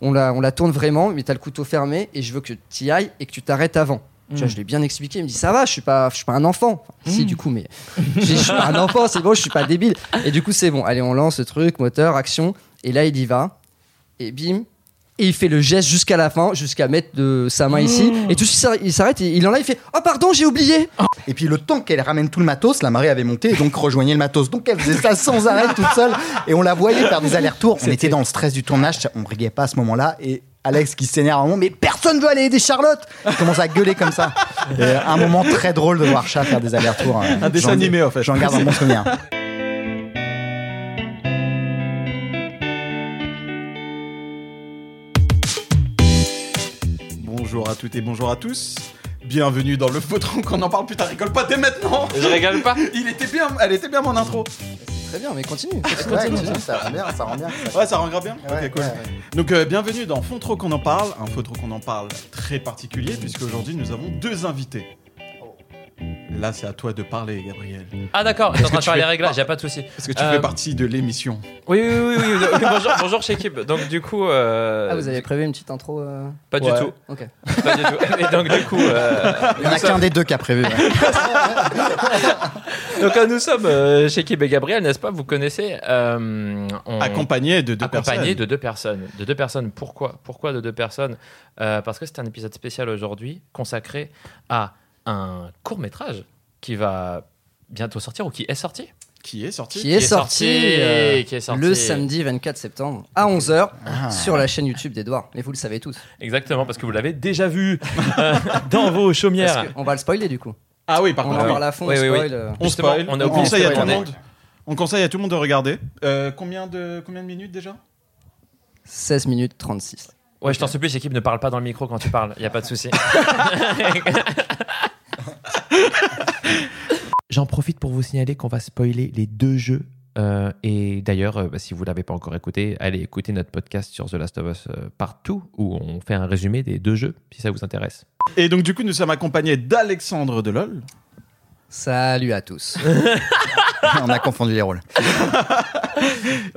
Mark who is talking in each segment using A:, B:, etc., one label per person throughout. A: on la, on la tourne vraiment, mais t'as le couteau fermé et je veux que tu y ailles et que tu t'arrêtes avant. Tu vois,
B: Mm.
A: je l'ai bien expliqué. Il me dit ça va, je suis pas, je suis pas un enfant. Enfin, Si du coup, mais je dis, je suis pas un enfant, c'est bon, je suis pas débile. Et du coup, c'est bon. Allez, on lance le truc, moteur, action. Et là, il y va. Et bim. Et il fait le geste jusqu'à la fin, jusqu'à mettre de sa main ici. Et tout de suite, il s'arrête- il s'arrête, il il enlève, il fait Oh, pardon, j'ai oublié
C: Et puis le temps qu'elle ramène tout le matos, la marée avait monté et donc rejoignait le matos. Donc elle faisait ça sans arrêt toute seule et on la voyait faire des allers-retours. On était dans le stress du tournage, on brillait pas à ce moment-là et Alex qui s'énerve à un moment, mais personne veut aller aider Charlotte Il commence à gueuler comme ça. Et, euh, un moment très drôle de voir Chat faire des allers-retours. hein.
D: Un dessin
C: J'en-
D: animé, en fait.
C: J'en garde un bon souvenir.
D: Bonjour à toutes et bonjour à tous. Bienvenue dans le faux tronc, on en parle putain, rigole pas dès maintenant
E: Je rigole pas.
D: Il était bien, elle était bien mon intro.
A: Très bien, mais continue.
C: Ouais, ça rend bien, ça rend bien.
D: Ouais, ça rend grave bien.
C: Ouais,
D: Ok, cool.
C: ouais, ouais.
D: Donc euh, bienvenue dans Fond Trop qu'on en parle, un Fond Trop qu'on en parle très particulier puisque aujourd'hui nous avons deux invités. Là c'est à toi de parler Gabriel.
E: Ah d'accord, t'es en train de
D: tu
E: faire les
D: fais-
E: réglages, y a pas de souci.
D: Parce que tu
E: Euh,
D: fais partie de l'émission.
E: Oui, oui, oui, oui, oui, bonjour, bonjour chez Kib. Donc du coup, euh,
A: Ah, vous avez prévu une petite intro euh,
E: pas du
D: Ouais.
E: tout,
A: Ok.
E: pas du tout. Et donc du coup, euh,
C: Il y en a qu'un des deux qui a prévu. ouais.
E: donc euh, nous sommes euh, chez Kib et Gabriel, n'est-ce pas Vous connaissez euh, on-
D: Accompagné de deux
E: accompagné
D: personnes.
E: de deux personnes. De deux personnes. Pourquoi Pourquoi de deux personnes Euh, Parce que c'est un épisode spécial aujourd'hui consacré à un court métrage qui va bientôt sortir ou qui est sorti.
D: Qui est sorti
A: Qui est sorti, euh,
E: qui est sorti
A: le samedi 24 septembre à 11h
C: Ah.
A: sur la chaîne YouTube d'Edouard. Mais vous le savez tous.
E: Exactement, parce que vous l'avez déjà vu euh, dans vos chaumières.
A: Parce que on va le spoiler du coup.
D: Ah oui, par
A: On en
D: contre. oui.
A: parle à fond,
E: Oui,
A: on
E: oui, oui.
A: spoil. euh.
D: On
E: Justement,
D: spoil.
E: on a
D: on
E: oublié de
D: conseille à tout le
E: spoiler.
D: monde. On conseille à tout le monde de regarder. Euh, combien de combien de minutes déjà
A: 16 minutes 36.
E: Ouais, je t'en supplie, équipe, ne parle pas dans le micro quand tu parles, il y a pas de souci. J'en profite pour vous signaler qu'on va spoiler les deux jeux. Euh, et d'ailleurs, euh, bah, si vous l'avez pas encore écouté, allez écouter notre podcast sur The Last of Us euh, partout où on fait un résumé des deux jeux, si ça vous intéresse.
D: Et donc du coup nous sommes accompagnés d'Alexandre Delol.
A: Salut à tous.
C: On a confondu les rôles.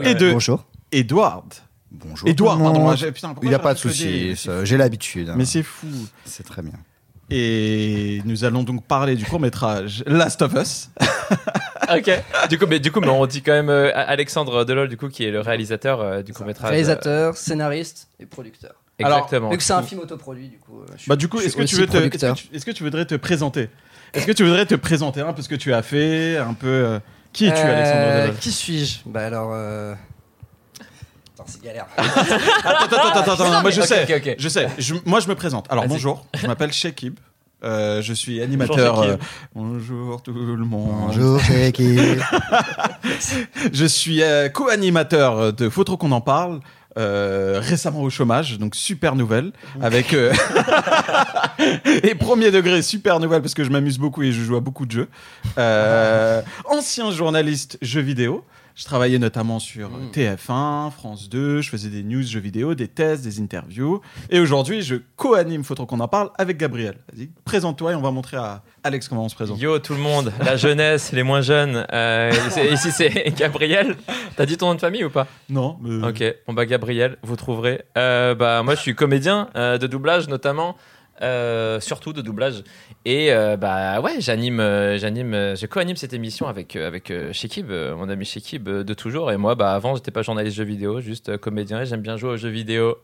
D: et de
C: Bonjour.
D: Edward.
C: Bonjour.
D: Edouard,
C: tout le
D: pardon.
C: monde.
D: ah, j'ai- putain, pourquoi
C: Il n'y a
D: j'ai
C: pas de
D: raté le
C: souci,
D: dé
C: ça, j'ai l'habitude. hein.
D: Mais c'est fou.
C: C'est très bien.
D: Et nous allons donc parler du court métrage Last of Us.
E: Ok. du coup, mais du coup, mais on dit quand même euh, Alexandre Delol, du coup, qui est le réalisateur euh, du court métrage.
A: Réalisateur, scénariste et producteur.
D: Alors,
E: Exactement.
A: Vu que c'est un film autoproduit, du coup. euh, je suis-
D: Bah du coup,
A: je suis
D: est-ce que tu
A: aussi
D: veux te, est-ce que
A: producteur.
D: tu, est-ce que tu voudrais te présenter Est-ce que tu voudrais te présenter un peu ce que tu as fait, un peu euh, qui es-tu,
A: Euh,
D: Alexandre Delol
A: Qui suis-je Bah alors. euh, Attends, c'est galère.
D: Attends, attends, attends, attends,
A: Non,
D: moi
A: mais-
D: je
A: ok,
D: sais,
A: ok, ok.
D: je sais. Je- moi je me présente. Alors
E: Vas-y.
D: bonjour, je m'appelle Shekib. Euh, je suis animateur.
E: Shekib.
D: euh, bonjour tout le monde.
C: Bonjour, c'est qui
D: Je suis euh, co-animateur de Faut trop qu'on en parle. euh, récemment au chômage, donc super nouvelle avec euh, et premier degré super nouvelle parce que je m'amuse beaucoup et je joue à beaucoup de jeux. Euh, ancien journaliste jeux vidéo, je travaillais notamment sur
E: Hmm.
A: Mm.
D: TF1, France 2, je faisais des news jeux vidéo, des tests, des interviews et aujourd'hui je co-anime Faut trop qu'on en parle avec Gabriel. Vas-y, présente-toi et on va montrer à Alex comment on se présente.
E: Yo tout le monde, la jeunesse, les moins jeunes. euh, c'est- ici c'est Gabriel. T'as dit ton nom de famille ou pas
D: Non, mais-
E: Ok, bon bah Gabriel, vous trouverez. Euh, bah moi je suis comédien euh, de doublage notamment, euh, surtout de doublage. Et euh, bah ouais, j'anime, euh, j'anime, euh, je co-anime cette émission avec euh, avec euh, Shekib, euh, mon ami Shekib euh, de toujours. Et moi bah avant j'étais pas journaliste jeux vidéo, juste euh, comédien et j'aime bien jouer aux jeux vidéo.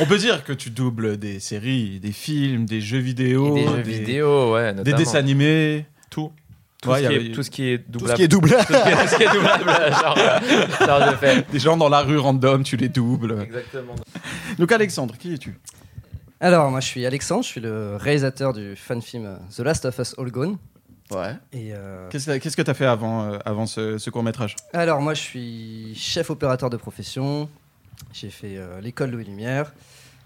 D: On peut dire que tu doubles des séries, des films, Oh, des jeux
E: Et
D: vidéo,
E: des jeux vidéo, ouais,
D: des
E: notamment.
D: dessins animés.
E: tout. Tout,
D: Ouais,
E: ce
D: y
E: qui
D: avait-
E: est, tout ce qui est
C: Tout ce
E: doublable.
C: qui est double.
E: Tout ce qui est- tout ce qui est doublable, genre, euh, genre je fais.
D: Des gens dans la rue random, tu les doubles.
E: Exactement.
D: Donc Alexandre, qui es-tu
A: Alors, moi, je suis Alexandre, je suis le réalisateur du fan film euh, The Last of Us All Gone.
D: Ouais.
A: Et euh,
D: Qu'est-ce qu'est-ce que t'as fait avant, euh, avant ce, court métrage
A: alors, moi, je suis chef opérateur de profession. J'ai fait euh, l'école Louis Lumière.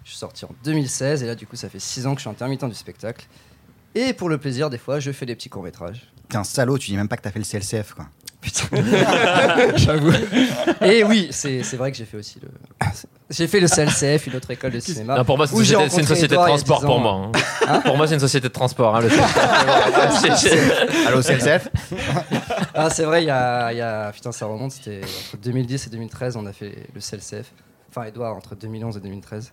A: Je suis sorti en 2016 et là, du coup, ça fait 6 ans que je suis intermittent du spectacle. Et pour le plaisir, des fois, je fais des petits courts-métrages.
C: T'es un salaud, tu dis même pas que t'as fait le CLCF, quoi.
A: Putain. J'avoue. Et oui, c'est c'est vrai que j'ai fait aussi le. J'ai fait le CLCF, une autre écle de cinéma.
E: pour moi, c'est
A: Où
E: une
A: j'ai
E: société, c'est une
A: rencontré
E: société de
A: Edouard il y a
E: transport
A: 10 ans.
E: pour moi. hein. pour moi, c'est une société de transport. hein, le- C'est- c'est-
C: Allô, CLCF
A: Ah, c'est vrai, il y a, il y a- Putain, ça remonte, c'était entre 2010 et 2013, on a fait le CLCF. Enfin, Edouard, entre 2011 et 2013.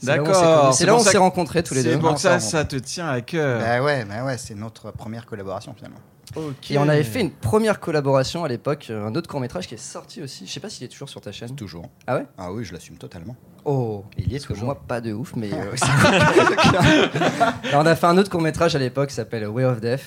A: C'est là où on s'est
D: D'accord,
A: connus.
D: c'est
A: C'est là où
D: pour
A: on
D: ça
A: s'est
D: que-
A: rencontrés tous les
D: C'est
A: deux.
D: pour
C: Non,
D: Ah, ça,
C: ça
D: ça te tient à cœur.
C: Bah ouais, bah ouais, c'est notre première collaboration finalement.
D: Ok.
A: Et on avait fait une première collaboration à l'époque, euh, un autre court-métrage qui est sorti aussi. Je sais pas s'il est toujours sur ta chaîne.
C: Toujours.
A: Ah ouais
C: Ah oui, je l'assume totalement.
A: Oh
C: Il y est
A: Parce que
C: toujours.
A: moi, pas de ouf, mais. euh, c'est- Alors, on a fait un autre court-métrage à l'époque qui s'appelle Way of Death,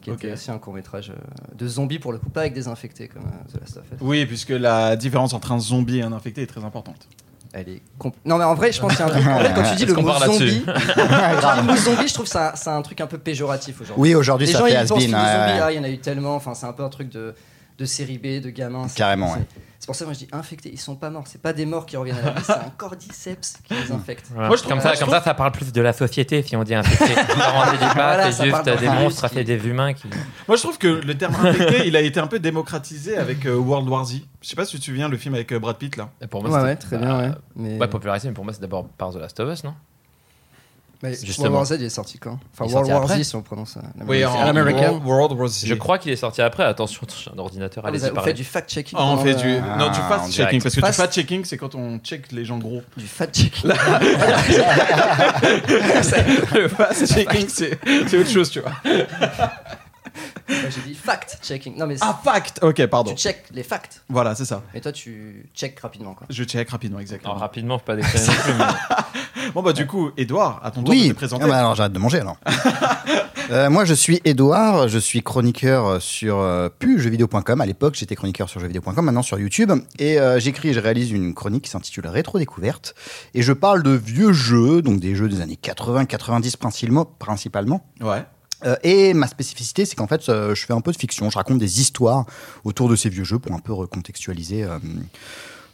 A: qui
D: Ok.
A: était aussi un court-métrage euh, de zombies pour le coup, pas avec des infectés comme euh, The Last of Us.
D: Oui, puisque la différence entre un zombie et un infecté est très importante.
A: Elle est compl- Non, mais en vrai, je pense que c'est un truc. En fait, quand tu dis
E: Est-ce
A: le
E: qu'on
A: mot
E: parle
A: zombie,
E: là-dessus
A: le mot zombie, je trouve que c'est un- c'est un truc un peu péjoratif aujourd'hui.
C: Oui, aujourd'hui
A: Les
C: ça
A: gens,
C: fait
A: ils pensent
C: has-been.
A: que les zombies,
C: ouais, ouais.
A: ah, il y en a eu tellement. Enfin, c'est un peu un truc de, de série B, de gamin. c'est-
C: Carrément,
A: c'est-
C: ouais.
A: C'est pour ça que moi je dis infectés, ils sont pas morts, c'est pas des morts qui reviennent à la vie, c'est un cordyceps qui les infecte.
B: Voilà.
A: Moi, je trouve-
B: comme ça,
A: je
B: comme
A: trouve-
B: ça, ça parle plus de la société si on dit infecté. ça rentre pas,
A: Voilà, ça
B: c'est juste
A: parle d'un
B: des
A: virus
B: monstres, ça
A: qui-
B: fait des humains qui.
D: Moi, je trouve que le terme infecté, il a été un peu démocratisé avec euh, World War Z. Je sais pas si tu te souviens le film avec euh, Brad Pitt là.
E: Pour
A: Ouais,
E: c'était-
A: ouais, très
E: bah,
A: bien, ouais. Mais...
E: Ouais, popularisé, mais pour moi, c'est d'abord par The Last of Us, non
A: Mais
E: Justement.
A: World War Z il est sorti quand Enfin
E: Il est
A: World
E: sorti
A: War
E: après
A: Z si on prononce. euh, la-
D: Oui,
A: c'est
D: en
A: à l'américaine.
D: World, World War Z.
E: Je crois qu'il est sorti après. Attention, j'ai un ordinateur,
A: Ah, vous
E: allez-y,
A: avez- vous faites
E: parlez.
A: du fact-checking.
D: Ah, on
A: pendant
D: fait
A: le-
D: du non du
C: Ah, en
D: fast checking
E: direct.
D: parce que
A: Fast-
D: du fast checking c'est quand on check les gens gros.
A: du fact-checking.
D: le fast checking c'est c'est autre chose tu vois.
A: Moi, J'ai dit fact-checking. Non mais c'est-
D: Ah fact. Ok pardon.
A: tu check les facts.
D: Voilà c'est ça.
A: Et toi tu check rapidement quoi.
D: Je check rapidement
E: Non,
D: exactement.
E: rapidement, faut pas déconner non plus, mais-
D: Bon bah du coup Edouard à ton tour de
C: Oui,
D: te présenter.
C: Ah bah alors j'arrête de manger alors. Euh, moi je suis Edouard, je suis chroniqueur sur euh, pu jeuxvideo.com. À l'époque j'étais chroniqueur sur jeuxvideo.com, maintenant sur YouTube. Et euh, j'écris et je réalise une chronique qui s'intitule Rétro Découverte. Et je parle de vieux jeux, donc des jeux des années 80-90 principalement. principalement.
D: Ouais.
C: Euh, et ma spécificité, c'est qu'en fait, euh, je fais un peu de fiction. Je raconte des histoires autour de ces vieux jeux pour un peu recontextualiser euh,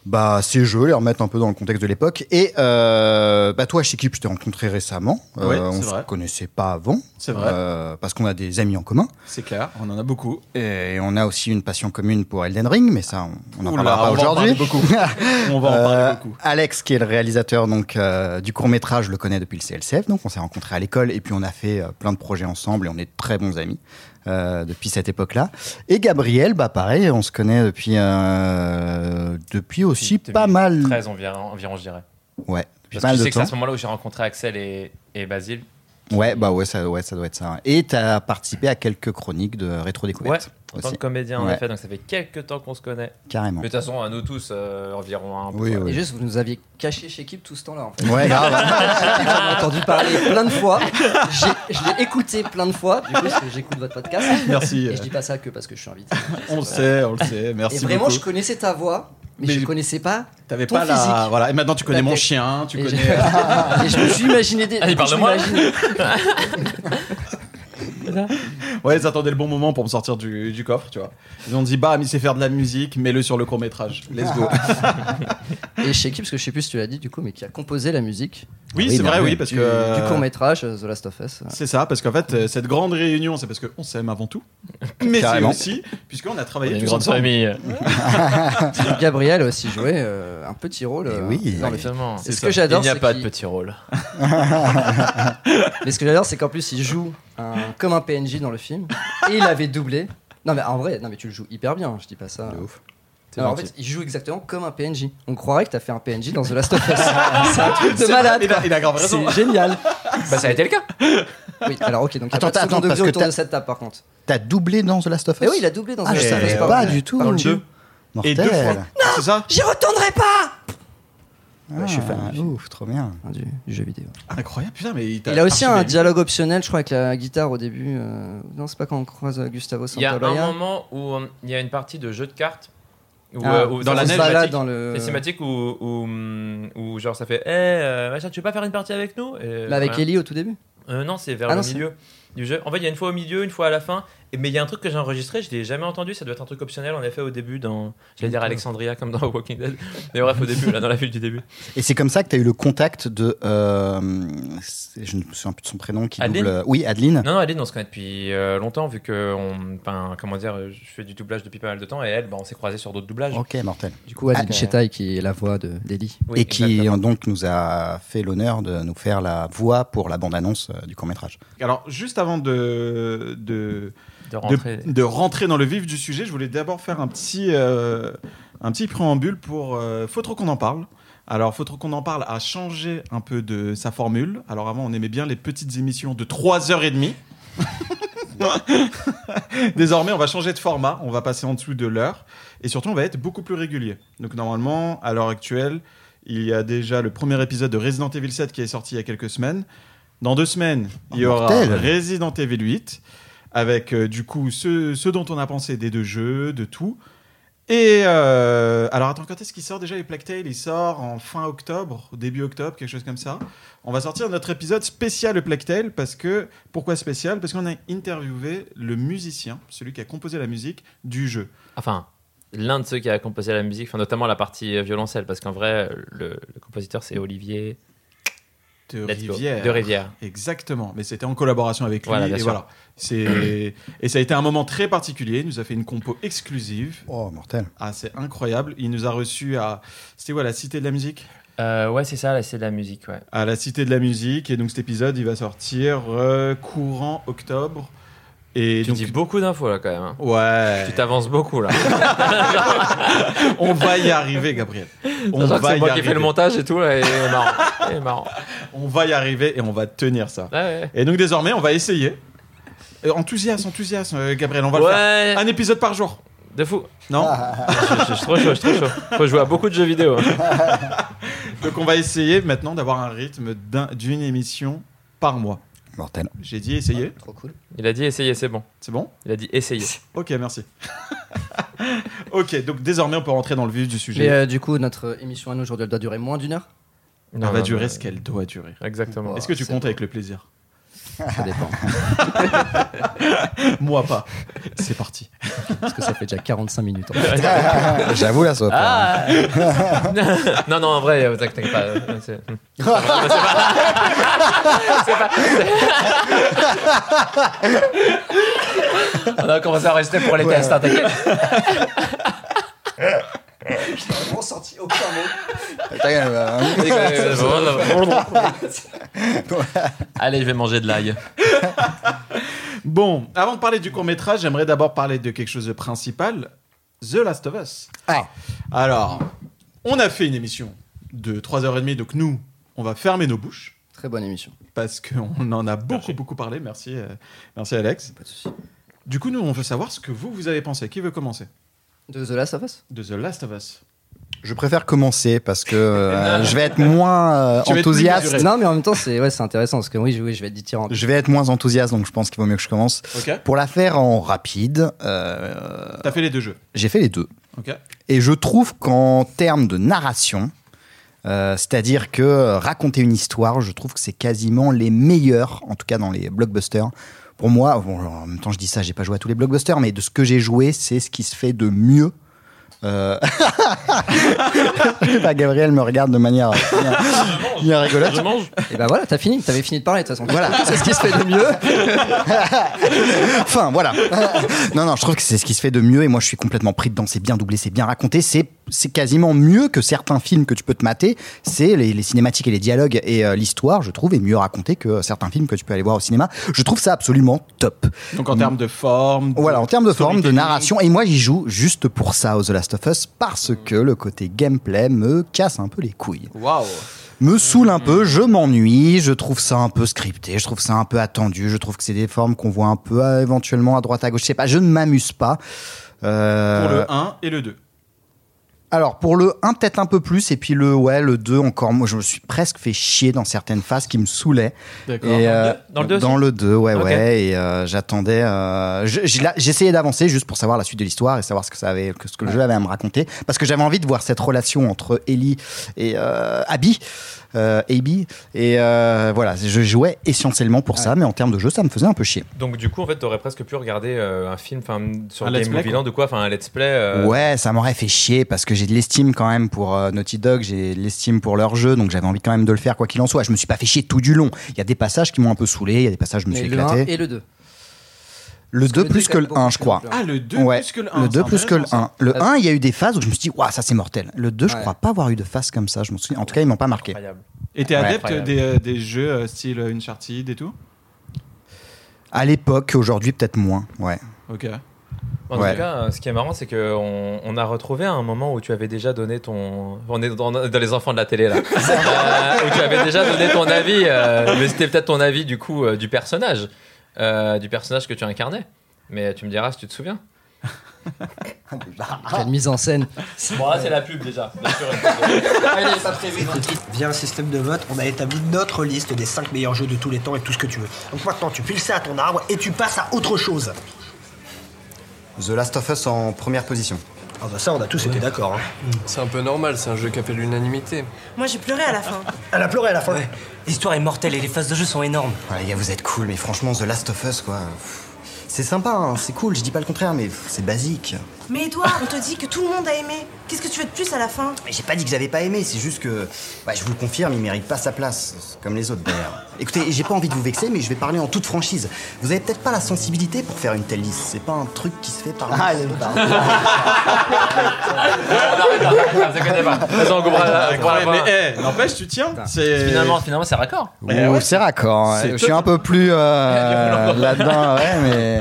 C: bah, ces jeux, les remettre un peu dans le contexte de l'époque. Et euh, bah, toi, Shiki, je t'ai rencontré récemment. Euh,
D: Oui, c'est
C: on
D: vrai.
C: se connaissait pas avant.
D: C'est vrai.
C: euh, parce qu'on a des amis en commun.
D: C'est clair on en a beaucoup.
C: Et on a aussi une passion commune pour Elden Ring, mais ça, on, on en
D: Oula,
C: parlera pas
D: on va en parler
C: aujourd'hui.
D: beaucoup. On va en
C: Euh,
D: parler beaucoup.
C: Alex, qui est le réalisateur donc euh, du court métrage, je le connais depuis le CLCF. Donc, on s'est rencontrés à l'école et puis on a fait euh, plein de projets ensemble et on est très bons amis euh, depuis cette époque-là. Et Gabriel, bah pareil, on se connaît depuis euh, depuis aussi
E: Depuis
C: pas mal,
E: 13 environ, environ je dirais.
C: ouais, depuis pas
E: Parce que
C: mal
E: je
C: de
E: sais que c'est
C: temps.
E: à ce moment-là où j'ai rencontré Axel et, et Basile.
C: Ouais, bah ouais, ça, ouais, ça doit être ça. Et t'as participé à quelques chroniques de rétro
E: Ouais,
C: découverte
E: en tant que
C: aussi,
E: comédien, en
C: Ouais.
E: effet. Donc ça fait quelques temps qu'on se connaît.
C: carrément.
E: Mais de toute façon, à nous tous, euh, environ un. peu.
C: Oui,
A: Et
C: oui.
A: juste vous nous aviez caché chez Kip tout ce temps-là en fait.
C: Ouais, grave. hein.
A: J'en ai entendu parler plein de fois. J'ai- Je l'ai écouté plein de fois. Du coup parce que j'écoute votre podcast.
D: Merci.
A: Et je dis pas ça que parce que je suis invité.
D: On le sait on le sait merci
A: Et vraiment
D: beaucoup.
A: je connaissais ta voix, mais,
D: Mais-
A: je connaissais pas.
D: T'avais
A: ton
D: pas la
A: physique.
D: voilà et maintenant tu connais
A: La
D: mon
A: tête.
D: chien tu
A: Et
D: connais. euh,
A: j'ai- Et je me suis imaginé des.
E: Ah, il parle
A: je
E: de moi
A: m'imagine-
D: Ouais, ils attendaient le bon moment pour me sortir du, du coffre, tu vois. Ils ont dit, bam, il sait faire de la musique, mets-le sur le court-métrage. Let's go.
A: Et chez qui, parce que je sais plus si tu l'as dit du coup, mais qui a composé la musique
D: oui,
C: Oui,
D: c'est
C: bah
D: vrai,
C: oui,
D: oui, parce
A: du,
D: que. euh,
A: court métrage The Last of Us.
D: C'est ça, parce qu'en fait, euh, cette grande réunion, c'est parce qu'on s'aime avant tout. Mais c'est
C: Carrément.
D: aussi, puisqu'on a
E: On est
D: travaillé
E: une
D: tous
E: grande
D: ensemble.
E: famille.
A: Gabriel a aussi joué euh, un petit rôle
C: Eh
A: euh,
C: oui.
A: dans le film.
E: Exactement.
A: Et ce
D: ça.
A: que j'adore,
E: Il n'y a
A: c'est
E: pas de
A: qu'il-
E: petit rôle.
A: mais ce que j'adore, c'est qu'en plus il joue un- comme un PNJ dans le film et il avait doublé. Non mais en vrai, non mais tu le joues hyper bien, je dis pas ça.
C: ouf.
A: Non, en fait, il joue exactement comme un PNJ. On croirait que t'as fait un PNJ dans The Last of Us. c'est un truc de
D: C'est-
A: malade.
D: Il a, il a grave
A: quoi.
D: raison.
A: C'est génial.
E: Bah, ça a été le cas.
A: Oui, alors ok, donc il y a
C: Attends,
A: pas de second
C: attends, parce
A: degré
C: que
A: autour
C: t'as-
A: de cette table par contre.
C: T'as doublé dans The Last of Us
A: Mais Eh oui, il a doublé dans
C: Ah,
A: The
C: je
A: Last of Us.
C: savais
A: par
C: pas
A: contre.
C: du tout.
A: Par contre,
D: Deux. Et deux fois.
C: Mortel.
D: C'est ça
A: J'y retournerai pas
C: Ah,
A: je suis fan.
C: Ouf, trop bien.
A: du, du jeu vidéo.
D: Incroyable, putain, mais il t'a.
A: Il a aussi un
D: archi-
A: dialogue optionnel, je crois, avec la guitare au début. euh, Non, c'est pas quand on croise euh, Gustavo
E: Il y a un
A: Santaolalla.
E: moment où euh, il y a une partie de jeu de cartes. Où,
A: Ah,
E: euh, où-
D: dans la
A: on se
D: neige,
A: balade
E: cinématique-
A: dans le.
E: Les cinématiques où, où, hum, où genre ça fait Eh, euh, machin, tu veux pas faire une partie avec nous Et,
A: Là, Bah, avec
E: voilà.
A: Ellie au tout début.
E: Euh, non, c'est vers
A: Ah
E: le
A: non, c'est-
E: milieu du jeu. En fait, il y a une fois au milieu, une fois à la fin. Et- Mais il y a un truc que j'ai enregistré, je l'ai jamais entendu. Ça doit être un truc optionnel, en effet, au début, dans. J'allais dire Alexandria, comme dans Walking Dead. Mais bref, au début, là, dans la ville du début.
C: Et c'est comme ça que tu as eu le contact de. euh, c'est- je ne me souviens plus de son prénom. Qui
E: Adeline
C: double, oui, Adeline.
E: Non, non, Aline, on se connaît depuis euh, longtemps, vu que. On, enfin, comment dire, euh, je fais du doublage depuis pas mal de temps. Et elle, bah, on s'est croisés sur d'autres doublages.
C: Ok, mortel.
A: Du coup, Adeline
E: Ah,
A: Chetaille, qui est la voix de d'Ellie.
E: Oui,
C: et qui
E: exactement.
C: euh, donc nous a fait l'honneur de nous faire la voix pour la bande-annonce euh, du court-métrage.
D: Alors, juste avant de, de,
B: de rentrer.
D: de, de rentrer dans le vif du sujet, je voulais d'abord faire un petit, euh, un petit préambule pour euh, Faut trop qu'on en parle. Alors, Faut trop qu'on en parle a changé un peu de sa formule. Alors, avant, on aimait bien les petites émissions de 3h30. Désormais, on va changer de format, on va passer en dessous de l'heure et surtout, on va être beaucoup plus régulier. Donc, normalement, à l'heure actuelle, il y a déjà le premier épisode de Resident Evil 7 qui est sorti il y a quelques semaines. Dans deux semaines, il y aura
C: mortel.
D: Resident Evil 8 avec euh, du coup ce, ce dont on a pensé des deux jeux, de tout. Et euh, alors attends, quand est-ce qu'il sort déjà les Plague Tale Il sort en fin octobre, début octobre, quelque chose comme ça. On va sortir notre épisode spécial le Plague Tale parce que pourquoi spécial Parce qu'on a interviewé le musicien, celui qui a composé la musique du jeu.
E: Enfin, l'un de ceux qui a composé la musique, enfin, notamment la partie euh, violoncelle, parce qu'en vrai, le, le compositeur, c'est Olivier
D: De
E: Let's Go,
D: Rivière.
E: de Rivière.
D: Exactement, mais c'était en collaboration avec lui.
E: Voilà, bien
D: et
E: sûr.
D: voilà. C'est et ça a été un moment très particulier. Il nous a fait une compo exclusive.
C: Oh, mortel.
D: Ah, c'est incroyable. Il nous a reçu à c'était quoi la Cité de la musique
B: Euh, ouais, c'est ça, là, c'est de la musique, ouais.
D: à la Cité de la Musique. Et donc cet épisode, il va sortir euh, courant octobre. Et
E: Tu
D: donc,
E: dis beaucoup d'infos là quand même. hein.
D: ouais,
E: Tu t'avances beaucoup là.
D: on va y arriver, Gabriel. On
E: Sachant que
D: va
E: c'est
D: y
E: moi qui fais
D: arriver.
E: le montage et tout, là, et c'est marrant. Et marrant.
D: On va y arriver et on va tenir ça.
E: Ouais, ouais.
D: Et donc désormais, on va essayer. Euh, Enthousiasme, enthousiasme, euh, Gabriel, on va le faire.
E: Ouais,
D: Un épisode par jour.
E: de fou.
D: Non
E: Je, je suis trop chaud, je suis trop chaud. Faut jouer à beaucoup de jeux vidéo. hein.
D: Donc on va essayer maintenant d'avoir un rythme d'un- d'une émission par mois.
C: Mortel.
D: J'ai dit essayer.
A: Trop cool.
E: Il a dit essayez, c'est bon.
D: C'est bon
E: Il a dit essayez.
D: Ok, merci. ok, donc désormais, on peut rentrer dans le vif du sujet.
A: Mais euh, du coup, notre émission à nous aujourd'hui, elle doit durer moins d'une heure.
E: Non,
D: Elle va
E: non,
D: durer
E: non.
D: ce qu'elle doit durer. Ah,
E: Exactement.
A: Voilà,
D: Est-ce que tu
A: c'est
D: comptes
A: bon.
D: avec le plaisir
A: Ça dépend.
D: Moi pas. C'est parti.
A: parce que ça fait déjà 45 minutes. en fait.
C: J'avoue, la soif.
E: Ah Non, non, en vrai, euh, t'inquiète pas. euh, c'est-
D: Ah.
E: On a commencé à enregistrer pour les tests, hein, t'inquiète.
A: vraiment senti aucun mot.
C: Ta gueule, bah, hein.
E: Allez, je vais manger de l'ail.
D: Bon, avant de parler du court métrage, j'aimerais d'abord parler de quelque chose de principal. The Last of Us.
C: Ah.
D: Alors, on a fait une émission de 3h30, donc nous, on va fermer nos bouches.
A: Très bonne émission.
D: Parce qu'on en a beaucoup, beaucoup parlé. Merci, euh, merci Alex.
A: Pas de soucis.
D: Du coup, nous, on veut savoir ce que vous, vous avez pensé. Qui veut commencer
A: De The Last of Us
D: De The Last of Us.
C: Je préfère commencer parce que euh, je vais être moins euh,
D: Tu vas être plus
C: enthousiaste.
D: mesuré.
A: Non, mais en même temps, Ah, c'est ouais, c'est intéressant parce que oui, je, oui, je vais être dithyrambique.
C: Je vais être moins enthousiaste, donc je pense qu'il vaut mieux que je commence.
D: Ok
C: Pour la faire en rapide, euh,
D: T'as fait les deux jeux.
C: j'ai fait les deux.
D: Ok
C: Et je trouve qu'en termes de narration, euh, c'est-à-dire que euh, raconter une histoire, je trouve que c'est quasiment les meilleurs, en tout cas dans les blockbusters. Pour moi, bon, en même temps je dis ça, j'ai pas joué à tous les blockbusters, mais de ce que j'ai joué, c'est ce qui se fait de mieux. Euh, bah, Gabriel me regarde de manière bien, bien rigolote.
E: Je mange.
A: Et bah voilà, t'as fini, t'avais fini de parler de toute façon.
C: Voilà.
A: c'est ce qui se fait de mieux.
C: Enfin, voilà. non, non, je trouve que c'est ce qui se fait de mieux et moi je suis complètement pris dedans. C'est bien doublé, c'est bien raconté. C'est, c'est quasiment mieux que certains films que tu peux te mater. C'est les, les cinématiques et les dialogues et euh, l'histoire, je trouve, est mieux racontée que certains films que tu peux aller voir au cinéma. Je trouve ça absolument top.
D: Donc, en termes de forme. de-
C: Voilà, en termes de forme, de
D: storytelling.
C: narration. Et moi, j'y joue juste pour ça au The Last of Us parce que le côté gameplay me casse un peu les couilles.
D: Waouh
C: Me saoule un peu, je m'ennuie, je trouve ça un peu scripté, je trouve ça un peu attendu, je trouve que c'est des formes qu'on voit un peu euh, éventuellement à droite à gauche. Je sais pas, je ne m'amuse pas. Euh,
D: Pour le 1 et le 2.
C: Alors pour le 1 peut-être un peu plus et puis le ouais le 2 encore moi je me suis presque fait chier dans certaines phases qui me saoulaient
D: D'accord.
C: et
E: Dans le
C: euh,
E: deux- dans le deux,
C: dans
E: ça
C: le 2 ouais
E: Ok.
C: ouais et euh, j'attendais euh, je- j'ai la- j'essayais d'avancer juste pour savoir la suite de l'histoire et savoir ce que ça avait que ce que le jeu avait à me raconter parce que j'avais envie de voir cette relation entre Ellie et euh, Abby euh, Abby et euh, voilà je jouais essentiellement pour ça mais en termes de jeu ça me faisait un peu chier
E: Donc, du coup, en fait, t'aurais presque pu regarder euh, un film enfin, sur
D: Un
E: Game
D: let's play,
E: Movie Land ou quoi, enfin, un let's play. euh,
C: Ouais, ça m'aurait fait chier parce que j'ai de l'estime quand même pour euh, Naughty Dog, j'ai de l'estime pour leur jeu, donc j'avais envie quand même de le faire quoi qu'il en soit. Je me suis pas fait chier tout du long. Il y a des passages qui m'ont un peu saoulé, il y a des passages où je me
A: Mais
C: suis
A: le 1
C: éclaté.
A: et le 2.
C: Le 2
A: Le
C: plus
A: deux,
C: que le
A: quand même,
C: 1, je crois.
A: beaucoup
D: Ah, le 2
C: Ouais,
D: plus que le 1.
C: Le 2 plus que le 1. Le
A: Parce-
C: 1, il y a eu des phases où je me suis dit, waouh, ça c'est mortel. Le 2, je
A: Ouais.
C: crois pas avoir eu de phase comme ça, je m'en souviens. En tout cas, ils m'ont pas marqué.
E: Incroyable.
D: Et t'es
E: Ouais,
D: adepte
E: incroyable.
D: des, euh, des jeux euh, style euh, Uncharted et tout
C: À l'époque, aujourd'hui peut-être moins. Ouais.
D: Ok.
E: En
C: Ouais.
E: tout cas, euh, ce qui est marrant, c'est qu'on on a retrouvé à un moment où tu avais déjà donné ton. On est dans, dans les enfants de la télé là. Euh, où tu avais déjà donné ton avis, euh, mais c'était peut-être ton avis du coup euh, du personnage, euh, du personnage que tu incarnais. Mais tu me diras si tu te souviens.
A: Quelle mise en scène.
E: Bon, là c'est la pub déjà.
F: Via un système de vote, on a établi notre liste des 5 meilleurs jeux de tous les temps et tout ce que tu veux. Donc maintenant, tu piles ça à ton arbre et tu passes à autre chose.
C: The Last of Us en première position.
F: Ah bah ça, on a tous été d'accord. hein.
G: C'est un peu normal, c'est un jeu qui a fait l'unanimité.
H: Moi j'ai pleuré à la fin.
F: Elle a pleuré à la fin.
I: L'histoire est mortelle et les phases de jeu sont énormes.
C: Ouais, les gars, vous êtes cool, mais franchement, The Last of Us, quoi. C'est sympa, hein, c'est cool, je dis pas le contraire, mais pff, c'est basique.
H: Mais Edouard, on te dit que tout le monde a aimé. Qu'est-ce que tu veux de plus à la fin
C: Mais J'ai pas dit que j'avais pas aimé, c'est juste que. bah, je vous le confirme, il mérite pas sa place, comme les autres d'ailleurs. Écoutez, j'ai pas envie de vous vexer, mais je vais parler en toute franchise. Vous avez peut-être pas la sensibilité pour faire une telle liste, c'est pas un truc qui se fait par. Ah,
D: Incroyable, mais eh, n'empêche, tu tiens. C'est
E: Finalement, finalement, c'est raccord.
D: Eh ouais.
C: c'est raccord, hein.
D: C'est
C: je suis un peu plus euh, là-dedans, ouais, mais.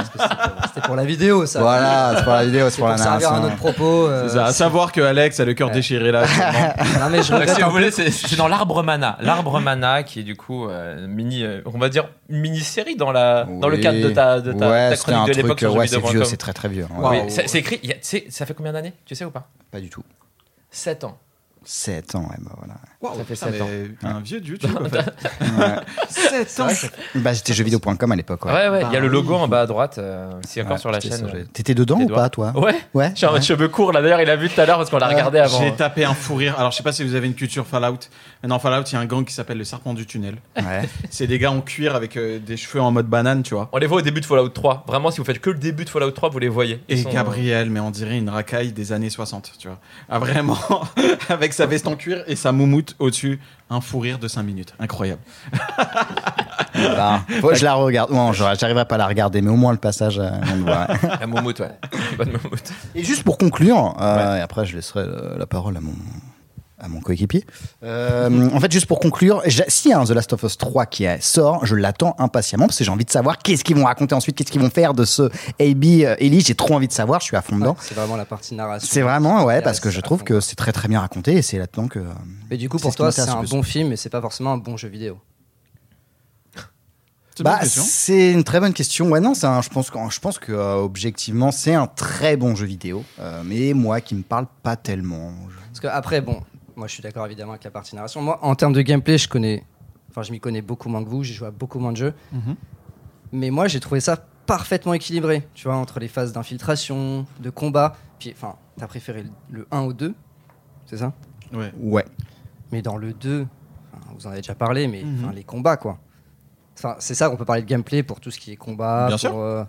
A: C'était pour la vidéo, ça.
C: Voilà, c'est pour la vidéo, c'est
A: C'est
C: pour
A: pour,
C: la
A: servir un
C: narration.
A: autre propos. euh,
D: C'est ça, à savoir que Alex a le cœur déchiré là. actuellement.
A: Non, mais je
E: Donc,
A: regrette
E: si
A: un
E: vous
A: peu.
E: voulez, c'est c'est dans l'arbre mana. L'arbre mana qui est du coup euh, mini, euh, on va dire mini série dans la dans le
C: Oui.
E: cadre de ta de ta,
C: ouais,
E: ta
C: c'était
E: chronique
C: un
E: de l'époque
C: truc, euh,
E: sur
C: ouais, c'est
E: jeuxvideo.com.
C: vieux, c'est très très vieux. ouais.
E: Oui, c'est c'est écrit. il y a- tu sais, ça fait combien d'années Tu sais ou pas
C: Pas du tout.
E: 7 ans.
C: 7 ans, ouais, bah voilà.
D: Waouh,
E: Ça fait
D: putain,
E: sept ans.
D: mais Un vieux du YouTube. en fait.
C: 7 ans Bah j'étais jeuxvideo.com à l'époque,
E: Ouais,
C: ouais.
E: ouais, il y
C: Bah
E: a le logo
C: oui.
E: en bas à droite. euh, c'est encore
C: Ouais,
E: sur la
C: j'étais
E: chaîne.
C: sur- T'étais dedans ou
E: Edouard.
C: pas, toi
E: Ouais.
C: Ouais.
E: J'ai un
C: ouais.
E: cheveux courts là. D'ailleurs, il a vu tout à l'heure parce qu'on l'a regardé avant.
D: Euh,
E: hein.
D: J'ai tapé un fou rire. Alors, je sais pas si vous avez une culture Fallout. Mais dans Fallout, il y a un gang qui s'appelle le Serpent du Tunnel.
C: Ouais.
D: C'est des gars en cuir avec euh, des cheveux en mode banane, tu vois.
E: On les voit au début de Fallout 3. Vraiment, si vous faites que le début de Fallout 3, vous les voyez. Ils
D: Et
E: sont-
D: Gabriel, mais on dirait une racaille des années 60, tu vois. Ah, vraiment, avec sa veste en cuir et sa moumoute au-dessus. Un fou rire de 5 minutes. Incroyable.
C: Bah, faut que je la regarde. Non, je- j'arriverai pas à la regarder, mais au moins le passage, euh, on le voit.
E: La moumoute, ouais. Une bonne moumoute.
C: Et juste pour conclure, euh, et après je laisserai euh, la parole à mon à mon coéquipier. Euh, en fait, juste pour conclure, j'a- si un The Last of Us 3 qui euh, sort, je l'attends impatiemment parce que j'ai envie de savoir qu'est-ce qu'ils vont raconter ensuite, qu'est-ce qu'ils vont faire de ce AB euh, Ellie. J'ai trop envie de savoir, je suis à fond dedans.
A: Ouais, C'est vraiment la partie narration.
C: C'est vraiment, ouais,
A: Ouais,
C: parce que
A: c'est
C: je
A: à
C: trouve
A: fond.
C: que c'est très très bien raconté et c'est là-dedans que. euh,
A: Mais du coup,
C: C'est
A: pour
C: ce qui
A: toi,
C: m'intéresse
A: c'est
C: le
A: un
C: plus.
A: bon film, mais c'est pas forcément un bon jeu vidéo.
D: C'est une
C: Bah,
D: bonne question.
C: c'est une très bonne question. Ouais, non, c'est un- je pense que, je pense que euh, objectivement, c'est un très bon jeu vidéo, euh, mais moi qui me parle pas tellement. Je-
A: Parce que après, bon, moi je suis d'accord évidemment avec la partie narration. Moi, en termes de gameplay, je connais, enfin, je m'y connais beaucoup moins que vous. J'ai joué à beaucoup moins de jeux.
D: Mhm.
A: Mais moi, j'ai trouvé ça parfaitement équilibré. Tu vois, entre les phases d'infiltration, de combat. Puis, enfin, t'as préféré le 1 au 2, c'est ça
D: Ouais.
C: Ouais.
A: Mais dans le 2, enfin, vous en avez déjà parlé, mais
D: Mhm.
A: enfin, les combats, quoi. Enfin, c'est ça, on peut parler de gameplay pour tout ce qui est combat.
D: Bien
A: pour,
D: sûr.
A: euh,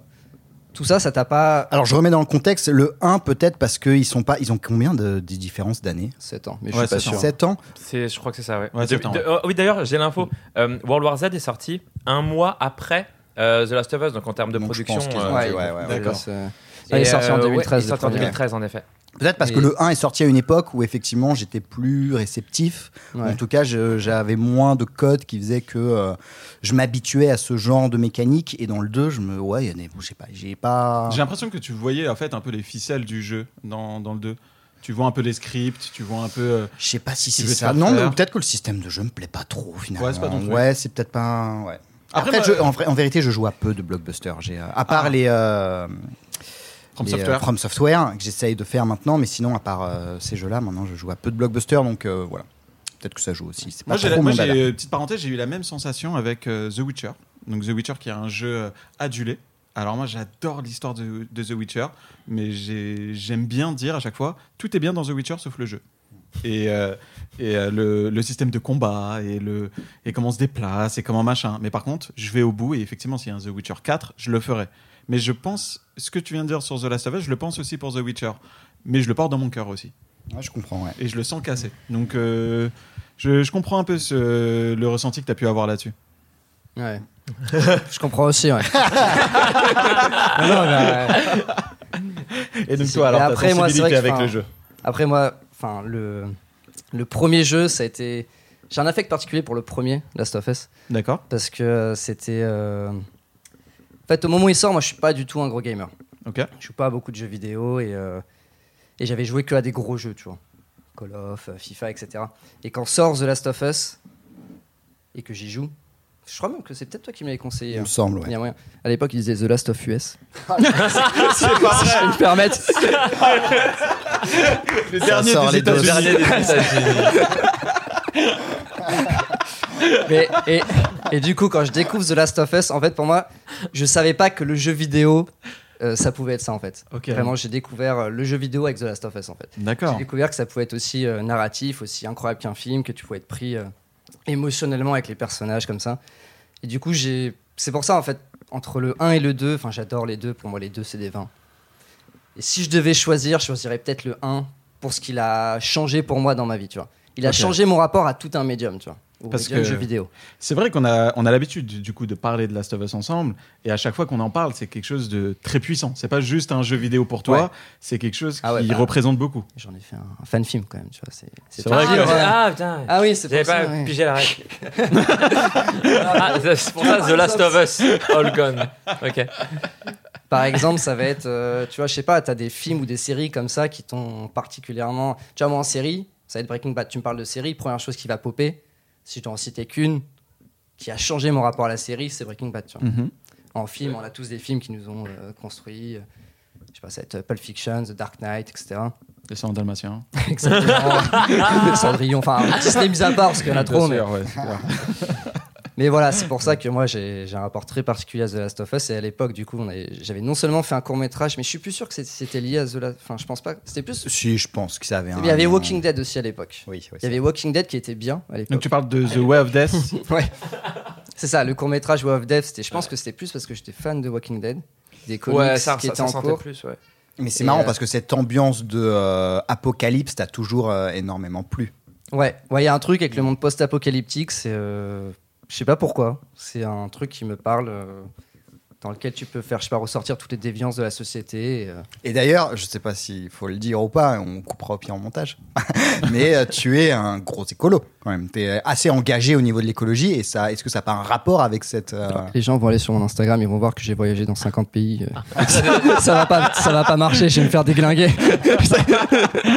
A: tout ça, ça t'a pas.
C: Alors je remets dans le contexte le 1 peut-être parce qu'ils sont pas ils ont combien de, de différences d'années
A: 7 ans, mais
D: Ouais,
A: je suis pas
D: c'est
A: sûr.
C: 7 ans
E: C'est, je crois que c'est ça, ouais.
D: Ouais,
E: De-
D: attends,
E: de-
D: ouais.
E: oh, oui, d'ailleurs, j'ai l'info. Euh, World War Z est sorti un mois après euh, The Last of Us, donc en termes de
C: Donc, je
E: production.
C: pense qu'ils ont
E: euh,
C: dit, ouais, ouais, ouais.
D: D'accord.
A: C'est- Ah, il est
E: et,
A: sorti
E: euh,
A: en
E: ouais,
A: 2013.
E: il est
A: le
E: sorti en
A: premier.
E: 2013, en effet.
C: Peut-être parce
A: Et-
C: que le 1 est sorti à une époque où effectivement j'étais plus réceptif.
A: Ouais.
C: En tout cas, je- j'avais moins de codes qui faisaient que euh, je m'habituais à ce genre de mécanique. Et dans le 2, je me. Ouais, il y en a- je sais pas. J'ai pas.
D: J'ai l'impression que tu voyais en fait un peu les ficelles du jeu dans, dans le 2. Tu vois un peu les scripts, tu vois un peu. euh,
C: Je sais pas si
D: Tu
C: c'est
D: veux te
C: ça.
D: faire
C: Non, mais
D: faire.
C: peut-être que le système de jeu me plaît pas trop finalement.
D: Ouais, c'est pas ton truc.
C: Ouais, c'est peut-être pas. un- ouais.
D: Après,
C: Après,
D: moi- euh Ah.
C: je- en, vrai- en vérité, je joue à peu de blockbusters. J'ai, euh, à part les. euh,
D: From
C: les, euh,
D: Software.
C: From Software, que j'essaye de faire maintenant, mais sinon, à part euh, ces jeux-là, maintenant, je joue à peu de blockbusters, donc euh, voilà. Peut-être que ça joue aussi. C'est pas
D: Moi, j'ai,
C: trop
D: moi,
C: mon
D: j'ai-
C: dada.
D: euh, petite parenthèse, j'ai eu la même sensation avec euh, The Witcher. Donc The Witcher qui est un jeu euh, adulé. Alors moi, j'adore l'histoire de, de The Witcher, mais j'ai- j'aime bien dire à chaque fois, tout est bien dans The Witcher sauf le jeu. Et, euh, et euh, le, le système de combat, et, le, et comment on se déplace, et comment machin. Mais par contre, je vais au bout, et effectivement, s'il y a un The Witcher 4, je le ferai. Mais je pense, ce que tu viens de dire sur The Last of Us, je le pense aussi pour The Witcher. Mais je le porte dans mon cœur aussi
C: Ouais, je comprends, ouais.
D: et je le sens cassé. Donc euh, je, je comprends un peu ce- le ressenti que tu as pu avoir là-dessus.
A: Ouais. je comprends aussi, ouais. Non, non, mais, euh,
D: Et donc
A: Si,
D: toi, alors,
A: mais
D: ta
A: après, moi, c'est
D: sensibilité
A: vrai que,
D: avec
A: enfin,
D: le jeu.
A: Après, moi, enfin, le, le premier jeu, ça a été. J'ai un affect particulier pour le premier, Last of Us,
D: D'accord
A: parce que euh, c'était. euh, En fait, au moment où il sort, moi, je suis pas du tout un gros gamer.
D: Ok.
A: Je joue pas à beaucoup de jeux vidéo et, euh, et j'avais joué que à des gros jeux, tu vois. Call of, euh, FIFA, etc. Et quand sort The Last of Us et que j'y joue, je crois même que c'est peut-être toi qui me l'avais conseillé.
C: Il
A: hein.
C: me semble,
A: Il y
C: ouais.
A: a moyen. À l'époque, ils disaient The Last of US. c'est pas Si je peux me permettre.
D: Le
C: Ça sort les
E: Le
C: doses.
E: dernier des États-Unis.
A: Mais- et, et du coup, quand je découvre The Last of Us, en fait, pour moi, je savais pas que le jeu vidéo, euh, ça pouvait être ça, en fait.
D: Ok.
A: Vraiment, j'ai découvert euh, le jeu vidéo avec The Last of Us, en fait. J'ai
D: D'accord.
A: découvert que ça pouvait être aussi euh, narratif, aussi incroyable qu'un film, que tu pouvais être pris euh, émotionnellement avec les personnages comme ça. Et du coup, j'ai... c'est pour ça, en fait, entre le 1 et le 2, enfin, j'adore les deux, pour moi, les deux, c'est des 20. Et si je devais choisir, je choisirais peut-être le 1 pour ce qu'il a changé pour moi dans ma vie, tu vois. Il a
D: Ok.
A: changé mon rapport à tout un médium, tu vois. Au
D: Parce
A: médium
D: que-
A: jeu vidéo.
D: C'est vrai qu'on a, on a l'habitude du coup de parler de Last of Us ensemble, et à chaque fois qu'on en parle, c'est quelque chose de très puissant. C'est pas juste un jeu vidéo pour toi,
A: Ouais.
D: c'est quelque chose qui
A: Ah ouais, bah.
D: représente beaucoup.
A: J'en ai fait un, un fan film quand même, tu vois. C'est, c'est
D: C'est
A: pas
D: vrai
A: dire,
D: que-
A: euh, ah,
E: Ah putain.
A: oui, c'est
E: J'avais
A: pour
E: pas
A: ça. ouais.
E: pigé la règle. Ah, c'est pour ça The Last of Us, All Gone. Ok.
A: Par exemple, ça va être, euh, tu vois, je sais pas, t'as des films ou des séries comme ça qui t'ont particulièrement. Tu vois, moi en série, ça va être Breaking Bad. Tu me parles de série, première chose qui va popper, si je dois en citer qu'une, qui a changé mon rapport à la série, c'est Breaking Bad. Tu vois.
D: Mhm.
A: En film, on a tous des films qui nous ont euh, construits. euh, Je sais pas, ça va être Pulp Fiction, The Dark Knight, etc.
D: Et ça hein. en dalmatien.
A: Exactement. Cendrillon, enfin, Disney mis à part, parce qu'il y en a trop,
D: Bien
A: mais.
D: sûr, ouais, c'est clair.
A: Mais voilà, c'est pour ça que moi j'ai j'ai un rapport très particulier à The Last of Us. Et à l'époque, du coup, on avait- j'avais non seulement fait un court métrage, mais je suis plus sûr que c'est- c'était lié à The Last. Enfin, je pense pas. C'était plus.
C: Si, je pense que ça avait un.
A: Il y avait Walking Dead aussi à l'époque.
C: Oui, oui,
A: Il y avait Walking Dead qui était bien à
D: Donc
A: l'époque.
D: tu parles de The Way of Death.
A: Ouais. C'est ça, le court métrage Way of Death. c'était- Je pense que c'était plus parce que j'étais fan de Walking Dead, des comics
E: Ouais, ça,
A: qui
E: ça,
A: étaient
E: ça
A: en
E: sentait
A: cours.
E: plus, ouais.
C: Mais c'est
A: Et,
C: marrant
A: euh,
C: parce que cette ambiance de euh, apocalypse t'a toujours euh, énormément plu.
A: Ouais, Ouais, il y a un truc avec le monde post-apocalyptique, c'est. euh, je sais pas pourquoi. C'est un truc qui me parle, euh, dans lequel tu peux faire, je sais pas, ressortir toutes les déviances de la société. et, euh,
C: Et d'ailleurs, je sais pas s'il faut le dire ou pas, on coupera au pire en montage. Mais euh, tu es un gros écolo quand même. T'es euh, assez engagé au niveau de l'écologie et ça, est-ce que ça a pas un rapport avec cette euh,
A: Les gens vont aller sur mon Instagram, ils vont voir que j'ai voyagé dans 50 pays. euh. ça, ça va pas, ça va pas marcher, je vais me faire déglinguer.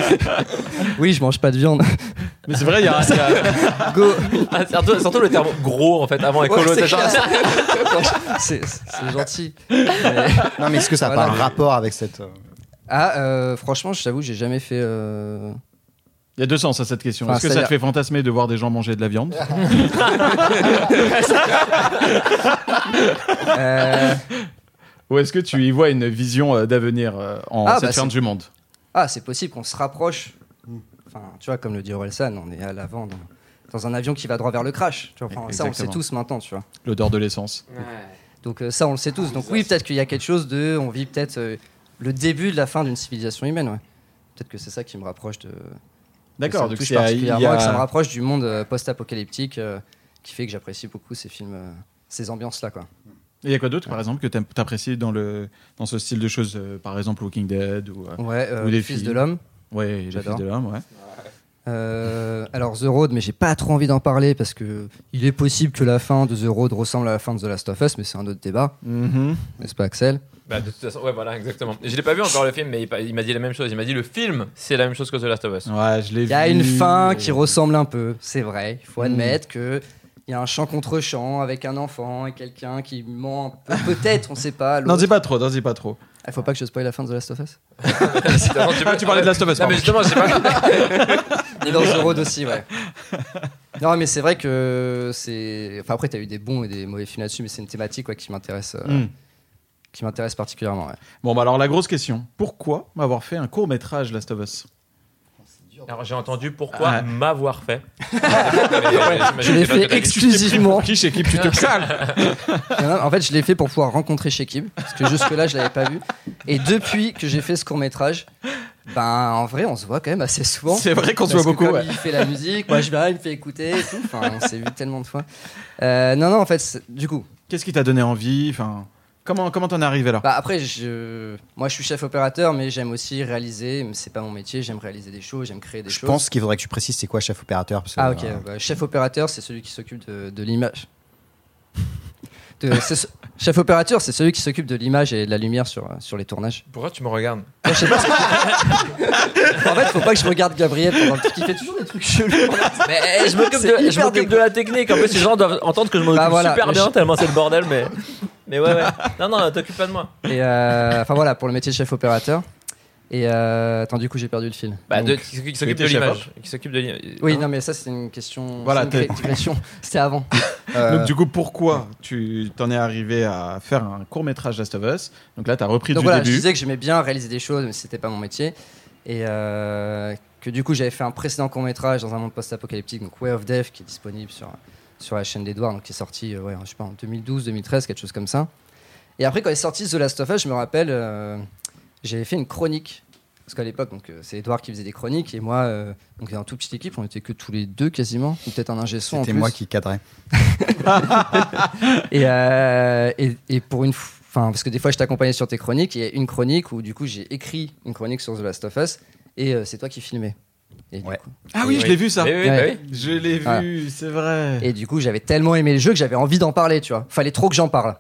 A: oui, je mange pas de viande.
D: Mais c'est vrai, il y a un- il y a-
A: Go.
E: Ah, surtout, surtout le terme gros en fait, avant écolo,
A: Ouais,
E: c'est
A: c'est
E: genre.
A: C'est c'est gentil.
C: Non, mais est-ce que ça a pas
A: Voilà.
C: un rapport avec cette euh,
A: Ah, euh, franchement, je t'avoue, j'ai jamais fait. euh,
D: il y a deux sens à cette question.
A: Enfin,
D: Est-ce que ça
A: c'est-à-dire-
D: te fait fantasmer de voir des gens manger de la viande
A: euh,
D: Ou est-ce que tu y vois une vision euh, d'avenir euh, en
A: Ah,
D: cette
A: bah,
D: fin
A: c'est-
D: du monde
A: Ah, c'est possible qu'on se rapproche. Enfin, tu vois, comme le dit Orelsan, on est à l'avant dans, dans un avion qui va droit vers le crash. Tu vois, enfin, ça, on le sait
D: Exactement.
A: tous maintenant, tu vois.
D: L'odeur de l'essence.
A: Donc euh, ça, on le sait tous. Donc oui, peut-être qu'il y a quelque chose de... On vit peut-être euh, le début de la fin d'une civilisation humaine, ouais. Peut-être que c'est ça qui me rapproche de...
D: D'accord.
A: donc
D: Donc
A: touche
D: il y a- il y a-
A: particulièrement et que ça me rapproche du monde euh, post-apocalyptique euh, qui fait que j'apprécie beaucoup ces films, euh, ces ambiances-là, quoi.
D: Et il y a quoi d'autre, par exemple, que t'aimes- t'apprécies dans le dans ce style de choses, euh, par exemple Walking Dead ou euh,
A: Ouais, euh,
D: Ou des
A: Fils
D: films.
A: de l'homme.
D: ouais, Les
A: Oh, J'adore.
D: Fils de l'homme, ouais.
A: Euh, alors The Road, mais j'ai pas trop envie d'en parler parce que il est possible que la fin de The Road ressemble à la fin de The Last of Us, mais c'est un autre débat, n'est-ce pas Axel
E: Bah, de toute façon, ouais, voilà, exactement. Je l'ai pas vu encore le film, mais il, pa- il m'a dit la même chose. Il m'a dit le film, c'est la même chose que The Last of Us.
D: Ouais, je l'ai vu.
A: Il y a une fin qui ressemble un peu, c'est vrai. Il
D: Hmm.
A: faut admettre que il y a un chant contre chant avec un enfant et quelqu'un qui ment un peu. peut-être, on sait pas.
D: Non,
A: l'autre.
D: dis pas trop, non, dis pas trop.
A: Il faut pas que je spoil la fin de The Last of Us.
E: Attends,
D: Ah, tu parlais de Last of Us,
E: Non, mais
D: pardon.
E: justement, j'ai pas.
A: Et dans The Road aussi, ouais. Non, mais c'est vrai que c'est. Enfin, après, t'as eu des bons et des mauvais films là-dessus, mais c'est une thématique ouais, qui m'intéresse, euh,
D: Mm.
A: qui m'intéresse particulièrement. ouais.
D: Bon, bah alors la grosse question. Pourquoi m'avoir fait un court métrage Last of Us
E: Alors, j'ai entendu pourquoi
D: Ah.
E: m'avoir fait.
A: Je l'ai fait exclusivement.
D: Qui chez qui tu te cales
A: En fait, je l'ai fait pour pouvoir rencontrer Shekib, parce que jusque-là, je l'avais pas vu. Et depuis que j'ai fait ce court métrage, ben, en vrai, on se voit quand même assez souvent.
D: C'est vrai qu'on se voit
A: Parce que
D: beaucoup.
A: comme
D: ouais.
A: Il fait la musique, moi je viens, il me fait écouter et tout. Enfin, on s'est vu tellement de fois. Euh, non, non, en fait, c'est- du coup,
D: Qu'est-ce qui t'a donné envie Enfin, comment comment t'en es arrivé là
A: bah après, je, moi je suis chef opérateur, mais j'aime aussi réaliser. mais C'est pas mon métier, j'aime réaliser des choses, j'aime créer des
C: Je
A: choses.
C: pense qu'il faudrait que tu précises c'est quoi chef opérateur parce que,
A: Ah ok,
C: euh,
A: bah, chef opérateur, c'est celui qui s'occupe de, de l'image. de- c'est ce- chef opérateur, c'est celui qui s'occupe de l'image et de la lumière sur, euh, sur les tournages.
E: Pourquoi tu me regardes
A: Moi, je sais pas ce que- en fait, faut pas que je regarde Gabriel pendant le truc. Il fait toujours des trucs chelous.
E: Mais eh, je m'occupe
A: C'est
E: de, je
A: hyper
E: m'occupe
A: dégueu.
E: de la technique. En plus, les gens doivent entendre que je m'en
A: Bah
E: occupe
A: voilà,
E: super
A: mais
E: bien,
A: je-
E: tellement c'est le bordel. Mais, mais ouais, ouais. Non, non, t'occupes pas de moi.
A: Et euh, enfin voilà, pour le métier de chef opérateur. Et euh, attends, du coup, j'ai perdu le fil.
E: Bah,
A: Donc,
E: de, hein. qui qui s'occupe de
D: t'es chef
E: l'image. Qui s'occupe de l'image.
A: Oui, non, mais ça, c'est une question.
D: Voilà,
A: c'est une
D: t'es-
A: cré- question. C'était avant. Euh.
D: Donc, du coup, pourquoi tu t'en es arrivé à faire un court métrage Last of Us Donc là, t'as repris
A: Donc
D: du
A: voilà, je
D: début.
A: disais que j'aimais bien réaliser des choses, mais c'était pas mon métier. Et euh, que du coup, j'avais fait un précédent court-métrage dans un monde post-apocalyptique, donc Way of Death, qui est disponible sur, sur la chaîne d'Edouard, donc qui est sorti, euh, ouais, je sais pas, en 2012, 2013, quelque chose comme ça. Et après, quand est sorti The Last of Us, je me rappelle, euh, j'avais fait une chronique. Parce qu'à l'époque, donc, euh, c'est Edouard qui faisait des chroniques, et moi, euh, donc, dans toute petite équipe, on était que tous les deux quasiment, ou peut-être un ingé son. en
C: C'était
A: plus.
C: moi qui cadrais.
A: Et, euh, et, et pour une f- enfin parce que des fois je t'accompagnais sur tes chroniques, il y a une chronique où du coup j'ai écrit une chronique sur The Last of Us et euh, c'est toi qui filmais. Et du
C: Ouais.
A: coup-
D: Ah oui, je l'ai vu ça.
E: Oui, oui, bah oui.
D: Je l'ai vu,
A: Voilà.
D: c'est vrai.
A: et du coup, j'avais tellement aimé le jeu que j'avais envie d'en parler, tu vois. Fallait trop que j'en parle.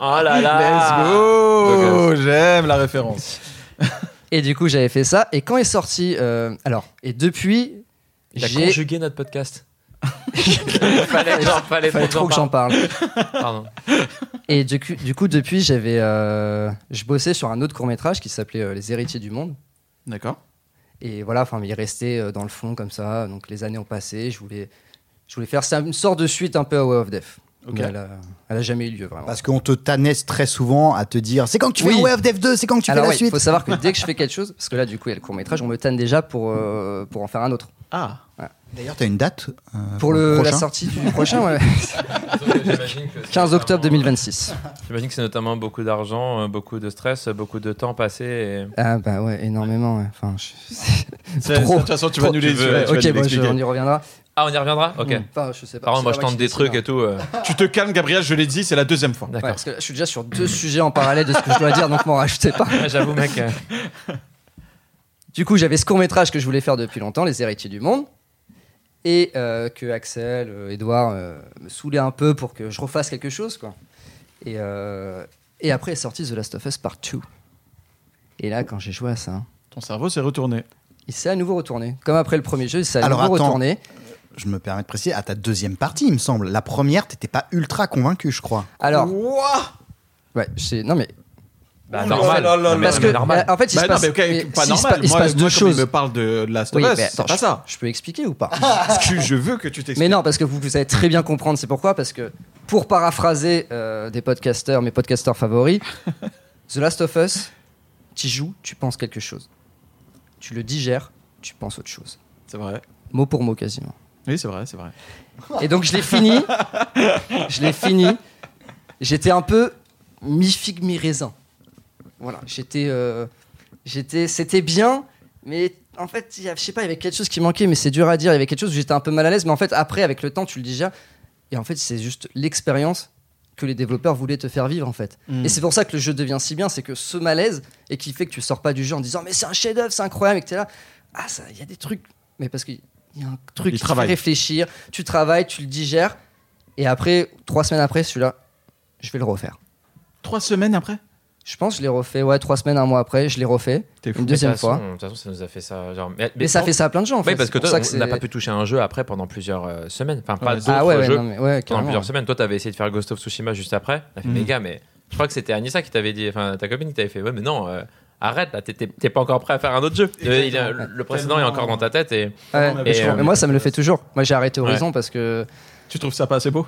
E: Oh là là.
D: Let's go J'aime la référence.
A: Et du coup, j'avais fait ça. Et quand est sorti, euh, alors et depuis,
E: T'as
A: j'ai
E: conjugué notre podcast. fallait, genre, fallait,
A: fallait
E: trop
A: trop que j'en parle.
E: Pardon.
A: Et du coup, du coup depuis, j'avais, euh, je bossais sur un autre court métrage qui s'appelait euh, Les Héritiers du Monde.
D: D'accord.
A: Et voilà, enfin, il restait euh, dans le fond comme ça. Donc les années ont passé. Je voulais, je voulais faire ça, une sorte de suite un peu à Way of Death.
D: Ok.
A: Mais elle, a, elle a jamais eu lieu vraiment.
C: Parce qu'on te tannesse très souvent à te dire c'est quand que tu fais
A: Oui.
C: Way of Death 2, c'est quand que tu
A: Alors
C: fais la
A: oui, il
C: suite.
A: faut savoir que dès que je fais quelque chose, parce que là du coup il y a le court métrage, on me tanne déjà pour, euh, pour en faire un autre.
D: Ah,
C: D'ailleurs, t'as une date euh,
A: Pour le, la
C: prochain
A: sortie du prochain, ouais.
E: J'imagine que c'est
A: 15 octobre
E: notamment-
A: 2026.
E: J'imagine que c'est notamment beaucoup d'argent, euh, beaucoup de stress, euh, beaucoup de temps passé.
A: Ah bah ouais, énormément. ouais. Enfin, je-
D: C'est-
A: Trop.
D: de toute façon, tu vas
A: Trop.
D: nous les
E: Tu veux-
D: tu vas
A: ok,
D: nous
A: bon, je-
D: l'expliquer.
A: on y reviendra.
E: et- Ah, on y reviendra Ok.
A: Enfin, je sais pas.
E: Par
A: c'est pas
E: contre, moi, je
A: moi
E: tente
A: qui
E: des
A: décide,
E: trucs et
A: hein.
E: tout. euh,
D: Tu te calmes, Gabriel, je l'ai dit, c'est la deuxième fois.
A: Ouais,
E: D'accord.
A: parce que là, je suis déjà sur deux sujets en parallèle de ce que je dois dire, donc m'en rajoutez pas.
E: Ouais, J'avoue, mec. euh,
A: Du coup, j'avais ce court-métrage que je voulais faire depuis longtemps, Les héritiers du monde, et euh, que Axel, euh, Edouard euh, me saoulaient un peu pour que je refasse quelque chose. Quoi. Et, euh, et après est sorti The Last of Us Part 2. Et là, quand j'ai joué à ça,
D: Ton cerveau s'est retourné.
A: il s'est à nouveau retourné. Comme après le premier jeu, il s'est à
C: Alors,
A: nouveau
C: attends.
A: retourné.
C: Je me permets de préciser, à ta deuxième partie, il me semble. La première, t'étais pas ultra convaincu, je crois.
A: Alors, ouais, c'est. Non, mais.
E: Bah,
A: Oh
E: normal.
D: là là
E: Non, mais-
A: parce
E: non,
A: que.
E: mais normal.
A: euh, En fait, il
D: Bah
A: se
D: Ah, non,
A: passe.
D: mais ok,
A: mais
D: pas
A: s'il se
D: normal.
A: pa- il se
D: moi,
A: passe deux
D: moi, comme il
A: choses.
D: me parle de Last
A: Oui,
D: of Us,
A: mais
D: c'est
A: attends,
D: pas
A: je-
D: ça.
A: Je peux expliquer ou pas
D: Parce que je veux que tu
A: Mais
D: t'expliques.
A: non, parce que vous, vous savez très bien comprendre, c'est pourquoi Parce que, pour paraphraser euh, des podcasteurs, mes podcasteurs favoris, The Last of Us, tu joues, tu penses quelque chose. Tu le digères, tu penses autre chose.
D: C'est vrai.
A: Mot pour mot quasiment.
D: Oui, c'est vrai, c'est vrai.
A: Et donc je l'ai fini, je l'ai fini, j'étais un peu mi-figue, mi-raisin. Voilà, j'étais... euh, j'étais, C'était bien, mais en fait, il y a- je sais pas, il y avait quelque chose qui manquait, mais c'est dur à dire, il y avait quelque chose où j'étais un peu mal à l'aise, mais en fait, après, avec le temps, tu le digères. Et en fait, c'est juste l'expérience que les développeurs voulaient te faire vivre, en fait. Et c'est pour ça que le jeu devient si bien, c'est que ce malaise, et qui fait que tu sors pas du jeu en disant, mais c'est un chef-d'œuvre, c'est incroyable, et que t'es là, ah, ça, il y a des trucs, mais parce qu'il y a un truc
D: Il
A: qui te fait
D: travaille.
A: réfléchir, tu travailles, tu le digères, et après, trois semaines après, celui-là, je vais le refaire.
D: Trois semaines après
A: Je pense que je l'ai refait, ouais, trois semaines, un mois après, je l'ai refait,
D: T'es fou.
A: une deuxième
E: De toute façon,
A: fois.
E: De toute façon, ça nous a fait ça. genre-
A: Mais, ça fait ça à plein de gens, en fait.
E: Oui, parce
A: c'est
E: que
A: pour
E: toi,
A: ça
E: on n'a
A: c'est-
E: pas pu toucher à un jeu après pendant plusieurs euh, semaines. Enfin, pas
D: Ouais,
E: d'autres
A: Ah ouais, ouais,
E: jeux
A: non, mais ouais,
E: pendant
A: carrément.
E: plusieurs semaines. Toi, t'avais essayé de faire Ghost of Tsushima juste après. T'as fait,
A: Mhm.
D: Mm.
E: mais gars, mais je crois que c'était Anissa qui t'avait dit, enfin, ta copine qui t'avait fait, ouais, mais non, euh, arrête, là, t'es- t'es t'es pas encore prêt à faire un autre jeu. Euh, il est- le précédent est encore dans ta tête et.
A: Ouais.
D: Non, mais
A: Et,
D: je
A: euh,
D: comprends.
A: mais moi, ça me le fait toujours. Moi, j'ai arrêté Horizon parce que
D: Tu trouves ça pas assez beau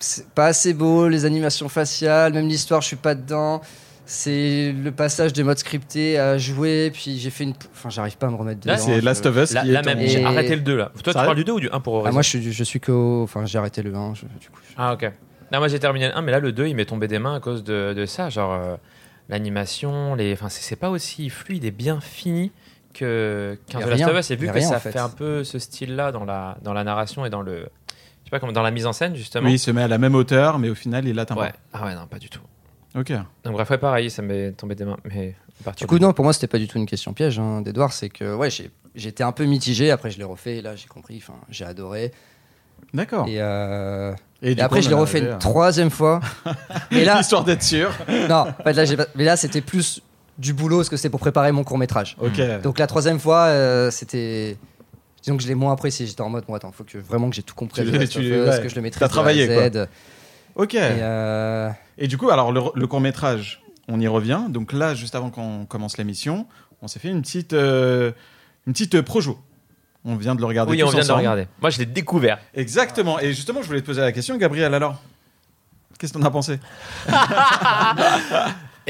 A: c'est pas assez beau, les animations faciales, même l'histoire, je suis pas dedans. C'est le passage des modes scriptés à jouer, puis j'ai fait une. Enfin, j'arrive pas à me remettre dedans.
E: Là,
D: C'est
A: je-
D: Last of Us
E: Là,
D: qui est
E: là
D: ton-
E: même, j'ai
A: Et-
E: arrêté le 2 là. Toi, tu
D: Sérieux
E: parles du 2 ou du 1 pour
A: Ah,
E: Horizon
A: moi, je suis, je suis qu'au. Enfin, j'ai arrêté le 1, je- du coup. je-
E: Ah, ok. Non, moi, j'ai terminé le 1, mais là, le 2, il m'est tombé des mains à cause de, de ça. Genre, euh, l'animation, les... enfin, c'est c'est pas aussi fluide et bien fini que qu'un
A: Y a
E: The Last
A: rien.
E: of Us. Et vu
A: Y a
E: que
A: rien,
E: ça
A: en fait.
E: fait un peu ce style-là dans la, dans la narration et dans le. Je sais pas comment, dans la mise en scène, justement.
D: Oui, il se met à la même hauteur, mais au final, il atteint
E: ouais. Ah, ouais, non, pas du tout.
D: pas. Ok.
E: Donc, bref, ouais, pareil, ça m'est tombé des mains. Mais à
A: Du
E: partir
A: coup,
E: de-
A: non, pour moi, c'était pas du tout une question piège hein, d'Edouard. C'est que, ouais, j'ai- j'étais un peu mitigé. Après, je l'ai refait. Et là, j'ai compris. Enfin, j'ai adoré.
D: D'accord.
A: Et, euh,
D: Et,
A: et après, je l'ai refait
D: hein.
A: une troisième fois. Et là,
D: Histoire d'être sûr.
A: non, en fait, là, j'ai pas- mais là, c'était plus du boulot parce que c'était pour préparer mon court métrage.
D: Ok.
A: Donc la troisième fois, euh, c'était. Disons que je l'ai moins apprécié. J'étais en mode, moi, attends, faut que vraiment que j'ai tout compris.
D: Tu-
A: de Last
D: tu-
A: of Us,
D: ouais.
A: que je le maîtrise.
D: T'as
A: de A à
D: travaillé, quoi.
A: Z. Et,
D: ok.
A: euh,
D: Et du coup, alors le, court métrage, on y revient. Donc là, juste avant qu'on commence l'émission, on s'est fait une petite euh, une petite euh, projo. On vient de le regarder.
E: Oui, on
D: tous
E: vient de le
D: ensemble.
E: regarder. Moi, je l'ai découvert.
D: Exactement. Et justement, je voulais te poser la question, Gabriel. Alors, qu'est-ce que t'en as pensé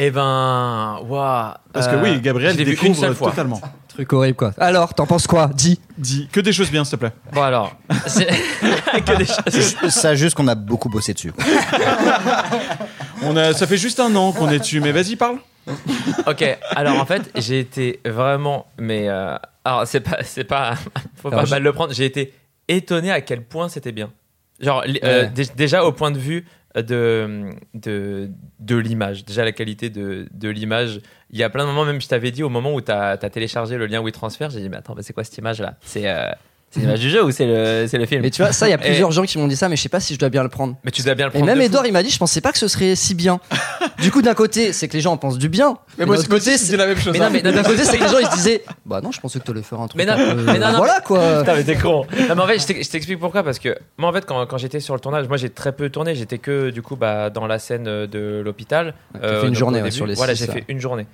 E: Eh ben, waouh.
D: Parce que
E: Euh,
D: oui, Gabriel
E: je l'ai vu
D: découvre
E: une seule fois.
D: totalement.
A: truc horrible, quoi. Alors, t'en penses quoi Dis.
D: Dis que des choses bien, s'il te plaît.
E: Bon alors, c'est- que des choses.
C: Ça, juste qu'on a beaucoup bossé dessus.
D: On a, ça fait juste un an qu'on est dessus, mais vas-y, parle.
E: Ok, alors en fait, j'ai été vraiment, mais euh, alors c'est pas, c'est pas, faut
A: Alors,
E: pas
A: je-
E: mal le prendre. J'ai été étonné à quel point c'était bien. Genre les- euh,
A: Ouais.
E: dé- déjà au point de vue de de, de l'image, déjà la qualité de, de l'image. Il y a plein de moments, même je t'avais dit au moment où t'as as téléchargé le lien WeTransfer, j'ai dit mais attends, mais c'est quoi cette image là C'est euh, c'est l'image du jeu ou c'est le c'est le film
A: Mais tu vois, ça, il y a
E: Et-
A: plusieurs gens qui m'ont dit ça, mais je sais pas si je dois bien le prendre.
E: Mais tu dois bien le
A: Et
E: prendre.
A: même
E: de fou.
A: Edouard, il m'a dit, je pensais pas que ce serait si bien. du coup, d'un côté, c'est que les gens en pensent du bien. Mais d'un autre côté, c'est
D: la même chose.
A: mais non, mais d'un côté, c'est que les gens ils se disaient, bah non, je pensais que t'allais faire un truc.
E: Mais non,
A: un peu-
E: mais non, non,
A: voilà quoi.
E: Putain, mais t'es con. Non, mais en fait, je t'ex- je t'explique pourquoi. Parce que moi, en fait, quand, quand j'étais sur le tournage, moi, j'ai très peu tourné. J'étais que, du coup, bah, dans la scène euh, de l'hôpital.
A: Ah,
E: euh,
A: t'as fait une
E: donc,
A: journée, ouais,
E: au début,
A: sur les
E: Voilà,
A: six,
E: j'ai
A: ça.
E: fait une journée.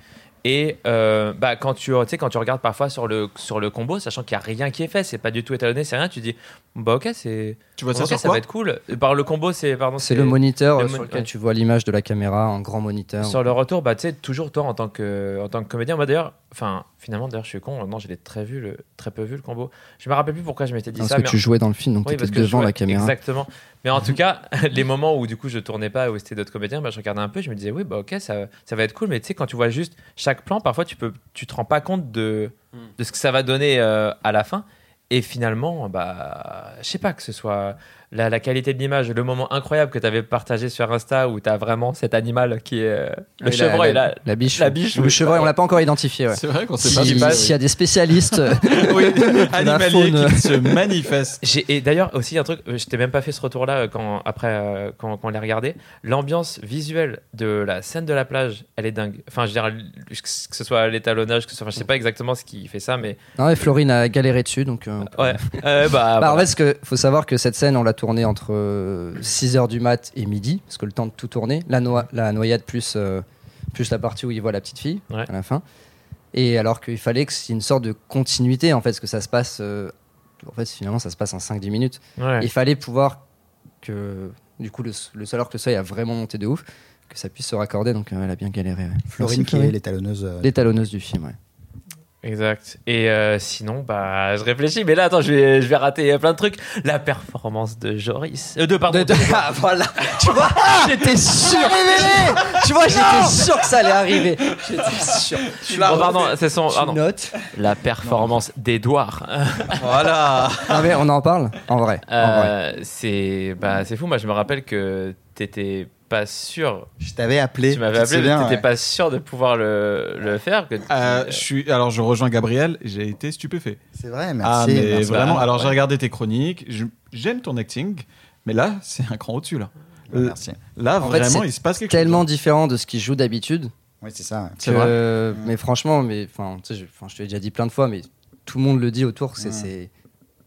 E: Et euh, bah, quand, tu, tu sais, quand tu regardes parfois sur le, sur le combo, sachant qu'il n'y a rien qui est fait, c'est pas du tout étalonné, c'est rien, tu dis, bah ok, c'est
D: Tu vois
E: ok,
D: ça
E: ça
D: sur quoi
E: va être cool. Par le combo, c'est pardon,
A: C'est le moniteur
E: le
A: euh,
E: mon-
A: sur lequel
E: ouais.
A: tu vois l'image de la caméra en grand moniteur.
E: Sur le retour, bah, tu sais, toujours toi en tant que, en tant que comédien. Moi d'ailleurs, enfin, finalement, d'ailleurs, je suis con. Non, je l'ai très, vu, le, très peu vu le combo. Je me rappelle plus pourquoi je m'étais dit
A: Parce
E: ça.
A: que
E: mais
A: tu jouais dans le film, donc
E: Oui,
A: t'étais
E: parce que je
A: devant
E: jouais-
A: la caméra.
E: Exactement. Mais en tout cas, les moments où du coup je tournais pas ou c'était d'autres comédiens, bah, je regardais un peu, je me disais oui, bah ok, ça, ça va être cool. Mais tu sais, quand tu vois juste chaque plan, parfois tu peux, tu te rends pas compte de, de ce que ça va donner euh, à la fin. Et finalement, bah, je sais pas que ce soit la, la qualité de l'image, le moment incroyable que tu avais partagé sur Insta où tu as vraiment cet animal qui est euh, le
A: Ah Oui, la-
E: chevreuil
A: la,
E: là.
A: la biche.
E: La biche,
A: Ou le
E: oui.
A: chevreuil, on l'a pas encore identifié. Ouais.
D: C'est vrai qu'on
A: Si-
D: sait pas.
A: S'il
E: pas,
A: y a des spécialistes,
D: Oui, animalier
A: faune.
D: qui se manifeste.
E: J'ai- Et d'ailleurs aussi un truc, euh, je t'ai même pas fait ce retour-là euh, quand après euh, quand, quand on l'a regardé. L'ambiance visuelle de la scène de la plage, elle est dingue. Enfin, je veux dire, l- que ce que ce soit l'étalonnage, que ce soit, enfin, je sais pas exactement ce qui fait ça, mais
A: non, et Florine a galéré dessus, donc. euh,
E: ouais. Euh, bah,
A: Bah, en
E: voilà.
A: fait, ce que- faut savoir que cette scène, on l'a tournée entre 6h du mat et midi, parce que le temps de tout tourner, la, noa- la noyade plus, euh, plus la partie où il voit la petite fille
E: Ouais.
A: à la fin. Et alors qu'il fallait que c'est une sorte de continuité, en fait, parce que ça se passe. euh, en fait, finalement, ça se passe en 5-10 minutes.
E: Ouais.
A: Il fallait pouvoir que, du coup, le, le alors que le seuil a vraiment monté de ouf, que ça puisse se raccorder. Donc, euh, elle a bien galéré. ouais.
C: Florine,
A: Merci,
C: qui est l'étalonneuse. euh,
A: l'étalonneuse du film. ouais.
E: Exact. Et euh, sinon, bah, je réfléchis, mais là, attends, je vais, je vais rater euh, plein de trucs. La performance de Joris, euh, de pardon, de-
A: Ah, voilà. Tu vois,
E: Ah,
A: j'étais sûr. tu vois, j'étais sûr que ça allait arriver. J'étais sûr.
E: Oh, pardon, c'est son,
A: Tu
E: pardon.
A: notes.
E: la performance d'Edouard.
D: Voilà.
A: Non, mais on en parle en vrai. en vrai.
E: Euh, c'est, bah, c'est fou. Moi, je me rappelle que t'étais pas sûr
C: Je t'avais appelé.
E: Tu m'avais
C: te
E: appelé,
C: souviens,
E: mais t'étais
C: ouais.
E: pas sûr de pouvoir le, le faire. Que
D: Euh, je suis, alors, je rejoins Gabriel. J'ai été stupéfait.
C: C'est vrai, merci.
D: ah, mais
C: merci.
D: vraiment.
E: Bah,
D: alors, j'ai
E: ouais.
D: regardé tes chroniques. Je- J'aime ton acting, mais là, c'est un cran au-dessus. Là, Euh,
C: Ouais, Ah,
E: euh,
C: merci.
D: là
A: En fait,
D: vraiment,
A: c'est
D: il se passe quelque
A: Tellement
D: chose.
A: différent de ce qu'il joue d'habitude.
C: Oui, c'est ça. ouais.
D: C'est
A: que-
D: vrai.
A: Mais franchement, mais enfin, tu sais, je, enfin, je te l'ai déjà dit plein de fois, mais tout le monde le dit autour. C'est c'est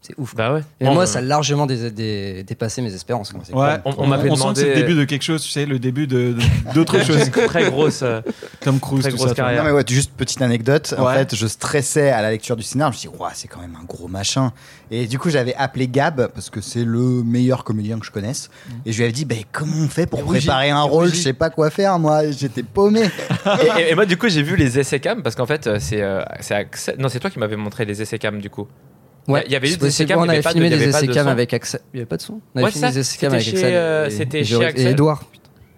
A: c'est ouf.
E: Mm. Bah ouais.
A: Mais
E: Bon,
A: moi,
E: euh,
A: ça a largement dé- dé- dépassé mes espérances. quoi.
C: Ouais, c'est
D: Ouais.
C: cool.
E: On- on
D: sent
E: m'avait
D: que c'est le
E: demandé- euh,
D: début de quelque chose, tu sais, le début de- de- d'autre chose.
E: très grosse. euh,
D: Tom Cruise,
E: Très
D: tout
E: grosse
D: ça. tu vois.
E: carrière.
C: Non, mais ouais, juste petite anecdote. En
D: Ah, Ouais.
C: fait, je stressais à la lecture du scénario. Je me suis dit, Ouah, c'est quand même un gros machin. Et du coup, j'avais appelé Gab, parce que c'est le meilleur comédien que je connaisse.
D: Mm.
C: Et je lui avais dit, ben comment on fait pour préparer un rôle Je sais pas quoi faire, moi. J'étais paumé.
E: et, et- et moi, du coup, j'ai vu les essais cam parce qu'en fait, euh, c'est euh, c'est Axel- non, c'est toi qui m'avais montré les essais cam du coup.
A: Ouais,
E: Il y avait eu
A: c'est
E: des essais
A: possible.
E: cam,
A: On
E: il y avait
A: avait
E: pas de-
A: filmé
E: il y
A: des
E: avait pas
A: essais
E: de
A: cam
E: son.
A: avec Axel. Il n'y avait pas de son. On avait
E: Ouais,
A: filmé
E: ça,
A: des essais cam avec
E: c'était
A: Axel.
E: chez, euh,
A: et-
E: c'était
A: et
E: chez
A: Joris-
E: Axel.
A: Et Edouard.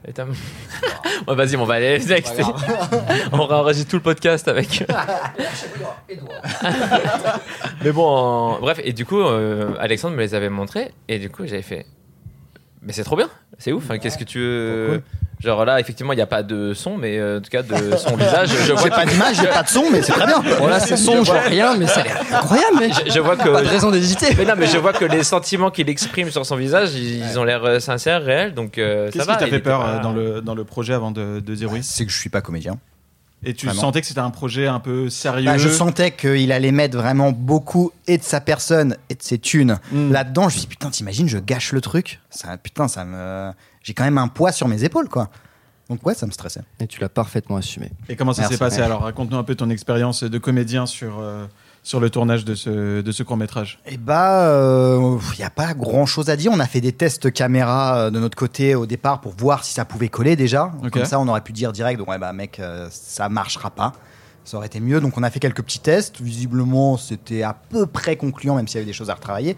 E: Et t'as- Ouais, vas-y, on va aller les textes. on réenregistre tout le podcast avec. mais bon, en- bref, et du coup, euh, Alexandre me les avait montrés, et du coup, j'avais fait. Mais c'est trop bien, c'est ouf. hein, Qu'est-ce que tu veux Genre là, effectivement, il n'y a pas de son, mais euh, en tout cas, de son visage, je vois
C: J'ai pas d'image, j'ai pas de son, mais c'est très bien.
A: Bon, là, c'est son, je vois rien, mais ça a l'air incroyable, mec.
E: je vois que-
A: Pas de raison d'hésiter.
E: Mais non, mais je vois que les sentiments qu'il exprime sur son visage, ils, ils ont l'air euh, sincères, réels, donc euh, ça
D: Qu'est-ce
E: va.
D: qui t'a
E: il
D: fait
E: était
D: peur
E: pas-
D: euh, dans, le, dans le projet avant de, de dire oui
C: C'est que je suis pas comédien.
D: Et tu
C: Vraiment.
D: sentais que c'était un projet un peu sérieux
C: Bah, je sentais qu'il allait mettre vraiment beaucoup et de sa personne et de ses thunes
D: Mm.
C: là-dedans. Je me suis dit, putain, t'imagines, je gâche le truc. Ça, putain, ça me. J'ai quand même un poids sur mes épaules, quoi. Donc, ouais, ça me stressait.
A: Et tu l'as parfaitement assumé.
D: Et comment ça
C: Merci,
D: s'est passé
C: mec.
D: Alors, raconte-nous un peu ton expérience de comédien sur, euh, sur le tournage de ce, de ce court-métrage.
C: Eh bah, il n'y a pas grand-chose à dire. On a fait des tests caméra euh, de notre côté au départ pour voir si ça pouvait coller déjà.
D: Ok.
C: Comme ça, on aurait pu dire direct, ouais bah mec, euh, ça marchera pas. Ça aurait été mieux. Donc on a fait quelques petits tests. Visiblement, c'était à peu près concluant, même s'il y avait des choses à retravailler.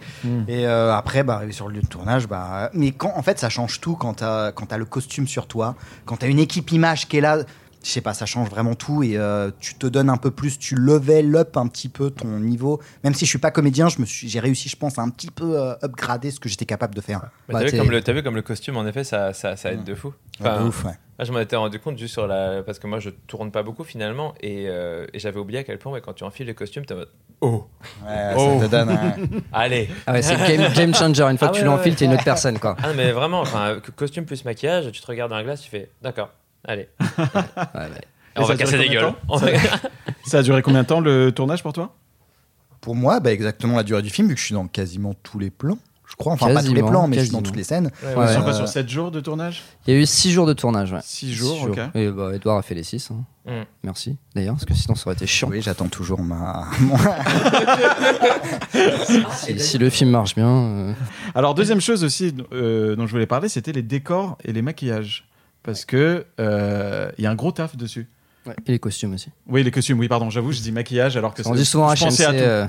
C: Et euh, après, bah, arrivé sur le lieu de tournage, bah, euh, mais quand, en fait, ça change tout quand t'as quand t'as le costume sur toi, quand t'as une équipe image qui est là. Je sais pas, ça change vraiment tout et euh, tu te donnes un peu plus, tu level up un petit peu ton niveau. Même si je suis pas comédien, je me suis- j'ai réussi, je pense, à un petit peu euh, upgrader ce que j'étais capable de faire.
E: Mais t'as
A: Bah,
E: vu,
A: t'es-
E: comme le- t'as vu comme le costume, en effet, ça, ça, ça
C: Mm.
E: aide de fou.
D: Ah,
E: Enfin,
C: de ouf, ouais.
E: Moi, Ah, je m'en étais rendu compte juste sur la. Parce que moi, je tourne pas beaucoup finalement. Et, euh, et j'avais oublié à quel point, ouais, quand tu enfiles le costume, t'es en mode. Oh
C: Ouais,
E: Oh.
C: ça te donne. ouais.
E: Allez
A: Ah ouais, c'est game, game changer. Une fois
E: Ah
A: que
E: ouais,
A: tu l'enfiles,
E: ouais.
A: t'es une autre personne, quoi.
E: Ah non, mais vraiment, enfin, co- costume plus maquillage, tu te regardes dans la glace, tu fais. D'accord, allez.
A: Ouais, ouais.
E: On
D: ça
E: va
D: a duré
E: casser des
D: combien de
E: gueules.
D: temps
E: On va-
D: Ça a duré combien de temps le tournage pour toi
C: Pour moi, bah, exactement la durée du film, vu que je suis dans quasiment tous les plans. Je crois, enfin pas tous les
A: Quasiment,
C: plans, mais je suis
A: quasiment.
C: dans toutes les scènes.
E: Ouais,
A: Ouais.
E: ouais.
D: Sur
C: Euh,
D: quoi, Sur 7 jours de tournage
A: Il y a eu 6 jours de tournage, ouais.
D: 6 jours,
A: Six
D: ok.
A: Et bah, Edouard a fait les 6.
E: Mm.
A: Merci, d'ailleurs, parce que sinon ça aurait été chiant.
C: Oui, j'attends toujours ma.
A: Si, si le film marche bien. euh,
D: Alors, deuxième chose aussi euh, dont je voulais parler, c'était les décors et les maquillages. Parce que euh, il y a un gros taf dessus.
A: Et les costumes aussi.
D: Oui, les costumes, oui, pardon, j'avoue, je dis maquillage alors que
A: On dit souvent
D: je pensais
A: HMC.
D: à tout.
A: euh,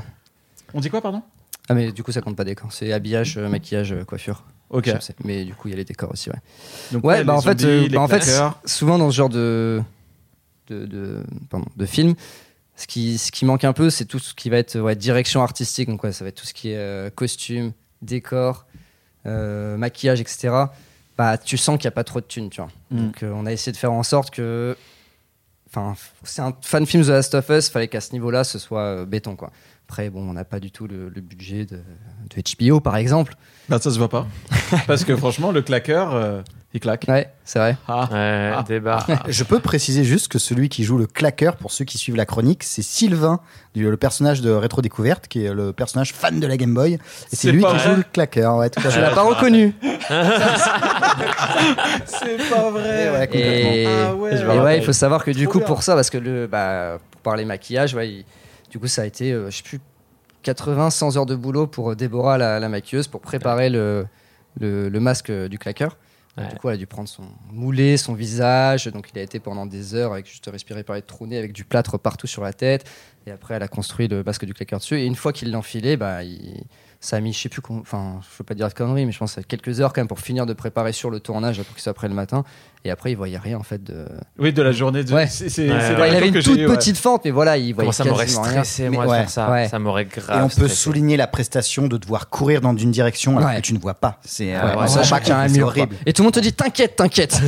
D: On dit quoi, pardon
A: Ah, mais du coup, ça compte pas décor. C'est habillage, euh, maquillage, euh, coiffure.
D: Ok.
A: HMC. Mais du coup, il y a les décors aussi, ouais.
D: Donc,
A: Ouais,
D: les
A: bah en fait,
D: zombies,
A: euh,
D: les
A: bah, en fait
D: claqueurs.
A: souvent dans ce genre de, de, de, pardon, de film, ce qui, ce qui manque un peu, c'est tout ce qui va être ouais, direction artistique. Donc, ouais, ça va être tout ce qui est euh, costume, décor, euh, maquillage, etc. Bah, tu sens qu'il n'y a pas trop de thunes, tu vois.
D: Mm.
A: Donc, euh, on a essayé de faire en sorte que. Enfin, c'est un fan film The Last of Us, fallait qu'à ce niveau-là, ce soit euh, béton, quoi. Après, bon, on n'a pas du tout le, le budget de, de HBO, par exemple.
D: Bah, ça se voit pas. Parce que franchement, le claqueur, euh, il claque.
A: Ouais, c'est vrai.
D: Ah.
E: Ouais, débat.
A: Ah.
C: Je peux préciser juste que celui qui joue le claqueur, pour ceux qui suivent la chronique, c'est Sylvain, du- le personnage de Rétro Découverte, qui est le personnage fan de la Game Boy. Et
D: C'est
C: c'est lui
D: pas
C: qui
D: vrai. Ah,
C: joue le claqueur. Ouais, tout à
A: Tu
C: fait.
A: l'as pas reconnu.
D: C'est pas
C: Ouais, ouais, complètement.
A: Et,
D: Ah ouais.
A: et
D: Je me
A: ouais,
E: rappelle.
A: il faut savoir que du
D: Trop
A: coup,
D: bien.
A: pour ça, parce que le, bah, pour parler maquillage, ouais, il- du coup, ça a été, euh, je sais plus, 80, 100 heures de boulot pour euh, Déborah, la, la maquilleuse, pour préparer le, le, le masque euh, du claqueur. Donc,
E: Ouais.
A: Du coup, elle a dû prendre son moulet, son visage. Donc, il a été pendant des heures avec juste respirer par les trous nez, avec du plâtre partout sur la tête. Et après, elle a construit le masque du claqueur dessus. Et une fois qu'il l'a enfilé, bah, il- ça a mis, je sais plus, com- enfin, je veux pas dire de conneries, mais je pense quelques heures quand même pour finir de préparer sur le tournage pour qu'il soit prêt le matin. Et après, il voyait rien en fait de.
D: Oui, de la journée. De...
A: Ouais.
D: C'est, c'est- c'est
E: Ouais, Ah ouais.
A: Ouais,
D: la
A: Bah, il
D: retour
A: avait une
D: que j'ai
A: toute
D: eu, ouais.
A: petite fente, mais voilà, il voyait
E: Comment ça m'aurait
A: quasiment rien.
E: stressé,
A: Mais
E: moi,
A: ouais,
E: de faire ça
A: ouais.
E: Ça m'aurait grave.
D: Ah,
C: Et on peut
E: stressé.
C: souligner la prestation de devoir courir dans une direction alors
A: Ouais.
C: que tu ne vois pas. C'est euh,
A: Ouais,
C: on
A: ouais,
C: s'en
A: sachant
C: rend pas
A: qu'il y a
C: compte,
A: un
C: c'est
A: mur,
C: horrible.
A: quoi. Et tout le monde te dit t'inquiète, t'inquiète.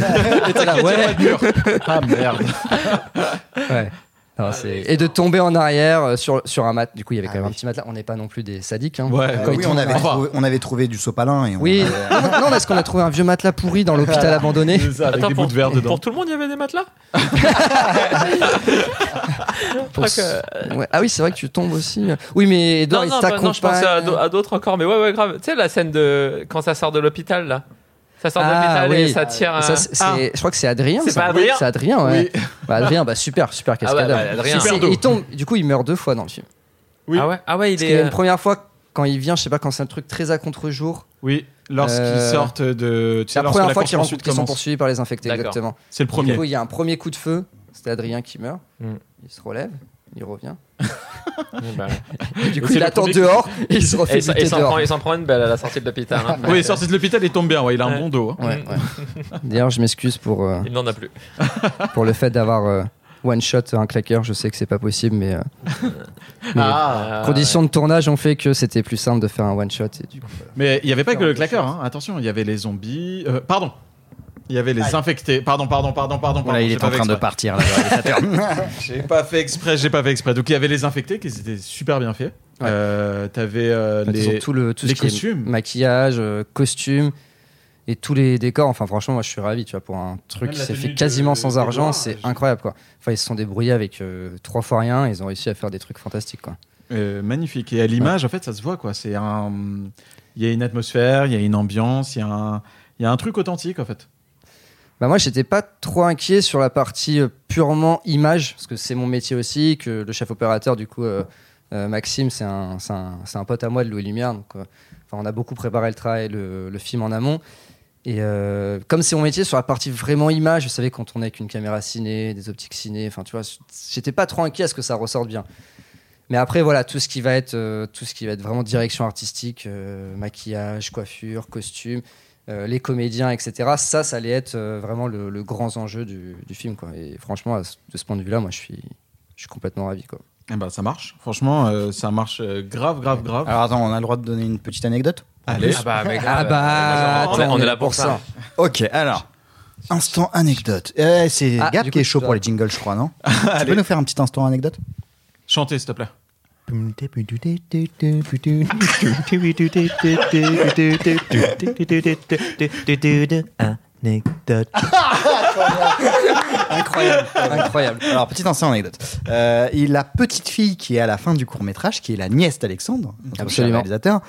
A: Et t'es là, ouais.
D: Ah merde.
A: Ouais.
E: Ah,
A: Non, c'est- et de tomber en arrière euh, sur, sur un mat. Du coup, il y avait quand
C: Ah
A: même un
C: oui.
A: petit matelas. On n'est pas non plus des sadiques. Hein.
D: Ouais,
C: Euh,
A: Comme
C: oui,
A: tout
C: on
A: le
C: avait,
A: monde.
C: trouvé, on avait trouvé du sopalin et on
A: Oui,
C: avait-
A: non, non, parce qu'on a trouvé un vieux matelas pourri dans l'hôpital abandonné.
D: C'est ça, avec
E: Attends,
D: des
E: pour,
D: bouts de verre dedans.
E: pour tout le monde, il y avait des matelas
A: Pour
E: Ah,
A: s- ouais. Ah oui, c'est vrai que tu tombes aussi. Oui, mais Edouard,
E: non,
A: il
E: non, bah, non, je
A: t'accompagne.
E: pensais à, d'au- à d'autres encore, mais ouais, ouais, grave. Tu sais, la scène de quand ça sort de l'hôpital, là. Ça sort de
A: Ah,
E: l'hôpital et
A: oui.
E: ça tire. un-
A: Et ça, c'est- c'est-
E: Ah.
A: Je crois que c'est Adrien.
E: C'est
A: ça.
E: pas Adrien
A: C'est Adrien, ouais. Bah, Adrien, bah, super, super
E: Ah ouais,
A: cascadeur.
E: bah, Adrien.
A: Et c'est-
D: Super
A: il tombe, du coup, il meurt deux fois dans le film.
D: Oui.
E: ah ouais, ah ouais, il
A: Parce qu'il y
E: est.
A: a une première fois, quand il vient, je sais pas, quand c'est un truc très à contre-jour,
D: Oui, lorsqu'ils
A: Euh,
D: sortent de. Tu
A: c'est
D: sais,
A: la
D: lorsque
A: première
D: la
A: fois qu'ils
D: course-poursuite
A: rencontrent- qu'ils sont
D: commence.
A: poursuivis par les infectés,
E: D'accord.
A: exactement.
D: C'est le
A: Du
D: premier.
A: coup, il y a un premier coup de feu, c'est Adrien qui meurt,
E: Mm.
A: il se relève, il revient.
E: Oui, bah,
A: Et du coup,
D: c'est
A: il
D: le
A: attend
D: premier
A: dehors et il se refait
E: Et ça- et
A: buter
E: s'en
A: dehors.
E: prend, il s'en prend une belle à la sortie de l'hôpital. hein.
D: Oui, sorti de l'hôpital, il tombe bien. Ouais, il a un
E: Ouais.
D: bon dos. hein.
A: Ouais, ouais. D'ailleurs, je m'excuse pour, euh,
E: Il n'en a plus.
A: pour le fait d'avoir euh, one shot un claqueur. Je sais que c'est pas possible, mais, euh, mais
E: Ah,
A: conditions de tournage ont fait que c'était plus simple de faire un one shot. Et du coup,
D: Mais il n'y avait pas que le
A: Différentes
D: claqueur. hein. Attention, il y avait les zombies. euh, pardon. Il y avait les
F: Allez.
D: infectés. Pardon, pardon, pardon, pardon. pardon, j'ai pas fait exprès.
C: partir. là.
D: J'ai pas fait exprès, j'ai pas fait exprès. Donc il y avait les infectés qui étaient super bien faits.
A: Ouais.
D: Euh, T'avais euh,
A: Ils ont
D: les.
A: Bah, tout le tout
D: les
A: ce qui est
D: costumes.
A: maquillage, euh, costume et tous les décors. Enfin, franchement, moi, je suis ravi, tu vois, pour un truc
D: Même
A: qui
D: la
A: s'est
D: tenue
A: fait
D: de-
A: quasiment
D: de
A: sans
D: Gérard,
A: argent,
D: je-
A: c'est incroyable, quoi. Enfin, ils se sont débrouillés avec euh, trois fois rien, ils ont réussi à faire des trucs fantastiques, quoi.
D: Euh, magnifique. Et à l'image, en fait, ça se voit quoi. C'est un. Il y a une atmosphère, il y a une ambiance, il y a un. Il y a un truc authentique en fait.
A: Bah moi, j'étais pas trop inquiet sur la partie euh, purement image, parce que c'est mon métier aussi, que le chef opérateur, du coup, euh, euh, Maxime, c'est un, c'est un- c'est un pote à moi de Louis Lumière, donc euh, enfin, on a beaucoup préparé le travail, le, le film en amont. Et euh, comme c'est mon métier sur la partie vraiment image, vous savez, quand on est avec une caméra ciné, des optiques ciné, enfin, tu vois, j'étais pas trop inquiet à ce que ça ressorte bien. Mais après, voilà, tout ce qui va être, euh, tout ce qui va être vraiment direction artistique, euh, maquillage, coiffure, costume, euh, les comédiens, etc. Ça, ça allait être euh, vraiment le, le grand enjeu du, du film. Quoi. Et franchement, à ce- de ce point de vue-là, moi, je suis, je suis complètement ravi. Quoi.
D: Eh ben ça marche. Franchement, euh, ça marche euh, grave, grave, grave.
C: Alors attends, on a le droit de donner une petite anecdote
D: Allez.
E: Ah bah, mais
A: Ah
E: grave.
A: bah,
E: on, est, on est là pour ça.
C: Ok, alors. Instant anecdote. Euh, c'est
A: Ah,
C: Gab
A: du
C: qui
A: coup,
C: est chaud
A: tu
C: pour
A: dois-
C: les jingles, je crois, non Tu peux nous faire un petit instant anecdote
D: Chantez s'il te plaît.
I: Anecdote.
A: Incroyable, incroyable.
C: Alors, petite instant anecdote. Euh, et la petite fille qui est à la fin du court métrage, qui est la nièce d'Alexandre, notre cher
A: Absolument.
C: réalisateur,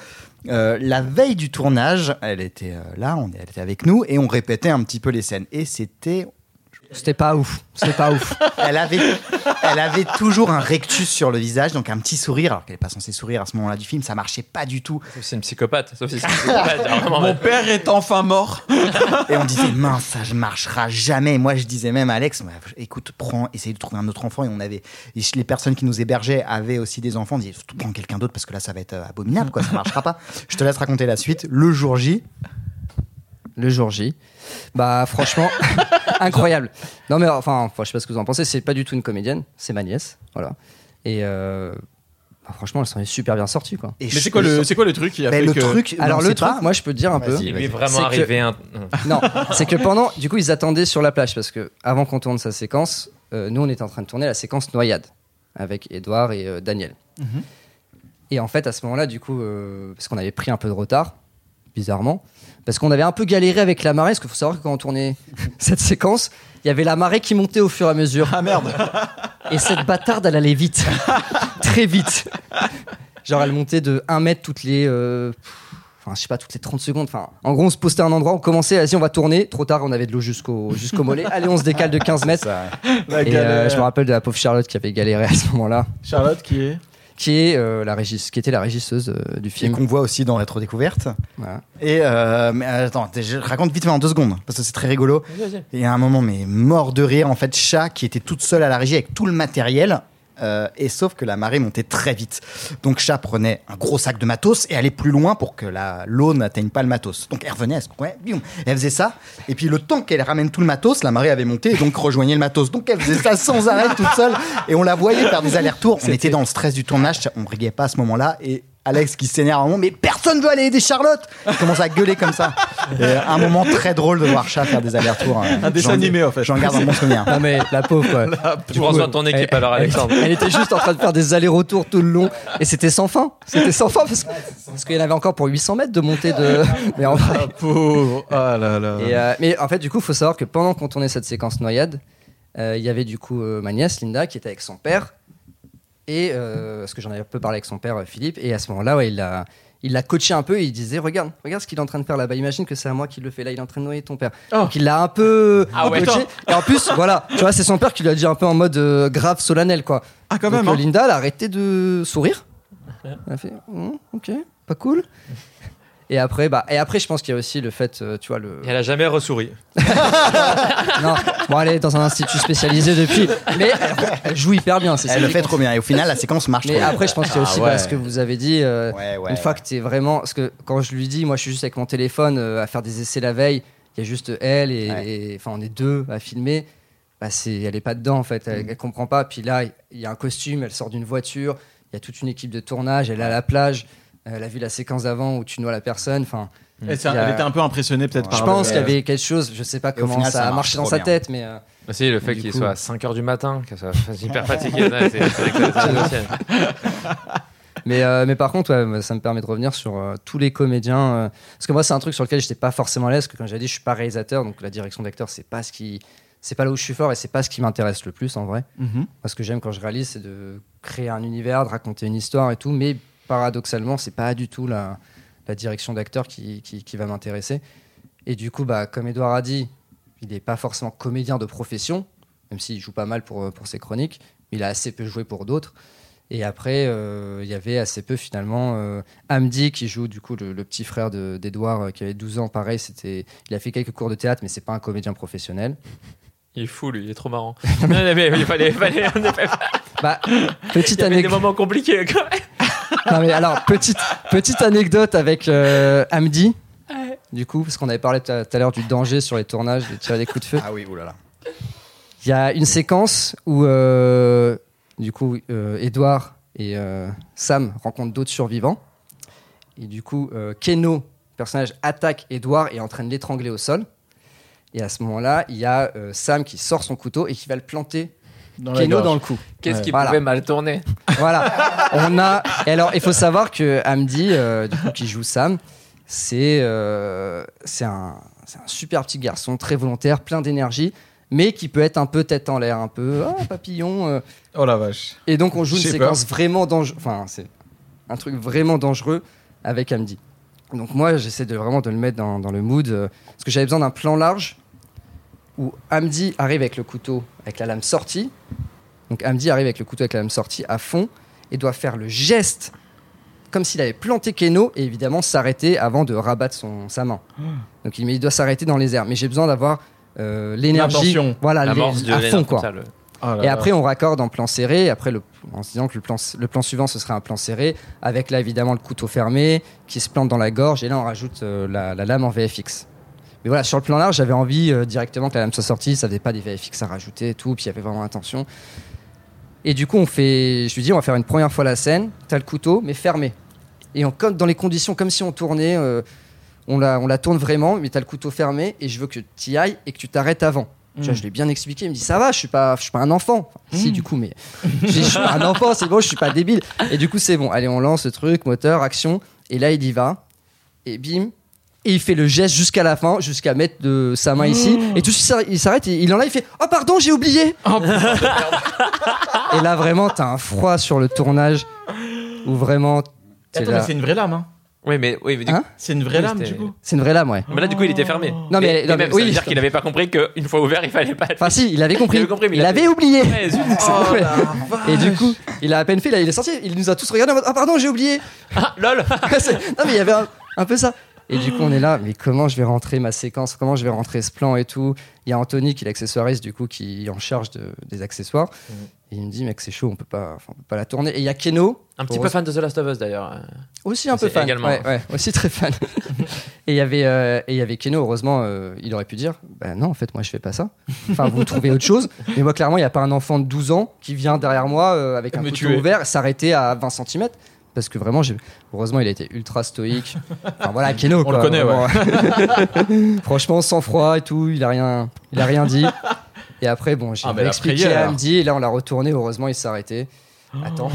C: euh, la veille du tournage, elle était euh, là, on, elle était avec nous et on répétait un petit peu les scènes. Et c'était
A: C'était pas ouf. C'était pas ouf.
C: elle avait, elle avait toujours un rectus sur le visage, donc un petit sourire, alors qu'elle n'est pas censée sourire à ce moment-là du film, ça marchait pas du tout.
E: Sauf si c'est une psychopathe. Sauf si c'est une psychopathe. genre, vraiment,
D: Mon
E: bah,
D: père est enfin mort.
C: Et on disait, mince, ça ne marchera jamais. Et moi, je disais même à Alex, ouais, écoute, prends, essaye de trouver un autre enfant. Et on avait, et les personnes qui nous hébergeaient avaient aussi des enfants. On disait, surtout prends quelqu'un d'autre parce que là, ça va être euh, abominable, quoi, ça marchera pas. Je te laisse raconter la suite. Le jour J,
A: le jour J. Bah franchement, incroyable. Non mais enfin, enfin, je sais pas ce que vous en pensez, c'est pas du tout une comédienne, c'est ma nièce, voilà. Et euh, bah, franchement, elle s'en est super bien sortie quoi.
C: et
D: Mais c'est quoi le, c'est quoi le truc qui a
C: Mais
D: fait
C: Ben, le
D: que-
C: truc,
A: Alors
C: on
A: le
C: sait
A: truc,
C: pas.
A: moi je peux te dire un peu.
E: il lui est
A: C'est
E: vraiment
A: que-
E: arrivé un.
A: Non, c'est que pendant, du coup, ils attendaient sur la plage parce que avant qu'on tourne sa séquence, euh, nous on était en train de tourner la séquence noyade avec Edouard et euh, Daniel.
D: Mm-hmm.
A: Et en fait, à ce moment-là, du coup, euh, parce qu'on avait pris un peu de retard, bizarrement, parce qu'on avait un peu galéré avec la marée, parce qu'il faut savoir que quand on tournait cette séquence, il y avait la marée qui montait au fur et à mesure.
D: Ah merde.
A: Et cette bâtarde, elle allait vite. Très vite. Genre, elle montait de 1 mètre toutes les. euh, pff, Enfin, je sais pas, toutes les 30 secondes. Enfin, en gros, on se postait à un endroit, on commençait, vas-y, on va tourner. Trop tard, on avait de l'eau jusqu'au jusqu'au mollet. Allez, on se décale de 15 mètres.
D: La
A: Et
D: galère.
A: euh, je me rappelle de la pauvre Charlotte qui avait galéré à ce moment-là,
D: Charlotte qui est.
A: qui, est, euh, la régisse, qui était la régisseuse euh, du
C: et
A: film.
C: qu'on voit aussi dans Rétro Découverte.
A: Voilà.
C: Et euh, mais attends, je raconte vite fait en deux secondes, parce que c'est très rigolo.
E: Vas-y.
C: Et à un moment, mais mort de rire, en fait, chat qui était toute seule à la régie avec tout le matériel. euh, et sauf que la marée montait très vite. Donc chat prenait un gros sac de matos et allait plus loin pour que la- l'eau n'atteigne pas le matos. Donc elle revenait, elle, se courait, bioum, elle faisait ça. Et puis le temps qu'elle ramène tout le matos, la marée avait monté et donc rejoignait le matos. Donc elle faisait ça sans arrêt toute seule. Et on la voyait faire des allers-retours. On était dans le stress du tournage, on briguait pas à ce moment-là. Et Alex qui s'énerve à un moment, mais personne veut aller aider Charlotte Il commence à gueuler comme ça. Et, euh, un moment très drôle de voir Chat faire des allers-retours. hein.
D: Un dessin
C: J'en-
D: animé, en fait.
C: J'en garde un bon souvenir.
A: Non, mais la pauvre, quoi.
E: Tu prends soin de ton équipe alors, Alexandre.
A: Elle était juste en train de faire des allers-retours tout le long et c'était sans fin. C'était sans fin parce que- parce qu'il y en avait encore pour 800 mètres de montée de. Mais en vrai.
D: Ah, pauvre. Ah là là.
A: Et, euh, mais en fait, du coup, faut savoir que pendant qu'on tournait cette séquence noyade, euh, il y avait du coup euh, ma nièce Linda qui était avec son père et euh, parce que j'en avais un peu parlé avec son père euh, Philippe et à ce moment-là, ouais, il l'a il l'a coaché un peu et il disait regarde regarde ce qu'il est en train de faire là-bas imagine que c'est à moi qui le fait là il est en train de noyer ton père
D: Oh.
A: donc il l'a un peu
E: Ah ouais.
A: coaché et en plus voilà tu vois c'est son père qui lui a dit un peu en mode euh, grave solennel quoi
D: Ah quand
A: donc,
D: même.
A: euh,
D: hein.
A: Linda, elle a arrêté de sourire. Elle a fait Hmm, ok, pas cool. Et après, bah, et après, je pense qu'il y a aussi le fait, euh, tu vois, le.
E: Et elle a jamais ressouri.
A: Non, bon, elle est dans un institut spécialisé depuis, mais elle, elle joue hyper bien, c'est ça.
C: Elle le
A: qui
C: fait
A: compte.
C: trop bien. Et au final, la séquence marche
A: Mais
C: trop
A: après, je pense qu'il y a
C: Ah
A: aussi
C: ouais.
A: bah, ce que vous avez dit. euh,
C: bien. Ouais, ouais,
A: une fois
C: ouais.
A: que t'es vraiment. Parce que quand je lui dis, moi, je suis juste avec mon téléphone euh, à faire des essais la veille, il y a juste elle et.
C: Ouais.
A: et- Enfin, on est deux à filmer. Bah, c'est, elle est pas dedans, en fait.
C: Mm.
A: Elle, elle comprend pas. Puis là, il y a un costume, elle sort d'une voiture, il y a toute une équipe de tournage, elle est à la plage. Euh, elle a vu la séquence avant où tu noies la personne. Enfin,
D: Et ça-
A: Il y a-
D: Elle était un peu impressionnée peut-être par
A: je
D: le-
A: pense qu'il y avait quelque chose. Je sais pas
C: au
A: comment
C: final,
A: ça a
C: ça marche
A: marché dans
C: trop
A: sa
C: bien.
A: tête, mais euh,
E: Bah, Si, le fait
A: Du
E: qu'il
A: coup-
E: soit à 5h du matin, qu'elle soit hyper fatiguée, ouais, c'est c'est que c'est essentiel.
A: mais euh, mais par contre, ouais, ça me permet de revenir sur euh, tous les comédiens. euh, parce que moi, c'est un truc sur lequel j'étais pas forcément à l'aise. parce Que comme j'avais dit, je suis pas réalisateur, donc la direction d'acteur, c'est pas ce qui, c'est pas là où je suis fort et c'est pas ce qui m'intéresse le plus en vrai.
D: Mhm.
A: Moi, ce que j'aime quand je réalise, c'est de créer un univers, de raconter une histoire et tout. Mais paradoxalement, c'est pas du tout la, la direction d'acteur qui, qui- qui va m'intéresser. Et du coup, bah, comme Edouard a dit, il n'est pas forcément comédien de profession, même s'il joue pas mal pour, euh, pour ses chroniques. mais Il a assez peu joué pour d'autres. Et après, euh, il y avait assez peu finalement euh, Hamdi qui joue du coup le, le petit frère de- d'Edouard euh, qui avait 12 ans. Pareil, c'était, il a fait quelques cours de théâtre, mais c'est pas un comédien professionnel.
E: Il est fou, lui, il est trop marrant. Non, non, mais il fallait, il fallait, on a pas-
A: Bah,
E: il
A: petite
E: y avait des
A: anecdote.
E: moments compliqués quand même.
A: Non, mais alors, petite, petite anecdote avec euh, Hamdi. Du coup, parce qu'on avait parlé tout à tout à l'heure du danger sur les tournages, de tirer des coups de feu.
C: Ah oui, oulala.
A: Il y a une séquence où, euh, du coup, euh, Edouard et euh, Sam rencontrent d'autres survivants. Et du coup, euh, Keno, personnage, attaque Edouard et est en train de l'étrangler au sol. Et à ce moment-là, il y a euh, Sam qui sort son couteau et qui va le planter
C: Dans la
A: Keno
C: gorge.
A: dans le cou.
E: Qu'est-ce qui
A: Voilà.
E: pouvait mal tourner
A: Voilà. On a. et alors, il faut savoir que Hamdi, euh, du coup, qui joue Sam, c'est euh, c'est un, c'est un super petit garçon, très volontaire, plein d'énergie, mais qui peut être un peu tête en l'air, un peu Ah, papillon. euh.
D: Oh la vache.
A: Et donc, on joue une
D: J'ai
A: séquence vraiment dangereuse. Enfin, c'est un truc vraiment dangereux avec Hamdi. Donc, moi, j'essaie de vraiment de le mettre dans, dans le mood, euh, parce que j'avais besoin d'un plan large où Hamdi arrive avec le couteau, avec la lame sortie. Donc, Hamdi arrive avec le couteau avec la lame sortie à fond et doit faire le geste comme s'il avait planté Keno et évidemment s'arrêter avant de rabattre son, sa main.
D: Ah.
A: Donc il, mais il doit s'arrêter dans les airs. Mais j'ai besoin d'avoir euh, l'énergie
D: L'intention.
A: voilà,
E: La
A: l'é-
E: mort de
A: à
E: Léna,
A: fond.
E: comme
A: Quoi.
E: ça, le-
D: Oh là
A: Et
D: là.
A: après, on raccorde en plan serré, et après, le, en se disant que le plan, le plan suivant, ce serait un plan serré, avec là, évidemment, le couteau fermé, qui se plante dans la gorge, et là, on rajoute euh, la, la lame en VFX. Mais voilà, sur le plan large, j'avais envie euh, directement que la lame soit sortie, ça faisait pas des VFX à rajouter et tout, puis il y avait vraiment l'intention. Et du coup, on fait, je lui dis, on va faire une première fois la scène, t'as le couteau, mais fermé. Et on, comme, dans les conditions, comme si on tournait, euh, on, la, on la tourne vraiment, mais t'as le couteau fermé, et je veux que tu y ailles et que tu t'arrêtes avant. Tu
D: Hmm.
A: vois, je l'ai bien expliqué. Il me dit ça va, je suis pas, je suis pas un enfant. Enfin, Si du coup, mais je dis, je suis pas un enfant, c'est bon, je suis pas débile. Et du coup, c'est bon. Allez, on lance le truc, moteur, action. Et là, il y va. Et bim. Et il fait le geste jusqu'à la fin, jusqu'à mettre de, sa main ici.
D: Hmm.
A: Et tout de suite, ça- il s'arrête, il il en a, il fait Oh, pardon, j'ai oublié
D: Oh,
A: Et là, vraiment, t'as un froid sur le tournage où vraiment. t'es
D: Attends,
A: là.
D: mais c'est une vraie lame. Hein.
E: Oui, mais, oui, mais du coup-
A: Hein
D: C'est une vraie
E: Oui,
D: lame,
E: c'était-
D: du coup.
A: C'est une vraie lame, ouais.
E: mais là, du coup, il était fermé.
A: Non, mais-
E: Et-
A: non,
E: et même,
A: mais-
E: ça
A: oui,
E: veut dire
A: putain.
E: qu'il n'avait pas compris qu'une fois ouvert, il fallait pas.
A: Enfin, si, il avait compris.
E: Il avait compris, mais
A: il
E: il a
A: avait
E: fait-
A: oublié.
E: Ouais, zut.
A: C'est vrai. et du coup, il a à peine fait, là, il est sorti, il nous a tous regardé en mode Ah, pardon, j'ai oublié
E: Ah, lol
A: C'est- non mais il y avait un, un peu ça. Et du coup on est là, mais comment je vais rentrer ma séquence, comment je vais rentrer ce plan et tout. Il y a Anthony qui est l'accessoiriste du coup qui est en charge de- des accessoires.
E: Mm.
A: Et il me dit mec c'est chaud, on peut pas, enfin, on peut pas la tourner. Et il y a Keno
E: Un petit
A: Pour
E: peu
A: eux-
E: fan de The Last of Us d'ailleurs. hein.
A: aussi
D: Ah,
A: un peu
E: C'est
A: fan,
E: également.
A: Ouais, ouais, aussi très fan. et il y avait euh, et il y avait Keno. Heureusement euh, il aurait pu dire bah non en fait moi je fais pas ça. Enfin vous trouvez autre chose. Mais moi clairement il y a pas un enfant de 12 ans qui vient derrière moi euh, avec un
D: Me
A: couteau
D: tuer.
A: ouvert s'arrêter à 20 cm parce que vraiment j'ai heureusement il a été ultra stoïque. Enfin voilà, Keno.
D: On le connaît,
A: ouais. Franchement, sans froid et tout, il a rien, il a rien dit. Et après, bon, j'ai
D: Ah, mais la
A: expliqué
D: prière.
A: à Hamdi, et là, on l'a retourné. Heureusement, il s'est arrêté. Attends,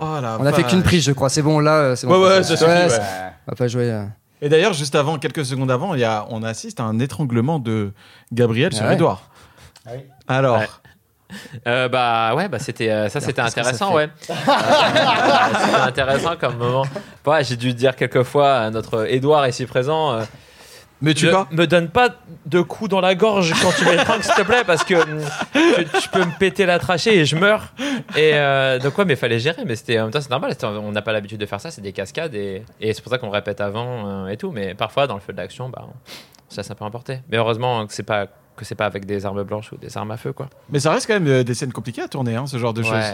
D: Oh la
A: on a fait
D: vache.
A: qu'une prise, je crois. C'est bon, là, euh, c'est bon.
D: Ouais, ouais,
A: Ouais,
D: ça suffit, ouais.
A: On va pas jouer. euh.
D: Et d'ailleurs, juste avant, quelques secondes avant, il y a, on assiste à un étranglement de Gabriel sur
A: Ah ouais.
D: Edouard.
C: oui.
D: Alors,
E: Ouais. Euh, bah ouais, bah c'était euh, ça, c'était
A: qu'est-ce que ça
E: intéressant,
A: fait
E: ouais. Euh, c'était intéressant comme moment. Ouais, j'ai dû dire quelquefois à notre Edouard ici présent. euh,
D: mais tu
E: Ne-
D: vas
E: me donne pas de coups dans la gorge quand tu m'étrangles, s'il te plaît, parce que mm, tu, tu peux me péter la trachée et je meurs. Et euh, donc, ouais, mais fallait gérer. Mais c'était en même temps, c'est normal. c'était- On n'a pas l'habitude de faire ça, c'est des cascades. Et, et c'est pour ça qu'on répète avant euh, et tout. Mais parfois, dans le feu de l'action, bah, on- ça, ça peut importer. Mais heureusement que c'est pas que c'est pas avec des armes blanches ou des armes à feu quoi.
D: Mais ça reste quand même euh, des scènes compliquées à tourner, hein, ce genre de
E: ouais,
D: choses.
E: ouais.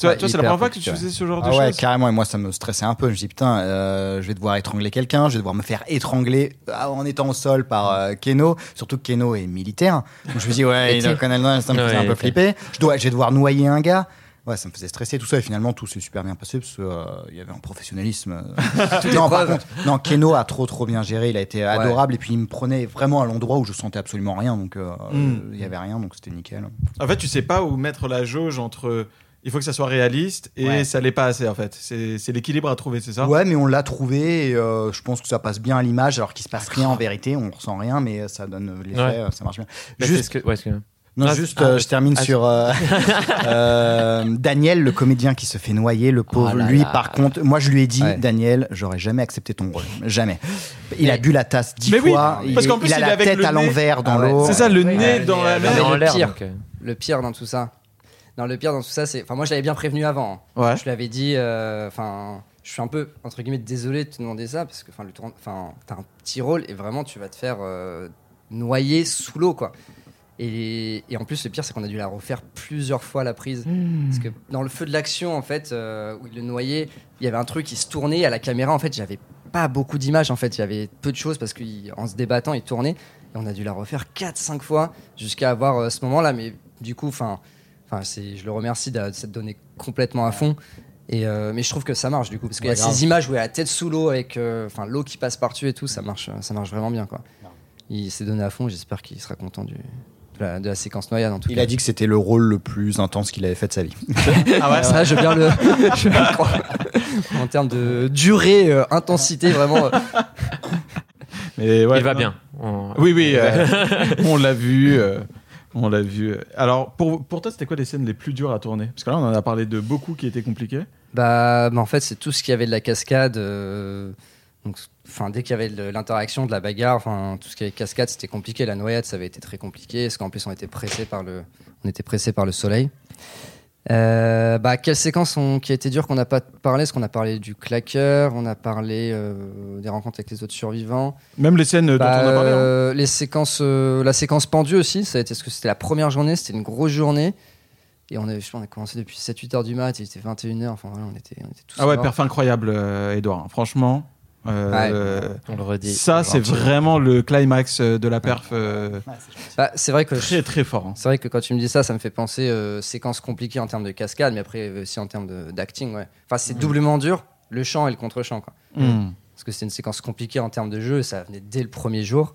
D: Toi,
A: Ouais,
D: toi, c'est
A: hyper
D: la première fois que tu
A: compliqué,
D: faisais ce genre
C: Ah
D: de
C: ouais,
D: choses.
C: carrément. Et moi, ça me stressait un peu. Je me dis, putain, euh, je vais devoir étrangler quelqu'un, je vais devoir me faire étrangler ah, en étant au sol par euh, Keno. Surtout que Keno est militaire. Donc je me dis, ouais, il doit connaître le nom, ça me faisait
E: Ouais,
C: un peu
E: ok.
C: flipper. Je, dois, je vais devoir noyer un gars. Ouais, ça me faisait stresser tout ça et finalement tout s'est super bien passé parce qu'il y avait un professionnalisme. euh,
A: Toute
C: non, par
A: épreuve.
C: contre, non, Keno a trop trop bien géré, il a été adorable et puis il me prenait vraiment à l'endroit où je sentais absolument rien donc euh,
D: Mm.
C: il y avait rien donc c'était nickel.
D: En fait, tu sais pas où mettre la jauge entre. euh, Il faut que ça soit réaliste et
C: Ouais.
D: ça l'est pas assez en fait. C'est c'est l'équilibre à trouver, c'est ça
C: Ouais, mais on l'a trouvé et euh, je pense que ça passe bien à l'image alors qu'il se passe rien en vérité, on ressent rien mais ça donne l'effet,
E: Ouais.
C: euh, ça marche bien.
E: Mais
C: Juste-
E: qu'est-ce que- ouais, excuse-moi.
C: Non,
E: Ah,
C: juste,
E: ah,
C: euh, je termine
E: ah,
C: sur euh, euh, Daniel, le comédien qui se fait noyer, le pauvre.
A: Oh là
C: lui,
A: là.
C: par contre, moi, je lui ai dit,
A: Ouais.
C: Daniel, j'aurais jamais accepté ton rôle, jamais. Il a
A: Mais-
C: bu la tasse dix
D: Mais oui,
C: fois. il,
D: parce qu'en plus,
C: il a
D: il est
C: la
D: avec
C: tête
D: le
C: à
D: nez.
C: l'envers dans
A: Ah ouais.
C: l'eau.
D: C'est ça, le
E: Ouais,
D: nez
E: le
D: dans
E: nez-
D: la
E: le nez
D: mer.
E: en
A: le
E: l'air.
A: pire.
E: donc, euh,
A: Le pire dans tout ça. Non, le pire dans tout ça, c'est. Enfin, moi, je l'avais bien prévenu avant. hein.
D: Ouais.
A: Je lui avais dit. euh, Enfin, je suis un peu, entre guillemets, désolé de te demander ça, parce que, enfin, le tourne- enfin, t'as un petit rôle et vraiment, tu vas te faire euh, noyer sous l'eau, quoi. Et, et en plus, le pire, c'est qu'on a dû la refaire plusieurs fois la prise. Parce que dans le feu de l'action, en fait, euh, où il le noyait, il y avait un truc qui se tournait à la caméra. En fait, j'avais pas beaucoup d'images, en fait. Il y avait peu de choses parce qu'en se débattant, il tournait. Et on a dû la refaire 4-5 fois jusqu'à avoir euh, ce moment-là. Mais du coup, enfin, enfin, c'est- je le remercie d'a- de s'être donné complètement à fond. Et, euh, mais je trouve que ça marche du coup, parce qu'il
C: Ouais,
A: y a
C: grave.
A: ces images où il y a la tête sous l'eau avec euh, enfin, l'eau qui passe par-dessus et tout,
C: Mm.
A: ça marche, ça marche vraiment bien. Quoi. Il s'est donné à fond, j'espère qu'il sera content du, de, la, de la séquence noyade en tout
C: Il
A: cas.
C: a dit que c'était le rôle le plus intense qu'il avait fait de sa vie.
A: Ah ouais, ça, je viens le, je viens le croire. En termes de durée, euh, intensité, vraiment. euh,
D: Mais ouais,
E: il va
D: non.
E: bien. On-
D: Oui, oui, euh, on l'a vu. euh, on l'a vu. Alors, pour, pour toi, c'était quoi les scènes les plus dures à tourner Parce que là, on en a parlé de beaucoup qui étaient compliquées.
A: bah, bah, en fait, c'est tout ce qu'il y avait de la cascade. euh, donc, enfin, dès qu'il y avait de l'interaction, de la bagarre, enfin, tout ce qui avait cascade, c'était compliqué. La noyade, ça avait été très compliqué. Parce qu'en plus, on était pressé par le, on était pressé par le soleil. Euh, bah, quelle séquence ont- qui a été dure qu'on n'a pas parlé Parce qu'on a parlé du claqueur, on a parlé euh, des rencontres avec les autres survivants.
D: Même les scènes dont on
A: Bah,
D: a parlé. hein.
A: euh, les séquences, euh, la séquence pendue aussi, ça a été, parce que c'était la première journée, c'était une grosse journée. Et on, avait, je pense, on a commencé depuis 7-8 heures du mat, il était 21h, enfin voilà, on était, on était tous.
D: Ah ouais,
A: morts.
D: perf incroyable, euh, Edouard. Franchement. euh,
E: On le redit.
D: Ça, c'est vraiment le climax euh, de la perf. euh,
A: Bah, c'est vrai que je-
D: très, très fort. hein.
A: C'est vrai que quand tu me dis ça, ça me fait penser euh, séquence compliquée en termes de cascade, mais après euh, aussi en termes de- d'acting. Ouais. Enfin, c'est doublement dur, le chant et le contre-chant. quoi.
D: Mm.
A: Parce que c'est une séquence compliquée en termes de jeu, ça venait dès le premier jour.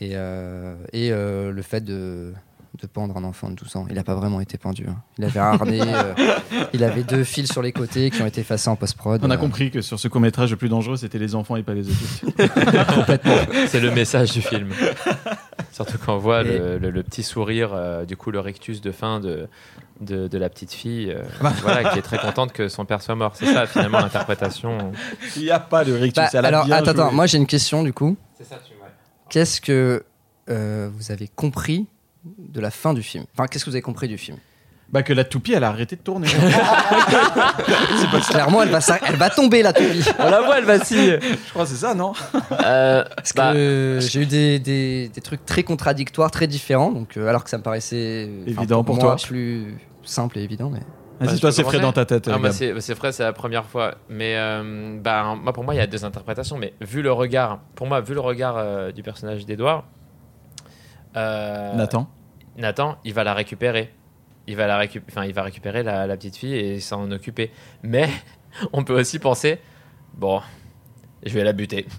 A: Et, euh, et euh, le fait de, de pendre un enfant de 12 ans, il n'a pas vraiment été pendu. hein. Il avait un harnais, euh, il avait deux fils sur les côtés qui ont été effacés en post-prod.
D: On a
A: euh,
D: compris que sur ce court-métrage, le plus dangereux, c'était les enfants et pas les adultes.
E: C'est le message du film. Surtout quand on voit le, le- le petit sourire, euh, du coup, le rectus de fin de, de, de la petite fille, euh, voilà, qui est très contente que son père soit mort. C'est ça, finalement, l'interprétation.
D: Il n'y a pas de rectus.
A: Bah,
D: elle a
A: alors,
D: bien
A: attends,
D: joué.
A: attends, moi j'ai une question du coup.
E: C'est ça, tu
A: Qu'est-ce que euh, vous avez compris de la fin du film Enfin, qu'est-ce que vous avez compris du film
D: Bah, que la toupie, elle a arrêté de tourner. hein.
A: Clairement, elle va, s'ar- elle va tomber la toupie.
E: On la voit, elle vacille.
D: Je crois que c'est ça, non
E: Euh,
A: Parce que
E: bah,
A: euh, j'ai eu des, des- des trucs très contradictoires, très différents. Donc, euh, alors que ça me paraissait euh, enfin,
D: Évident pour
A: moi,
D: toi.
A: plus simple et évident, mais
D: Vas-y, toi,
E: Bah, je peux
D: c'est frais
E: commencer
D: dans ta tête. euh,
E: Ah,
D: Gab.
E: bah, c'est bah, c'est vrai, c'est la première fois. Mais euh, bah, moi, pour moi, il y a deux interprétations. Mais vu le regard, pour moi, vu le regard euh, du personnage d'Edouard, euh,
D: Nathan.
E: Nathan, il va la récupérer. Il va, la récup... enfin, il va récupérer la, la petite fille et s'en occuper. Mais on peut aussi penser, bon, je vais la buter.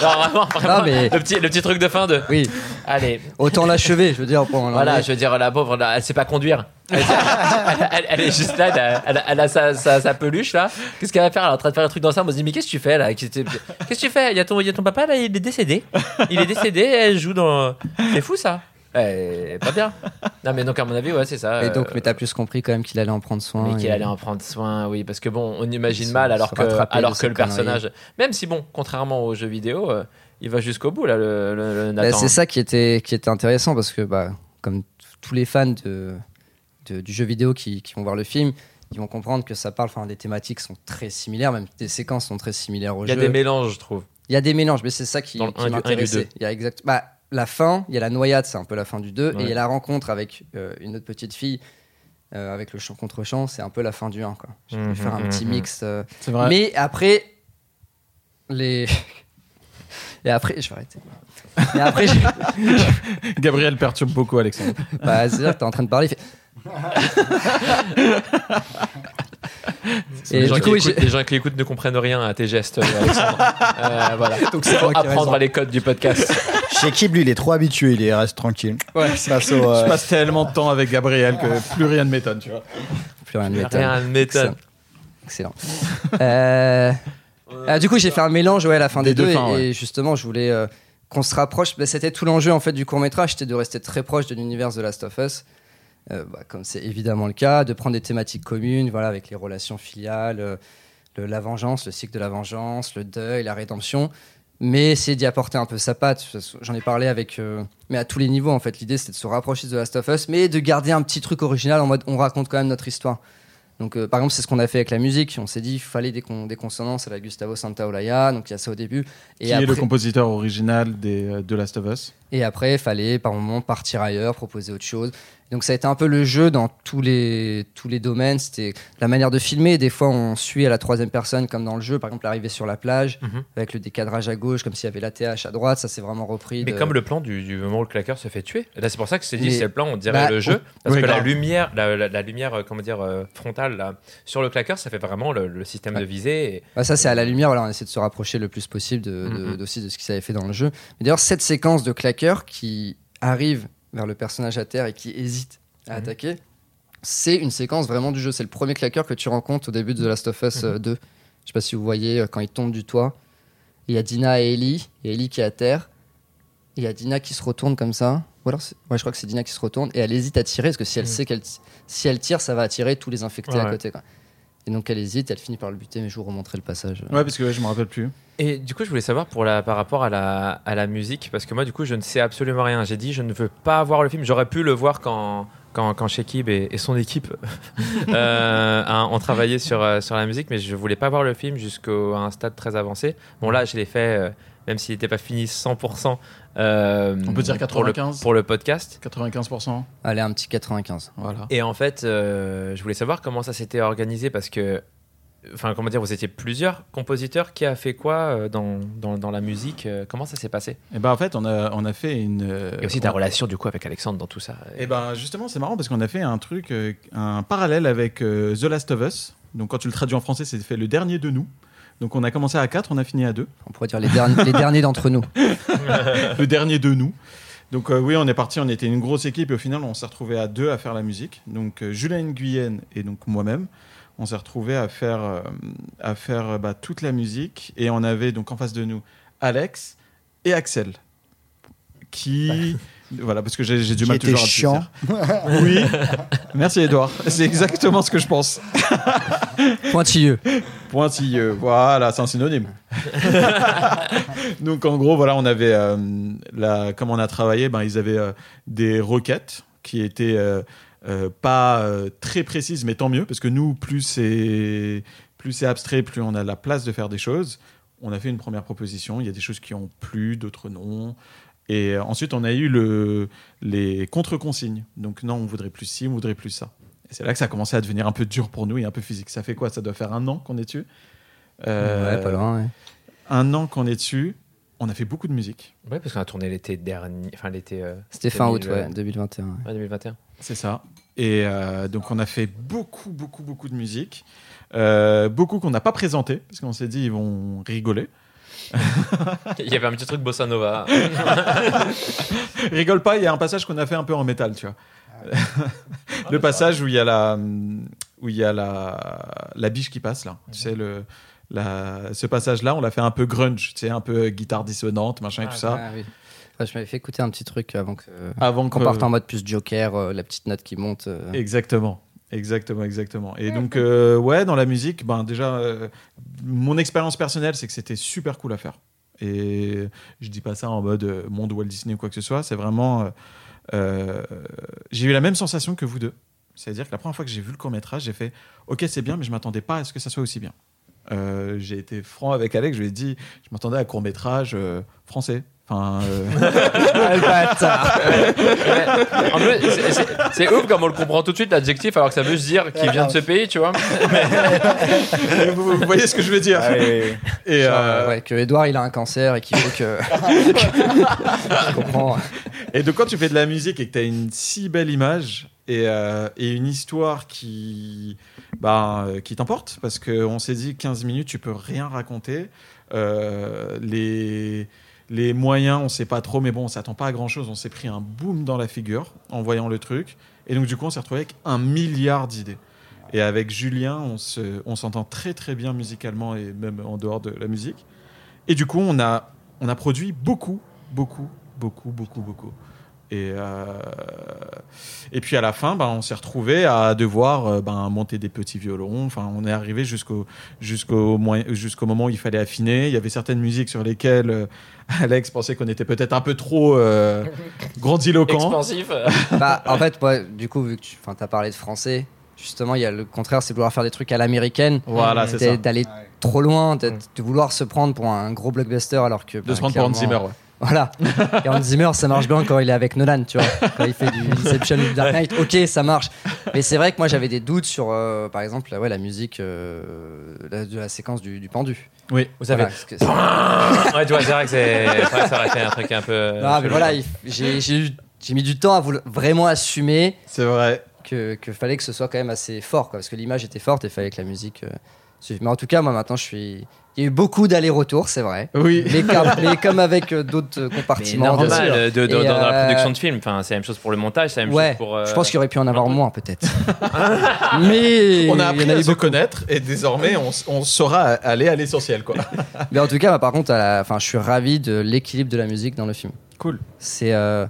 E: Non, vraiment, vraiment,
A: Non, Ah, mais-
E: le, petit, le petit truc de fin de,
A: oui,
E: allez,
A: autant l'achever. Je veux dire, pour en
E: voilà,
A: enlever.
E: je veux dire, la pauvre, là, elle sait pas conduire. Elle, elle- elle- elle est juste là, elle a, elle a- elle a sa, sa- sa peluche là. Qu'est-ce qu'elle va faire Elle est en train de faire un truc dans ça. On se dit, mais qu'est-ce que tu fais là Qu'est-ce que tu- qu'est-ce que tu fais Il y, a ton- il y a ton papa là, il est décédé. Il est décédé, elle joue dans. C'est fou ça Eh, Pas bien. Non, mais donc, à mon avis, ouais, c'est ça.
A: Et
E: euh,
A: donc, mais t'as plus compris quand même qu'il allait en prendre soin.
E: mais qu'il
A: et-
E: allait en prendre soin, oui, parce que bon, on
A: Se-
E: imagine mal alors
A: se
E: que,
A: rattraper de
E: alors que
A: ses
E: le personnage, même si bon, contrairement aux jeux vidéo, euh, il va jusqu'au bout là, le, le- le
A: Bah,
E: Nathan.
A: c'est ça qui était, qui était intéressant parce que, bah, comme t- tous les fans de, de- du jeu vidéo qui, qui vont voir le film, ils vont comprendre que ça parle. Enfin, des thématiques sont très similaires, même des séquences sont très similaires au
E: Il y a
A: jeu.
E: des mélanges, je trouve.
A: Il y a des mélanges, mais c'est ça qui,
E: Dans le
A: qui
E: un du- un du
A: m'intéressait.
E: deux.
A: Il y a exact- bah, la fin, il y a la noyade, c'est un peu la fin du 2, et
E: Ouais.
A: il y a la rencontre avec euh, une autre petite fille euh, avec le chant contre chant, c'est un peu la fin du 1. Quoi. J'ai voulu
E: Mhm,
A: faire un petit
E: mhm.
A: mix. euh,
D: C'est vrai.
A: Mais après, les. et après, je vais arrêter. Mais après, je-
D: Gabriel perturbe beaucoup, Alexandre.
A: bah, c'est-à-dire que t'es en train de parler. il fait, Et
E: les, gens
A: du
E: qui
A: coup,
E: écoutent,
A: j'ai-
E: les gens qui écoutent ne comprennent rien à tes gestes, euh, Alexandre. Euh, voilà. Donc,
A: c'est moi qui ai raison.
E: apprendre les codes du podcast.
C: Chez Kib, lui, il est trop habitué, il est- reste tranquille.
D: Ouais,
C: Face au, euh,
D: Je passe tellement de temps avec Gabriel que plus rien ne m'étonne, tu vois.
A: Plus rien ne m'étonne.
E: Rien ne m'étonne.
A: Excellent. Euh, ah, du coup, j'ai fait un mélange ouais, à la fin des,
D: Des
A: deux.
D: deux fins,
A: et,
D: ouais.
A: et justement, je voulais euh, qu'on se rapproche. Mais C'était tout l'enjeu en fait, du court-métrage c'était de rester très proche de l'univers de Last of Us. Euh, bah, comme c'est évidemment le cas, de prendre des thématiques communes voilà, avec les relations filiales, euh, le- la vengeance, le cycle de la vengeance, le deuil, la rédemption. Mais essayer d'y apporter un peu sa patte. J'en ai parlé avec. euh, mais à tous les niveaux, en fait. L'idée, c'était de se rapprocher de The Last of Us, mais de garder un petit truc original en mode on raconte quand même notre histoire. Donc, euh, par exemple, c'est ce qu'on a fait avec la musique. On s'est dit qu'il fallait des, con- des consonances à la Gustavo Santaolalla. Donc, il y a ça au début.
D: Qui
A: Et
D: est le
A: après,
D: compositeur original des, euh, de Last of Us
A: et après, il fallait par moment partir ailleurs, proposer autre chose. Donc, ça a été un peu le jeu dans tous les, tous les domaines. C'était la manière de filmer. Des fois, on suit à la troisième personne, comme dans le jeu. Par exemple, l'arrivée sur la plage,
E: Mhm.
A: avec le décadrage à gauche, comme s'il y avait la TH à droite. Ça, c'est vraiment repris.
E: Mais
A: de-
E: comme le plan du, du moment où le claqueur se fait tuer. Là, c'est pour ça que c'est dit,
A: Mais-
E: c'est le plan, on dirait
A: Bah,
E: le jeu. Parce
D: oui,
E: que la
D: grave.
E: lumière, la, la- la lumière, euh, comment dire, euh, frontale, là, sur le claqueur, ça fait vraiment le, le système
A: Ouais.
E: de visée. et-
A: Ouais, Ah, ça, c'est à la lumière. Voilà, on essaie de se rapprocher le plus possible de, de,
E: Mhm.
A: d'aussi de ce qui s'avait fait dans le jeu. Mais d'ailleurs, cette séquence de claqueur qui arrive vers le personnage à terre et qui hésite à
E: Mhm.
A: attaquer, c'est une séquence vraiment du jeu. C'est le premier claqueur que tu rencontres au début de The Last of
E: Mhm.
A: Us euh, 2. Je sais pas si vous voyez, euh, quand il tombe du toit, il y a Dina et Ellie. Il y a Ellie qui est à terre. Il y a Dina qui se retourne comme ça. Ou alors, c'est- ouais, je crois que c'est Dina qui se retourne et elle hésite à tirer parce que si elle
E: Mhm.
A: sait qu'elle t- si elle tire, ça va attirer tous les infectés
E: Ouais,
A: à
E: ouais.
A: côté. quoi. Et donc elle hésite, elle finit par le buter, mais je vous remontrerai le passage.
D: Ouais, parce que ouais, je me rappelle plus.
E: Et du coup, je voulais savoir pour la, par rapport à la, à la musique, parce que moi, du coup, je ne sais absolument rien. J'ai dit, je ne veux pas voir le film. J'aurais pu le voir quand, quand, quand Shekib et, et son équipe euh, hein, ont travaillé sur, euh, sur la musique, mais je voulais pas voir le film jusqu'à un stade très avancé. Bon, là, je l'ai fait, euh, même s'il n'était pas fini 100%. euh,
D: On peut dire
E: pour le-
D: 95.
E: pour le podcast.
D: 95%.
A: Allez, un petit 95.
D: Voilà.
E: Et en fait, euh, je voulais savoir comment ça s'était organisé parce que, enfin, comment dire, vous étiez plusieurs compositeurs. Qui a fait quoi euh, dans, dans, dans la musique euh, Comment ça s'est passé
D: Et ben en fait, on a, on a fait une. euh,
E: Et aussi
D: on-
E: ta relation du coup avec Alexandre dans tout ça.
D: Et ben justement, c'est marrant parce qu'on a fait un truc, euh, un parallèle avec euh, The Last of Us. Donc quand tu le traduis en français, c'est fait le dernier de nous. Donc on a commencé à 4, on a fini à 2.
A: On pourrait dire les, derni- les derniers d'entre nous.
D: le dernier de nous. Donc euh, oui, on est parti, on était une grosse équipe et au final, on s'est retrouvé à deux à faire la musique. Donc euh, Julien Guyenne et donc moi-même, on s'est retrouvé à faire euh, à faire euh, bah, toute la musique et on avait donc en face de nous Alex et Axel qui voilà parce que j'ai j'ai du
C: Qui
D: mal
C: était
D: toujours à te
C: chiant.
D: dire. Oui. Merci Edouard. C'est exactement ce que je pense.
A: Pointilleux.
D: Pointilleux, voilà, c'est un synonyme. Donc en gros, voilà, on avait, euh, la, comme on a travaillé, ben, ils avaient euh, des requêtes qui étaient euh, euh, pas euh, très précises, mais tant mieux, parce que nous, plus c'est plus c'est abstrait, plus on a la place de faire des choses. On a fait une première proposition, il y a des choses qui ont plu, d'autres non. Et euh, ensuite, on a eu le, les contre-consignes. Donc non, on voudrait plus ci, on voudrait plus ça. Et c'est là que ça a commencé à devenir un peu dur pour nous et un peu physique. Ça fait quoi Ça doit faire un an qu'on est dessus Euh,
A: Ouais, pas loin. ouais.
D: Un an qu'on est dessus. On a fait beaucoup de musique.
E: Ouais, parce qu'on a tourné l'été dernier, enfin l'été. euh,
A: C'était fin août,
E: 2000,
A: ouais, 2021. ouais.
E: ouais, 2021.
D: C'est ça. Et euh, donc, on a fait beaucoup, beaucoup, beaucoup de musique. Euh, beaucoup qu'on n'a pas présenté, parce qu'on s'est dit, ils vont rigoler.
E: Il y avait un petit truc bossa nova.
D: Rigole pas, il y a un passage qu'on a fait un peu en métal, tu vois.
A: Ah.
D: le passage où il y a la, où il y a la, la biche qui passe, là.
A: Mhm.
D: Tu sais, le, la, ce passage-là, on l'a fait un peu grunge, tu sais, un peu guitare dissonante, machin et tout ça.
A: Ah, oui. Enfin, je m'avais fait écouter un petit truc avant que- euh,
D: Avant
A: qu'on
D: que-
A: parte en mode plus Joker, euh, la petite note qui monte. euh.
D: Exactement. Exactement, exactement. Et donc, euh, ouais, dans la musique, ben déjà, euh, mon expérience personnelle, c'est que c'était super cool à faire. Et je dis pas ça en mode euh, monde Walt Disney ou quoi que ce soit. C'est vraiment, euh, euh, j'ai eu la même sensation que vous deux. C'est-à-dire que la première fois que j'ai vu le court métrage, j'ai fait, ok, c'est bien, mais je m'attendais pas à ce que ça soit aussi bien. Euh, j'ai été franc avec Alex. Je lui ai dit, je m'attendais à un court métrage français. Enfin, euh,
E: En vrai, c'est- c'est- c'est ouf comme on le comprend tout de suite l'adjectif, alors que ça veut juste dire qu'il vient de ce pays, tu vois.
D: vous, vous voyez ce que je veux dire. Et
A: Genre,
D: euh,
A: ouais, que Edouard il a un cancer et qu'il faut que. je comprends.
D: Et donc, quand tu fais de la musique et que tu as une si belle image et, euh, et une histoire qui, bah, euh, qui t'emporte parce qu'on s'est dit 15 minutes, tu peux rien raconter. Euh, les, les moyens, on sait pas trop, mais bon, on s'attend pas à grand chose. On s'est pris un boom dans la figure en voyant le truc. Et donc, du coup, on s'est retrouvé avec un milliard d'idées. Et avec Julien, on se- on s'entend très très bien musicalement et même en dehors de la musique. Et du coup, on a, on a produit beaucoup, beaucoup, beaucoup, beaucoup, beaucoup. Et, euh, et puis à la fin, ben, on s'est retrouvé à devoir euh, ben, monter des petits violons. Enfin, on est arrivé jusqu'au jusqu'au moyen- jusqu'au moment où il fallait affiner. Il y avait certaines musiques sur lesquelles euh, Alex pensait qu'on était peut-être un peu trop euh, grandiloquent.
E: Expansif.
A: Bah, en fait, moi, du coup, vu que tu enfin, as parlé de français, justement, il y a le contraire, c'est de vouloir faire des trucs à l'américaine,
D: Voilà, c'est
A: d'être-
D: ça. Mm.
A: d'aller trop loin, d'être- de vouloir se prendre pour un gros blockbuster alors que. bah,
D: De se prendre pour Hans Zimmer. ouais.
A: Voilà. Et Hans Zimmer, ça marche bien quand il est avec Nolan, tu vois. Quand il fait du Inception ou du Dark Knight, ok, ça marche. Mais c'est vrai que moi, j'avais des doutes sur, euh, par exemple, ouais, la musique euh, la- de la séquence du, du pendu.
D: Oui.
E: Vous savez.
A: Voilà, parce que c'est-
E: Ouais, tu vois, c'est vrai que c'est c'est vrai que ça aurait fait un truc un peu. euh,
A: Non, mais
E: chelou.
A: voilà, il- j'ai- j'ai eu- j'ai mis du temps à vouloir- vraiment assumer
D: C'est vrai.
A: que, que fallait que ce soit quand même assez fort, quoi, parce que l'image était forte et fallait que la musique euh, suive. Mais en tout cas, moi maintenant, je suis. Il y a eu beaucoup d'allers-retours, c'est vrai.
D: Oui.
A: Mais comme, mais comme avec euh, d'autres euh,
E: C'est
A: compartiments.
E: normal
A: de-
E: euh, de- de- dans
A: Et,
E: dans la
A: euh,
E: production de film. Enfin, c'est la même chose pour le montage, c'est la même
A: Ouais,
E: chose pour. euh,
A: je pense qu'il y aurait pu en avoir moins peut-être. mais
D: On
A: il y
D: a appris
A: en a
D: à
A: eu
D: se
A: beaucoup.
D: connaître et désormais on, s- on saura aller à l'essentiel quoi.
A: Mais en tout cas, bah, par contre, à la- enfin, je suis ravi de l'équilibre de la musique dans le film.
D: Cool.
A: C'est euh,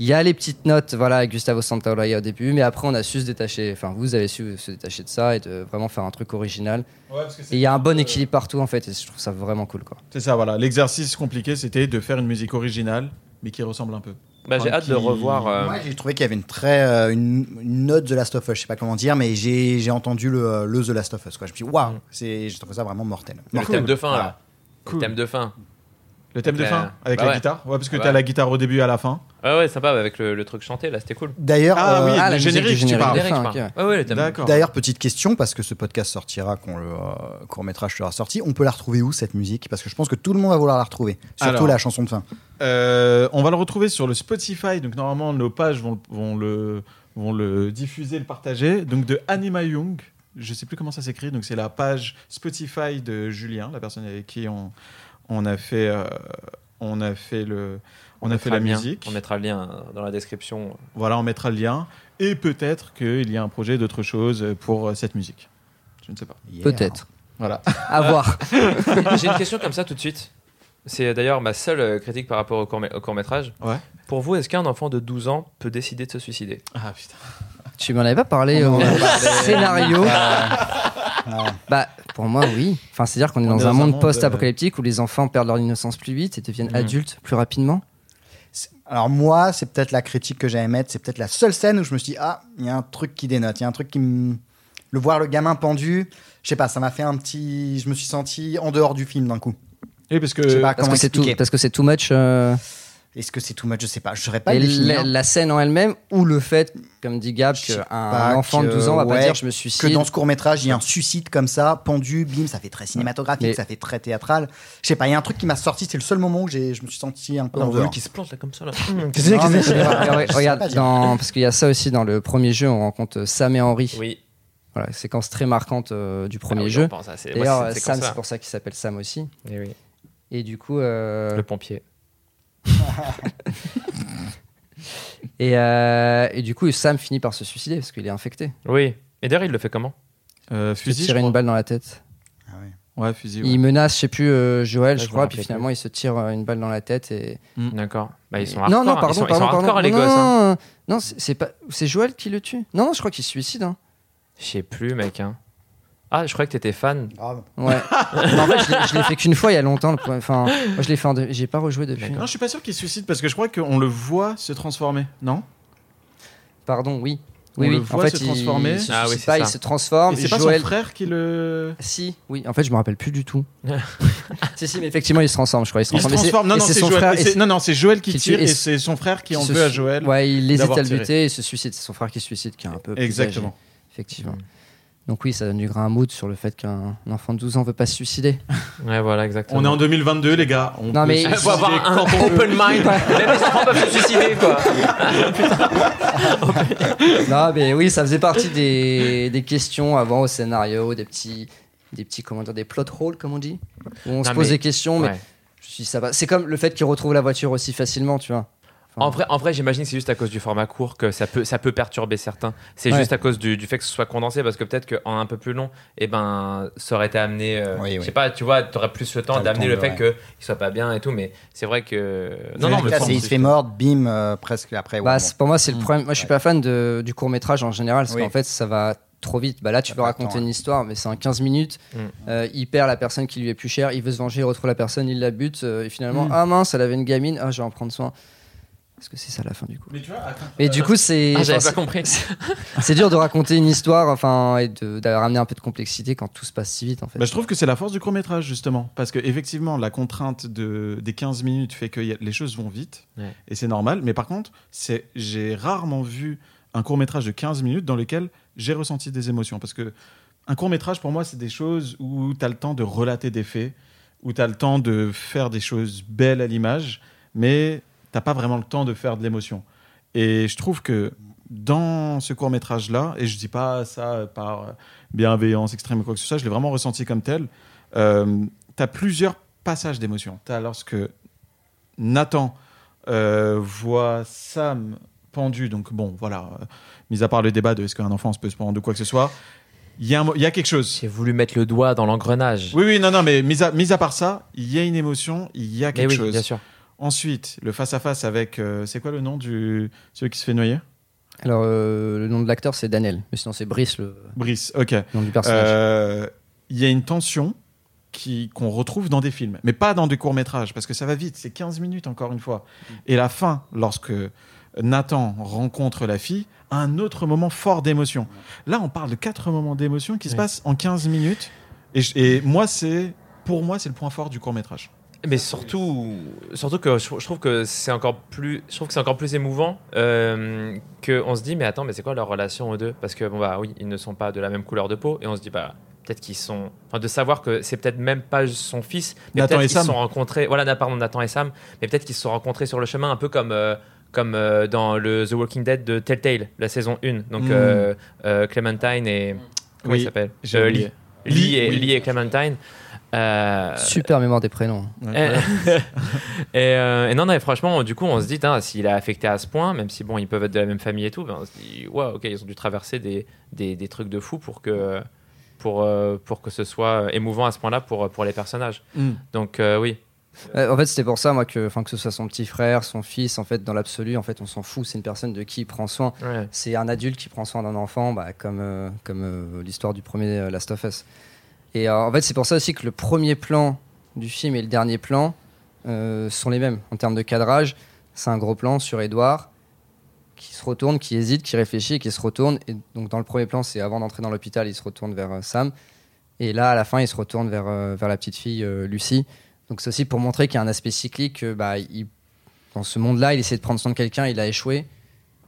A: il y a les petites notes, voilà, avec Gustavo Santaolalla au début, mais après on a su se détacher. Enfin, vous avez su se détacher de ça et de vraiment faire un truc original. Et il y a un
D: euh,
A: bon équilibre partout en fait, et je trouve ça vraiment cool quoi.
D: C'est ça voilà. L'exercice compliqué c'était de faire une musique originale mais qui ressemble un peu.
E: bah, j'ai hâte de le revoir. euh,
C: Moi, j'ai trouvé qu'il y avait une très euh, une, une note The Last of Us, je sais pas comment dire, mais j'ai j'ai entendu le, euh, le The Last of Us. Quoi. Je me suis dit, waouh, c'est- j'ai trouvé ça vraiment mortel.
E: Le
C: Mortel.
E: thème de fin, là.
D: Cool.
E: Le thème de fin.
D: Le thème de
E: Avec
D: fin
E: la-
D: avec
E: Bah
D: la
E: ouais.
D: guitare. Ouais parce que
E: Ouais.
D: t'as la guitare au début et à la fin.
E: Ouais, ouais, sympa, avec le, le truc chanté, là, c'était cool.
C: D'ailleurs,
D: Ah
C: euh,
D: oui, le
A: musique
D: générique,
A: du
D: tu parles.
A: de
E: Derek,
A: fin,
E: je
A: Ah, ok, ouais.
E: parle. ouais, ouais, le thème.
D: D'accord.
C: D'ailleurs, petite question, parce que ce podcast sortira quand le euh, court-métrage sera sorti, on peut la retrouver où cette musique Parce que je pense que tout le monde va vouloir la retrouver, surtout
D: Alors.
C: la chanson de fin.
D: Euh, on va le retrouver sur le Spotify. Donc normalement nos pages vont, vont le vont le diffuser, le partager. Donc de Anima Young. Je sais plus comment ça s'écrit. Donc c'est la page Spotify de Julien, la personne avec qui on, on a fait euh, on a fait le on, a fait
E: mettra
D: la
E: le lien.
D: musique.
E: On mettra le lien dans la description.
D: Voilà, on mettra le lien. Et peut-être qu'il y a un projet d'autre chose pour euh, cette musique. Je ne sais pas.
C: Yeah.
A: Peut-être.
D: Voilà.
A: À voir.
E: J'ai une question comme ça tout de suite. C'est d'ailleurs ma seule euh, critique par rapport au, court- au court-métrage.
D: Ouais.
E: Pour vous, est-ce qu'un enfant de 12 ans peut décider de se suicider
D: Ah putain.
A: Tu m'en avais pas parlé
C: On
A: au
C: en a
A: scénario.
C: Ouais.
A: Bah, pour moi, oui. Enfin, c'est-à-dire qu'on est,
D: Ah. On
A: dans
D: est
A: un
D: dans un
A: monde
D: monde, euh, Mm.
A: post-apocalyptique où les enfants perdent leur innocence plus vite et deviennent
E: Mhm.
A: adultes plus rapidement.
C: Alors moi, c'est peut-être la critique que j'allais mettre, c'est peut-être la seule scène où je me suis dit, ah, il y a un truc qui dénote, il y a un truc qui me... Le voir le gamin pendu, je sais pas, ça m'a fait un petit... Je me suis senti en dehors du film d'un coup.
D: Oui, parce que.
C: Je
A: Euh,
C: sais pas
A: Parce
C: Ah, comment
A: que c'est tout,
C: expliquer.
A: parce que c'est too much. euh,
C: Est-ce que c'est too much Je sais pas. Je saurais pas
A: et
C: Bah, le définir.
A: la, la scène en elle-même ou le fait, comme dit Gab,
C: Je sais
A: qu'un
C: pas
A: enfant de
C: que-
A: 12 ans va pas
C: ouais,
A: dire je me
C: Que
A: suicide.
C: dans ce court métrage, il y a un suicide comme ça, pendu, bim, ça fait très cinématographique,
A: Mais-
C: ça fait très théâtral. Je sais pas, il y a un truc qui m'a sorti, c'est le seul moment où j'ai- je me suis senti un peu en dehors.
E: qui se plante là comme ça là.
C: Non, mais je sais pas.
A: Regarde,
C: Je sais pas
A: regarde,
C: dire.
A: dans- parce qu'il y a ça aussi dans le premier jeu, on rencontre euh, Sam et Henry.
E: Oui.
A: Voilà, séquence très marquante euh, du premier
E: Ah oui, on
A: jeu.
E: pense à- c'est- moi,
A: D'ailleurs,
E: c'est- c'est comme
A: Sam,
E: ça.
A: c'est pour ça qu'il s'appelle Sam aussi.
E: Eh oui.
A: Et du coup, euh,
E: Le pompier.
A: et, euh, et du coup, Sam finit par se suicider parce qu'il est infecté.
E: Oui. Et d'ailleurs, il le fait comment
D: Euh,
A: Il se
D: fusil.
A: tire
D: je
A: une
D: crois.
A: balle dans la tête.
C: Ah ouais.
D: Ouais, fusil. ouais.
A: Il menace, je sais plus, euh, Joël,
E: Là,
A: je
E: je
A: crois,
E: me
A: puis
E: rappelle
A: finalement, il se tire euh, une balle dans la tête et.
E: D'accord. Bah, ils sont
A: non,
E: hardcore,
A: non,
E: hein.
A: pardon,
E: ils sont, ils sont
A: pardon,
E: hardcore,
A: pardon.
E: les
A: non,
E: gosses. hein.
A: non, non, non, c'est c'est pas, c'est Joël qui le tue. Non, non, je crois qu'il se suicide. hein.
E: Je sais plus, mec. hein. Ah, je croyais que t'étais fan.
C: Grave.
A: Ouais. Mais en fait, je l'ai- je l'ai fait qu'une fois il y a longtemps. le premier- Enfin, moi, je l'ai fait en deux. J'ai pas rejoué depuis.
D: Non, je suis pas sûr qu'il se suicide parce que je crois qu'on le voit se transformer, non
A: Pardon, oui.
D: On
A: Oui,
D: le
A: oui.
D: voit
A: en fait,
D: se
A: il-
D: transformer.
A: il se
E: Ah oui,
A: suicide
E: c'est
A: pas,
E: ça.
A: il se transforme.
D: Et c'est pas
A: Joël.
D: son frère qui le.
A: Si, oui. En fait, je me rappelle plus du tout. si, si, mais effectivement, il se transforme, je crois. Il se
D: Il se
A: transforme. Et c'est-
D: transforme. Non,
A: et
D: non, c'est
A: son
D: Joël.
A: frère.
D: et
A: et
D: c'est- Non, non, c'est Joël qui,
A: qui
D: tire
A: tue-
D: et
A: et-
D: c'est son frère qui en
A: se
D: veut à
A: su-
D: Joël.
A: Ouais, il hésite
D: d'avoir
A: à le
D: tiré.
A: buter et se suicide. C'est son frère qui se suicide, qui est un peu. plus âgé,
D: Exactement.
A: effectivement. Donc oui, ça donne du grain à moudre sur le fait qu'un enfant de 12 ans veut pas se suicider.
E: Ouais, voilà, exactement.
D: On est en 2022, les gars. On
A: Non,
D: peut
A: mais-
D: se
A: Faut
E: faut
D: suicider
E: avoir un
D: quand on veut.
E: open mind. Même les enfants peuvent se suicider, quoi.
A: non, mais oui, ça faisait partie des, des questions avant au scénario, des petits, des petits comment dire, des plot holes, comme on dit. Où on se
E: Non,
A: pose
E: mais-
A: des questions, mais
E: Ouais.
A: je me suis dit, ça va. C'est comme le fait qu'ils retrouvent la voiture aussi facilement, tu vois.
E: En vrai, en vrai j'imagine que c'est juste à cause du format court que ça peut, ça peut perturber certains. C'est
A: Ouais.
E: juste à cause du, du fait que ce soit condensé parce que peut-être qu'en un peu plus long, eh ben, ça aurait été amené. euh,
C: Oui, oui.
E: Je sais pas, tu vois, t'aurais plus le temps
C: T'as le
E: d'amener
C: temps
E: le
C: de-
E: fait
C: ouais.
E: que qu'il soit pas bien et tout, mais c'est vrai que. Non,
C: Non,
E: non, mais
C: là,
E: sans-
C: c'est il se fait mordre, bim, euh, presque après. ouais,
A: Bah,
C: bon.
A: c'est- pour moi,
E: Mm.
A: c'est le problème. Moi, je suis pas fan de, du court métrage en général, parce
C: Oui.
A: qu'en fait, ça va trop vite. Bah, là, tu
C: Ça
A: veux
C: prend le
A: raconter
C: temps,
A: une histoire, mais c'est en 15 minutes.
E: Mm.
A: Euh, il perd la personne qui lui est plus chère, il veut se venger, il retrouve la personne, il la bute, euh, et finalement, ah mince, elle avait une gamine, ah, je vais en prendre soin. Est-ce que c'est ça la fin du coup
D: Mais tu vois, attends.
A: Mais du coup, c'est
E: Ah, j'avais
A: enfin,
E: pas compris.
A: c'est- c'est dur de raconter une histoire, enfin, et de, de ramener un peu de complexité quand tout se passe si vite, en fait.
D: Bah, je trouve que c'est la force du court métrage justement, parce que effectivement la contrainte de, des 15 minutes fait que y a- les choses vont vite,
E: Ouais.
D: et c'est normal. Mais par contre, c'est j'ai rarement vu un court métrage de 15 minutes dans lequel j'ai ressenti des émotions, parce que un court métrage pour moi c'est des choses où tu as le temps de relater des faits, où tu as le temps de faire des choses belles à l'image, mais t'as pas vraiment le temps de faire de l'émotion. Et je trouve que dans ce court métrage là, et je dis pas ça par euh, bienveillance extrême ou quoi que ce soit, je l'ai vraiment ressenti comme tel. Euh, t'as plusieurs passages d'émotion. T'as lorsque Nathan euh, voit Sam pendu, donc bon, voilà, euh, mis à part le débat de est-ce qu'un enfant se peut se pendre ou quoi que ce soit, il y, a un mo- il y a quelque chose.
E: J'ai voulu mettre le doigt dans l'engrenage.
D: Oui, oui, non, non, mais mis à, mis à part ça, il y a une émotion, il y a
E: mais
D: quelque
E: oui,
D: chose.
E: bien sûr.
D: Ensuite, le face-à-face avec. euh, c'est quoi le nom du. celui qui se fait noyer
A: Alors, euh, le nom de l'acteur, c'est Daniel, mais sinon, c'est Brice, le
D: Brice, ok.
A: nom du personnage.
D: Euh, Il y a une tension qui- qu'on retrouve dans des films, mais pas dans des courts-métrages, parce que ça va vite, c'est 15 minutes encore une fois. Et la fin, lorsque Nathan rencontre la fille, un autre moment fort d'émotion. Là, on parle de quatre moments d'émotion qui se
E: Oui.
D: passent en 15 minutes, et, je- et moi, c'est. Pour moi, c'est le point fort du court-métrage.
E: Mais surtout, surtout que je, je trouve que c'est encore plus, je trouve que c'est encore plus émouvant euh, que on se dit mais attends mais c'est quoi leur relation aux deux Parce que bon bah oui ils ne sont pas de la même couleur de peau et on se dit bah peut-être qu'ils sont, enfin de savoir que c'est peut-être même pas son fils. Mais
D: Nathan
E: peut-être
D: et
E: qu'ils
D: Sam.
E: se sont rencontrés. Voilà na- pardon Nathan et Sam, mais peut-être qu'ils se sont rencontrés sur le chemin un peu comme. euh, comme euh, dans le The Walking Dead de Telltale, la saison 1. Donc
D: Mm.
E: euh, euh, Clementine et. Comment
D: Oui,
E: il s'appelle
D: j'ai
E: Euh,
D: oublié.
E: Lee. Lee,
D: Lee,
E: et,
D: oui.
E: Lee et Clementine. Euh,
A: Super mémoire des prénoms. hein.
E: et, et, euh, et non, non, et franchement, du coup, on se dit, tain, s'il a affecté à ce point, même si bon, ils peuvent être de la même famille et tout, ben, on se dit, waouh, ok, ils ont dû traverser des, des, des trucs de fou pour que, pour, euh, pour que ce soit émouvant à ce point-là pour, pour les personnages.
D: Mm.
E: Donc, euh, oui.
A: Euh, en fait, c'était pour ça, moi, que, enfin, que ce soit son petit frère, son fils, en fait, dans l'absolu, en fait, on s'en fout. C'est une personne de qui il prend soin.
E: Ouais.
A: C'est un adulte qui prend soin d'un enfant, bah, comme, euh, comme euh, l'histoire du premier euh, Last of Us. Et euh, en fait, c'est pour ça aussi que le premier plan du film et le dernier plan euh, sont les mêmes en termes de cadrage. C'est un gros plan sur Edouard qui se retourne, qui hésite, qui réfléchit, et qui se retourne. Et donc dans le premier plan, c'est avant d'entrer dans l'hôpital, il se retourne vers euh, Sam. Et là, à la fin, il se retourne vers, euh, vers la petite fille euh, Lucie. Donc c'est aussi pour montrer qu'il y a un aspect cyclique. que, bah, il- dans ce monde-là, il essaie de prendre soin de quelqu'un, il a échoué.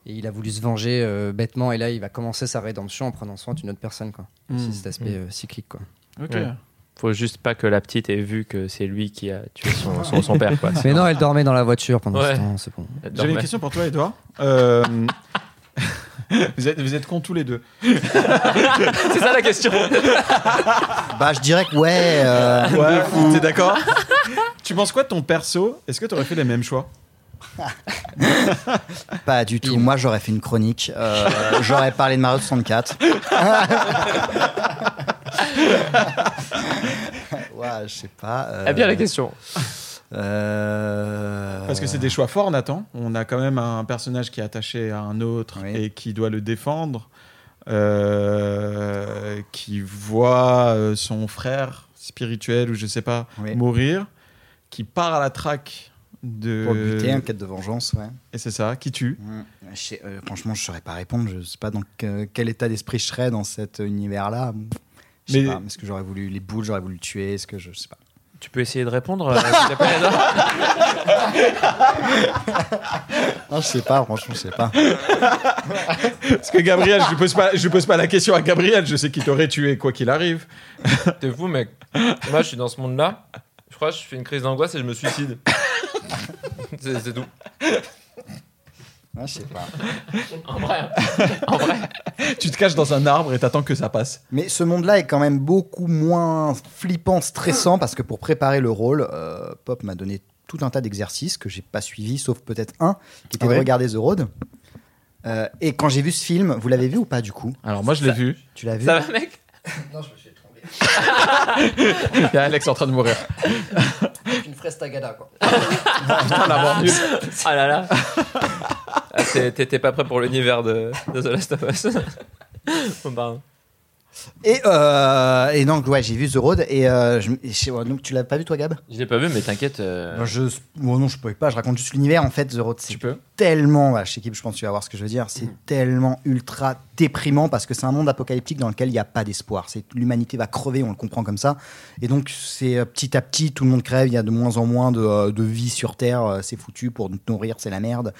A: Et il a voulu se venger euh, bêtement. Et là, il va commencer sa rédemption en prenant soin d'une autre personne. Quoi. C'est cet aspect euh, cyclique. Quoi.
D: Ok.
E: Ouais. Faut juste pas que la petite ait vu que c'est lui qui a tué son, son, son père, quoi.
A: Mais non, elle dormait dans la voiture pendant
E: Ouais.
A: ce temps. C'est bon.
E: Elle
D: J'avais
E: dormait.
D: une question pour toi, Edouard. Euh, vous, êtes, vous êtes cons tous les deux.
E: C'est ça la question.
C: Bah, je dirais que ouais. euh,
D: Ouais, t'es d'accord Tu penses quoi de ton perso Est-ce que t'aurais fait les mêmes choix
C: Pas du tout.
A: Bim.
C: Moi, j'aurais fait une chronique. euh, j'aurais parlé de Mario 64. ouais, je sais pas. euh,
E: Ah, bien la question.
C: euh,
D: Parce que c'est des choix forts, Nathan. On a quand même un personnage qui est attaché à un autre
C: Oui.
D: et qui doit le défendre, euh, qui voit euh, son frère spirituel ou je sais pas
C: Oui.
D: mourir, qui part à la traque de.
C: Pour le
D: Euh,
C: buter, en quête de vengeance, ouais.
D: Et c'est ça, qui tue.
C: Mm. Je sais- euh, franchement, je saurais pas répondre. Je sais pas dans que- quel état d'esprit je serais dans cet univers-là. Je sais
D: Mais-
C: pas. Est-ce que j'aurais voulu les boules, j'aurais voulu le tuer Est-ce que je, je sais pas.
E: Tu peux essayer de répondre, euh, s'il te plaît, Adam
C: Non, je sais pas, franchement, je sais pas.
D: Parce que Gabriel, je lui pose pas, je lui pose pas la question à Gabriel. Je sais qu'il t'aurait tué quoi qu'il arrive.
E: T'es fou, mec. Moi, je suis dans ce monde-là. Je crois que je fais une crise d'angoisse et je me suicide. c'est c'est tout.
C: Non, je sais pas.
E: En vrai.
D: Tu te caches dans un arbre et t'attends que ça passe.
C: Mais ce monde-là est quand même beaucoup moins flippant, stressant, parce que pour préparer le rôle, euh, Pop m'a donné tout un tas d'exercices que j'ai pas suivis, sauf peut-être un, qui était
D: Ah ouais
C: de regarder The Road. Euh, et quand j'ai vu ce film, vous l'avez vu ou pas du coup
D: Alors moi, je l'ai vu.
C: Tu l'as vu
E: Ça va, mec
A: Non, je me suis trompé.
D: Il y a Alex en train de mourir.
A: Une fraise tagada, quoi.
D: Putain, la mort nulle.
E: Ah là là. Ah, c'est- T'étais pas prêt pour l'univers de, de The Last of Us. Bon, pardon.
C: Et, euh, et donc, ouais, j'ai vu The Road et euh, je, et je- ouais, donc, tu l'as pas vu toi, Gab
E: Je l'ai pas vu, mais t'inquiète. euh,
C: Bah, je, bon, Non, je peux pas, je raconte juste l'univers en fait. The Road, c'est
D: Tu peux. Mm.
C: tellement, bah, chez Kip, je pense que tu vas voir ce que je veux dire, c'est tellement ultra déprimant parce que c'est un monde apocalyptique dans lequel il n'y a pas d'espoir. C'est- L'humanité va crever, on le comprend comme ça. Et donc, c'est euh, petit à petit, tout le monde crève, il y a de moins en moins de, euh, de vie sur Terre, euh, c'est foutu pour nous nourrir, c'est la merde.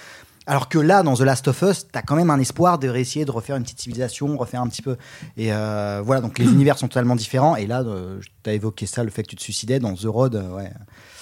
C: Alors que là, dans The Last of Us, t'as quand même un espoir de réessayer de refaire une petite civilisation, refaire un petit peu. Et euh, voilà, donc les univers sont totalement différents. Et là, euh, t'as évoqué ça, le fait que tu te suicidais dans The Road. euh, ouais,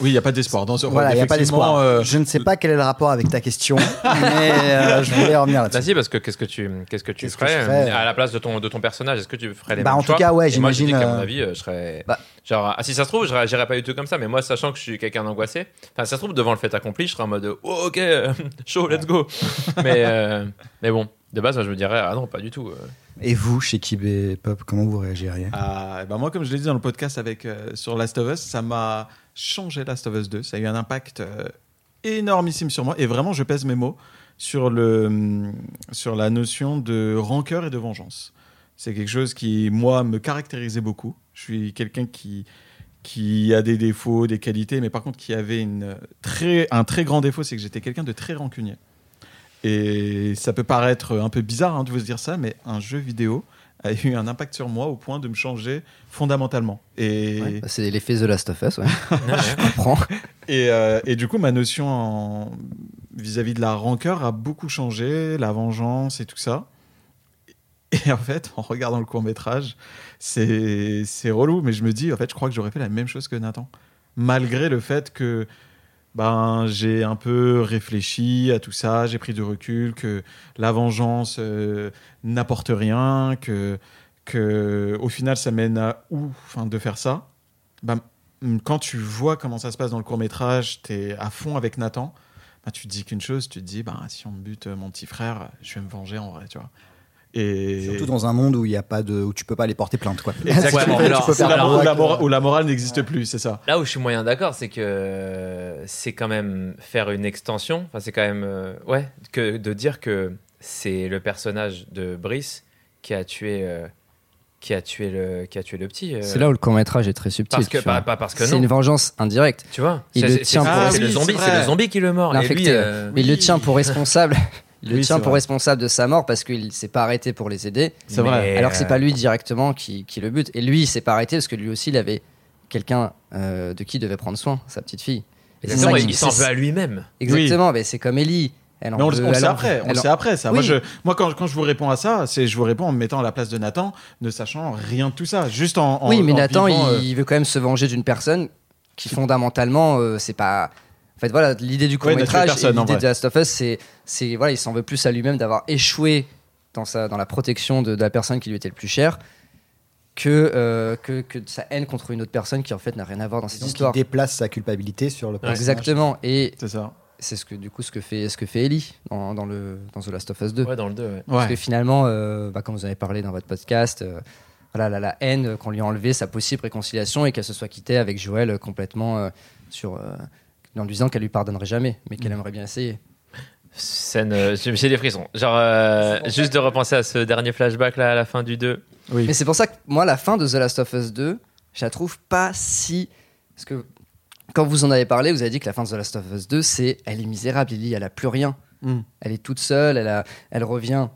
D: Oui, il n'y a pas d'espoir. Dans ce
C: voilà, il n'y a pas
D: effectivement,
C: d'espoir.
D: euh,
C: je ne sais pas quel est le rapport avec ta question, mais euh, je voulais revenir
E: Bah
C: là-dessus.
E: si, parce que qu'est-ce que tu, qu'est-ce que tu
C: Qu'est-ce que
E: ferais
C: je ferais,
E: euh, à la place de ton, de ton personnage Est-ce que tu ferais les
C: Bah,
E: mêmes
C: en tout
E: choix
C: cas, ouais,
E: Et moi, je dis
C: j'imagine,
E: qu'à
C: euh,
E: mon avis, euh, je serais.
A: Bah.
E: Genre, ah, si ça se trouve, j'irais j'irais pas du tout comme ça, mais moi, sachant que je suis quelqu'un d'angoissé, enfin, si ça se trouve, devant le fait accompli, je serais en mode oh, ok, euh, chaud, let's go. mais, euh, mais bon, de base, moi, je me dirais ah non, pas du tout. euh.
C: Et vous, chez Kib et Pop, comment vous réagiriez
D: Ah, eh ben moi, comme je l'ai dit dans le podcast avec, euh, sur Last of Us, ça m'a changé Last of Us 2. Ça a eu un impact euh, énormissime sur moi. Et vraiment, je pèse mes mots sur, le, hum, sur la notion de rancœur et de vengeance. C'est quelque chose qui, moi, me caractérisait beaucoup. Je suis quelqu'un qui, qui a des défauts, des qualités, mais par contre qui avait une très, un très grand défaut, c'est que j'étais quelqu'un de très rancunier. Et ça peut paraître un peu bizarre hein, de vous dire ça, mais un jeu vidéo a eu un impact sur moi au point de me changer fondamentalement. Et,
A: C'est l'effet The Last of Us, ouais. je comprends.
D: et, euh, et du coup, ma notion en- vis-à-vis de la rancœur a beaucoup changé, la vengeance et tout ça. Et en fait, en regardant le court métrage, c'est c'est relou, mais je me dis, en fait, je crois que j'aurais fait la même chose que Nathan. Malgré le fait que ben, j'ai un peu réfléchi à tout ça, j'ai pris du recul, que la vengeance euh, n'apporte rien, que, que au final, ça mène à où enfin, de faire ça. Ben, Mm, quand tu vois comment ça se passe dans le court métrage, tu es à fond avec Nathan, bah, tu te dis qu'une chose, tu te dis, bah, si on me bute euh, mon petit frère, je vais me venger en vrai, tu vois. Et...
C: Surtout dans un monde où il y a pas de, où tu peux pas aller porter plainte, quoi.
E: Exactement.
C: Tu peux- tu peux
E: Alors,
C: faire
D: Où
C: la
D: la,
E: alors,
D: où
C: boîte,
D: la mora-
C: euh,
D: où la morale n'existe plus, c'est ça.
E: Là où je suis moyen d'accord, c'est que euh, c'est quand même faire une extension. Enfin, c'est quand même euh, ouais que de dire que c'est le personnage de Brice qui a tué, euh, qui a tué le, qui a tué le petit. euh,
A: C'est là où le court-métrage est très subtil.
E: parce que
A: tu vois.
E: pas, pas parce que
A: C'est
E: non.
A: une vengeance indirecte.
E: Tu vois,
A: Il
E: c'est-
A: le
E: c'est-
A: tient
E: c'est-
A: pour-
E: c'est
D: Ah
E: le
D: oui,
E: zombie,
D: c'est
E: c'est
D: vrai.
E: le zombie qui le mord. Et
A: L'infecté,
E: lui, euh,
A: Mais il le tient pour responsable. Il le
D: Oui,
A: tient
D: c'est
A: pour
D: vrai.
A: responsable de sa mort parce qu'il s'est pas arrêté pour les aider.
D: C'est vrai.
E: mais,
A: Alors que c'est
E: euh,
A: pas lui directement qui, qui le bute. Et lui, il s'est pas arrêté parce que lui aussi, il avait quelqu'un euh, de qui il devait prendre soin, sa petite fille. Et c'est ça
E: Exactement,
A: qui-
E: il s'en
A: c'est-
E: veut à lui-même.
A: Exactement, mais c'est comme Ellie. Elle en
D: Mais on, le-
A: veut-
D: on le sait
A: elle en-
D: après, on
A: elle
D: le
A: en-
D: sait après ça.
A: euh, Oui.
D: Moi, je, moi quand, quand je vous réponds à ça, c'est je vous réponds en me mettant à la place de Nathan, ne sachant rien de tout ça, juste en. en-
A: oui, mais
D: en
A: Nathan,
D: vivant, euh,
A: il, veut quand même se venger d'une personne qui fondamentalement, euh, c'est pas. En fait, voilà, l'idée du
D: Ouais,
A: court
D: il n'a tué
A: métrage, et
D: personne, en
A: l'idée
D: vrai.
A: de Last of Us, c'est, c'est voilà, il s'en veut plus à lui-même d'avoir échoué dans sa, dans la protection de, de la personne qui lui était le plus chère, que, euh, que que de sa haine contre une autre personne qui en fait n'a rien à voir dans cette
C: donc,
A: histoire.
C: il déplace sa culpabilité sur le personnage.
A: Exactement. Et
D: euh, C'est ça.
A: c'est ce que du coup ce que fait ce que fait Ellie dans, dans le dans The Last of Us 2.
E: Ouais, dans le 2. Ouais.
A: Parce
D: Ouais.
A: que finalement, euh, bah, comme vous en avez parlé dans votre podcast, euh, voilà, la, la haine euh, qu'on lui a enlevé sa possible réconciliation et qu'elle se soit quittée avec Joël euh, complètement euh, sur, euh, en lui disant qu'elle lui pardonnerait jamais, mais qu'elle aimerait bien essayer.
E: Scène, euh, j'ai j'ai des frissons. Genre, euh, juste de repenser à ce dernier flashback là à la fin du 2.
A: Mais c'est pour ça que moi, la fin de The Last of Us 2, je la trouve pas si. Parce que quand vous en avez parlé, vous avez dit que la fin de The Last of Us 2, c'est elle est misérable, Ellie, elle a plus rien.
E: Hmm.
D: Mm.
A: Elle est toute seule, elle, a, elle revient.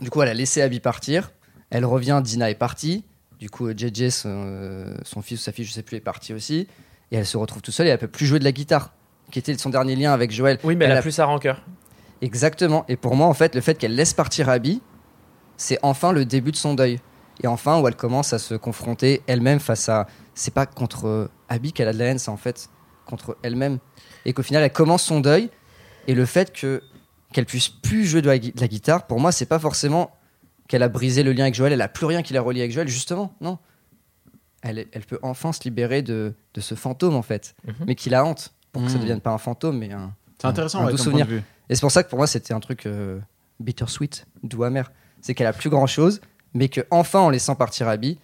A: Du coup, elle a laissé Abby partir. Elle revient, Dina est partie. Du coup, euh, JJ, son, euh, son fils ou sa fille, je sais plus, est parti aussi. Et elle se retrouve toute seule et elle peut plus jouer de la guitare. qui était son dernier lien avec Joël.
E: Oui, mais elle,
A: Elle
E: a
A: a-
E: plus sa rancœur.
A: Exactement. Et pour moi, en fait, le fait qu'elle laisse partir Abby, c'est enfin le début de son deuil. Et enfin, où elle commence à se confronter elle-même face à. C'est pas contre Abby qu'elle a de la haine, c'est en fait contre elle-même. Et qu'au final, elle commence son deuil. Et le fait que qu'elle puisse plus jouer de la, gui- de la guitare, pour moi, c'est pas forcément qu'elle a brisé le lien avec Joël, elle a plus rien qui la relie avec Joël, justement. Non. Elle, est- elle peut enfin se libérer de, de ce fantôme, en fait,
E: Mhm.
A: mais qui la hante. Pour que ça
D: Mhm.
A: devienne pas un fantôme, mais un,
D: Mm-hmm. C'est intéressant,
A: Un
D: ouais,
A: doux
D: comme
A: souvenir.
D: point de vue.
A: et c'est pour ça que pour moi, c'était un truc euh, bittersweet, doux amer. C'est qu'elle a plus grand chose, mais que enfin, en laissant partir Abby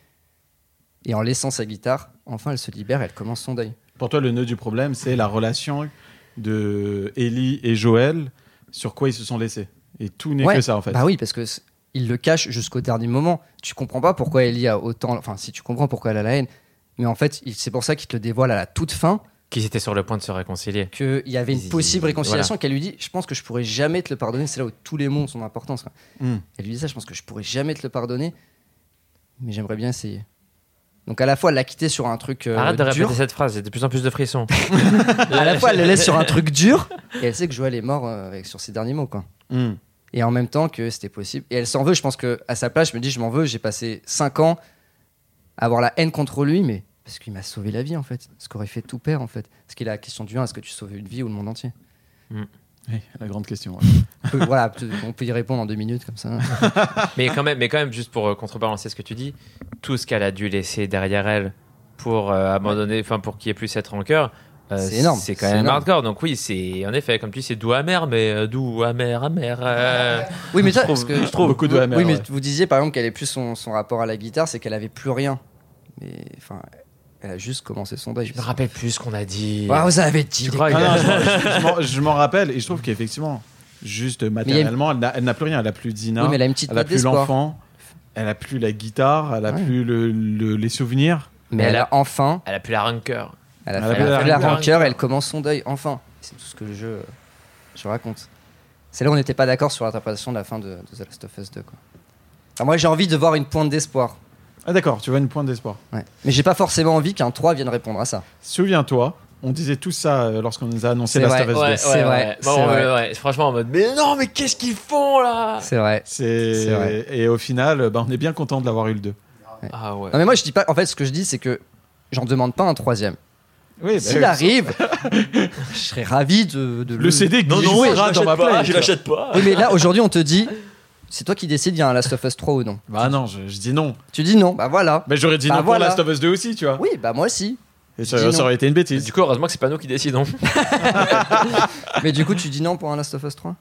A: et en laissant sa guitare, enfin, elle se libère, elle commence son deuil.
D: Pour toi, le nœud du problème, c'est la relation de Ellie et Joël, sur quoi ils se sont laissés. Et tout n'est
A: Ouais.
D: que ça, en fait.
A: Bah oui, parce que c- il le cache jusqu'au dernier moment. Tu comprends pas pourquoi Ellie a autant. Enfin, si tu comprends pourquoi elle a la haine, mais en fait, il- c'est pour ça qu'il te le dévoile à la toute fin
E: Qu'ils étaient sur le point de se réconcilier.
A: qu'il y avait une
E: Ils-
A: possible réconciliation. Qu'elle lui dit, je pense que je pourrais jamais te le pardonner. C'est là où tous les mots ont son importance. quoi.
D: Hmm.
A: Elle lui dit ça, je pense que je pourrais jamais te le pardonner, mais j'aimerais bien essayer. Donc à la fois elle l'a quitté sur un truc euh,
E: Arrête de répéter
A: dur,
E: cette phrase, j'ai de plus en plus de frissons.
A: à la fois elle le laisse sur un truc dur, et elle sait que Joël est mort euh, avec- sur ses derniers mots quoi.
D: Hmm.
A: Et en même temps que c'était possible, et elle s'en veut. Je pense que à sa place, je me dis je m'en veux. J'ai passé 5 ans à avoir la haine contre lui, mais parce qu'il m'a sauvé la vie en fait, ce qu'aurait fait tout père en fait. Parce qu'il a la question du 1, est-ce que tu sauves une vie ou le monde entier
D: Oui, la grande question. ouais.
A: On peut- Voilà, peut- on peut y répondre en deux minutes comme ça.
E: mais
A: Ah.
E: quand même, mais quand même, juste pour euh, contrebalancer ce que tu dis, tout ce qu'elle a dû laisser derrière elle pour euh, abandonner, enfin pour qu'il n'y ait plus cette rancœur. euh,
A: C'est énorme,
E: C'est quand
A: c'est
E: même
A: énorme.
E: hardcore. Donc, oui, c'est en effet, comme tu dis, c'est doux amer, mais euh, doux, amer, amer. euh,
A: Oui, mais ça,
D: trouve-
A: parce que
D: je trouve beaucoup de
A: Oui,
D: Hammer,
A: Oui, mais
D: ouais.
A: vous disiez par exemple qu'elle ait plus son, son rapport à la guitare, c'est qu'elle avait plus rien. Mais enfin, elle a juste commencé son deuil.
E: je me rappelle plus ce qu'on a dit.
A: Ah, vous avez dit.
E: Tu crois que-
D: Ah non, je m'en- je- je m'en- je m'en rappelle et je trouve qu'effectivement, juste matériellement, elle n'a- elle n'a plus rien. Elle n'a plus Dina,
A: Oui, mais elle a une petite
D: elle n'a
A: note
D: plus
A: d'espoir.
D: l'enfant, elle n'a plus la guitare, elle n'a
A: Ouais.
D: plus le- le- les souvenirs.
A: Mais elle a enfin,
E: Elle a plus la rancœur.
A: elle a
D: Elle
A: fait,
D: a
A: elle a
D: plus
A: fait
D: la
A: la
D: rancœur.
A: rancœur, elle commence son deuil, enfin. C'est tout ce que le jeu, euh, je raconte. C'est là où on n'était pas d'accord sur l'interprétation de la fin de, de The Last of Us 2. Quoi. Alors moi, j'ai envie de voir une pointe d'espoir.
D: Ah d'accord, tu vois une pointe d'espoir.
A: Ouais. Mais j'ai pas forcément envie qu'un 3 vienne répondre à ça.
D: Souviens-toi, on disait tout ça euh, lorsqu'on nous a annoncé
A: C'est
D: Last
A: vrai,
D: of Us 2.
A: ouais. C'est vrai, c'est
E: Bon,
A: vrai.
E: ouais, ouais. Franchement, en mode, mais non, mais qu'est-ce qu'ils font là
A: C'est vrai. C'est
D: C'est
A: vrai.
D: et au final, bah, on est bien content de l'avoir eu le 2.
E: Ah ouais.
A: Non, mais moi, je dis pas. En fait, ce que je dis, c'est que j'en demande pas un troisième.
D: Oui, bah,
A: S'il arrive, je serais ravi de, de
D: le CD
G: Non,
D: qui
G: non,
D: jouera dans ma playlist.
G: l'achète pas.
A: Oui, mais là, aujourd'hui, on te dit, c'est toi qui décides, il y a un Last of Us 3 ou non.
D: Bah non, je, je dis non.
A: Tu dis non, bah voilà.
D: Mais j'aurais dit
A: Bah
D: non
A: voilà.
D: pour Last of Us 2 aussi, tu vois.
A: Oui, bah moi aussi.
D: Et
A: Je
D: ça,
A: dis
D: ça
A: non.
D: aurait été une bêtise.
E: Du coup, heureusement que c'est pas nous qui décidons.
A: Mais du coup, tu dis non pour un Last of Us 3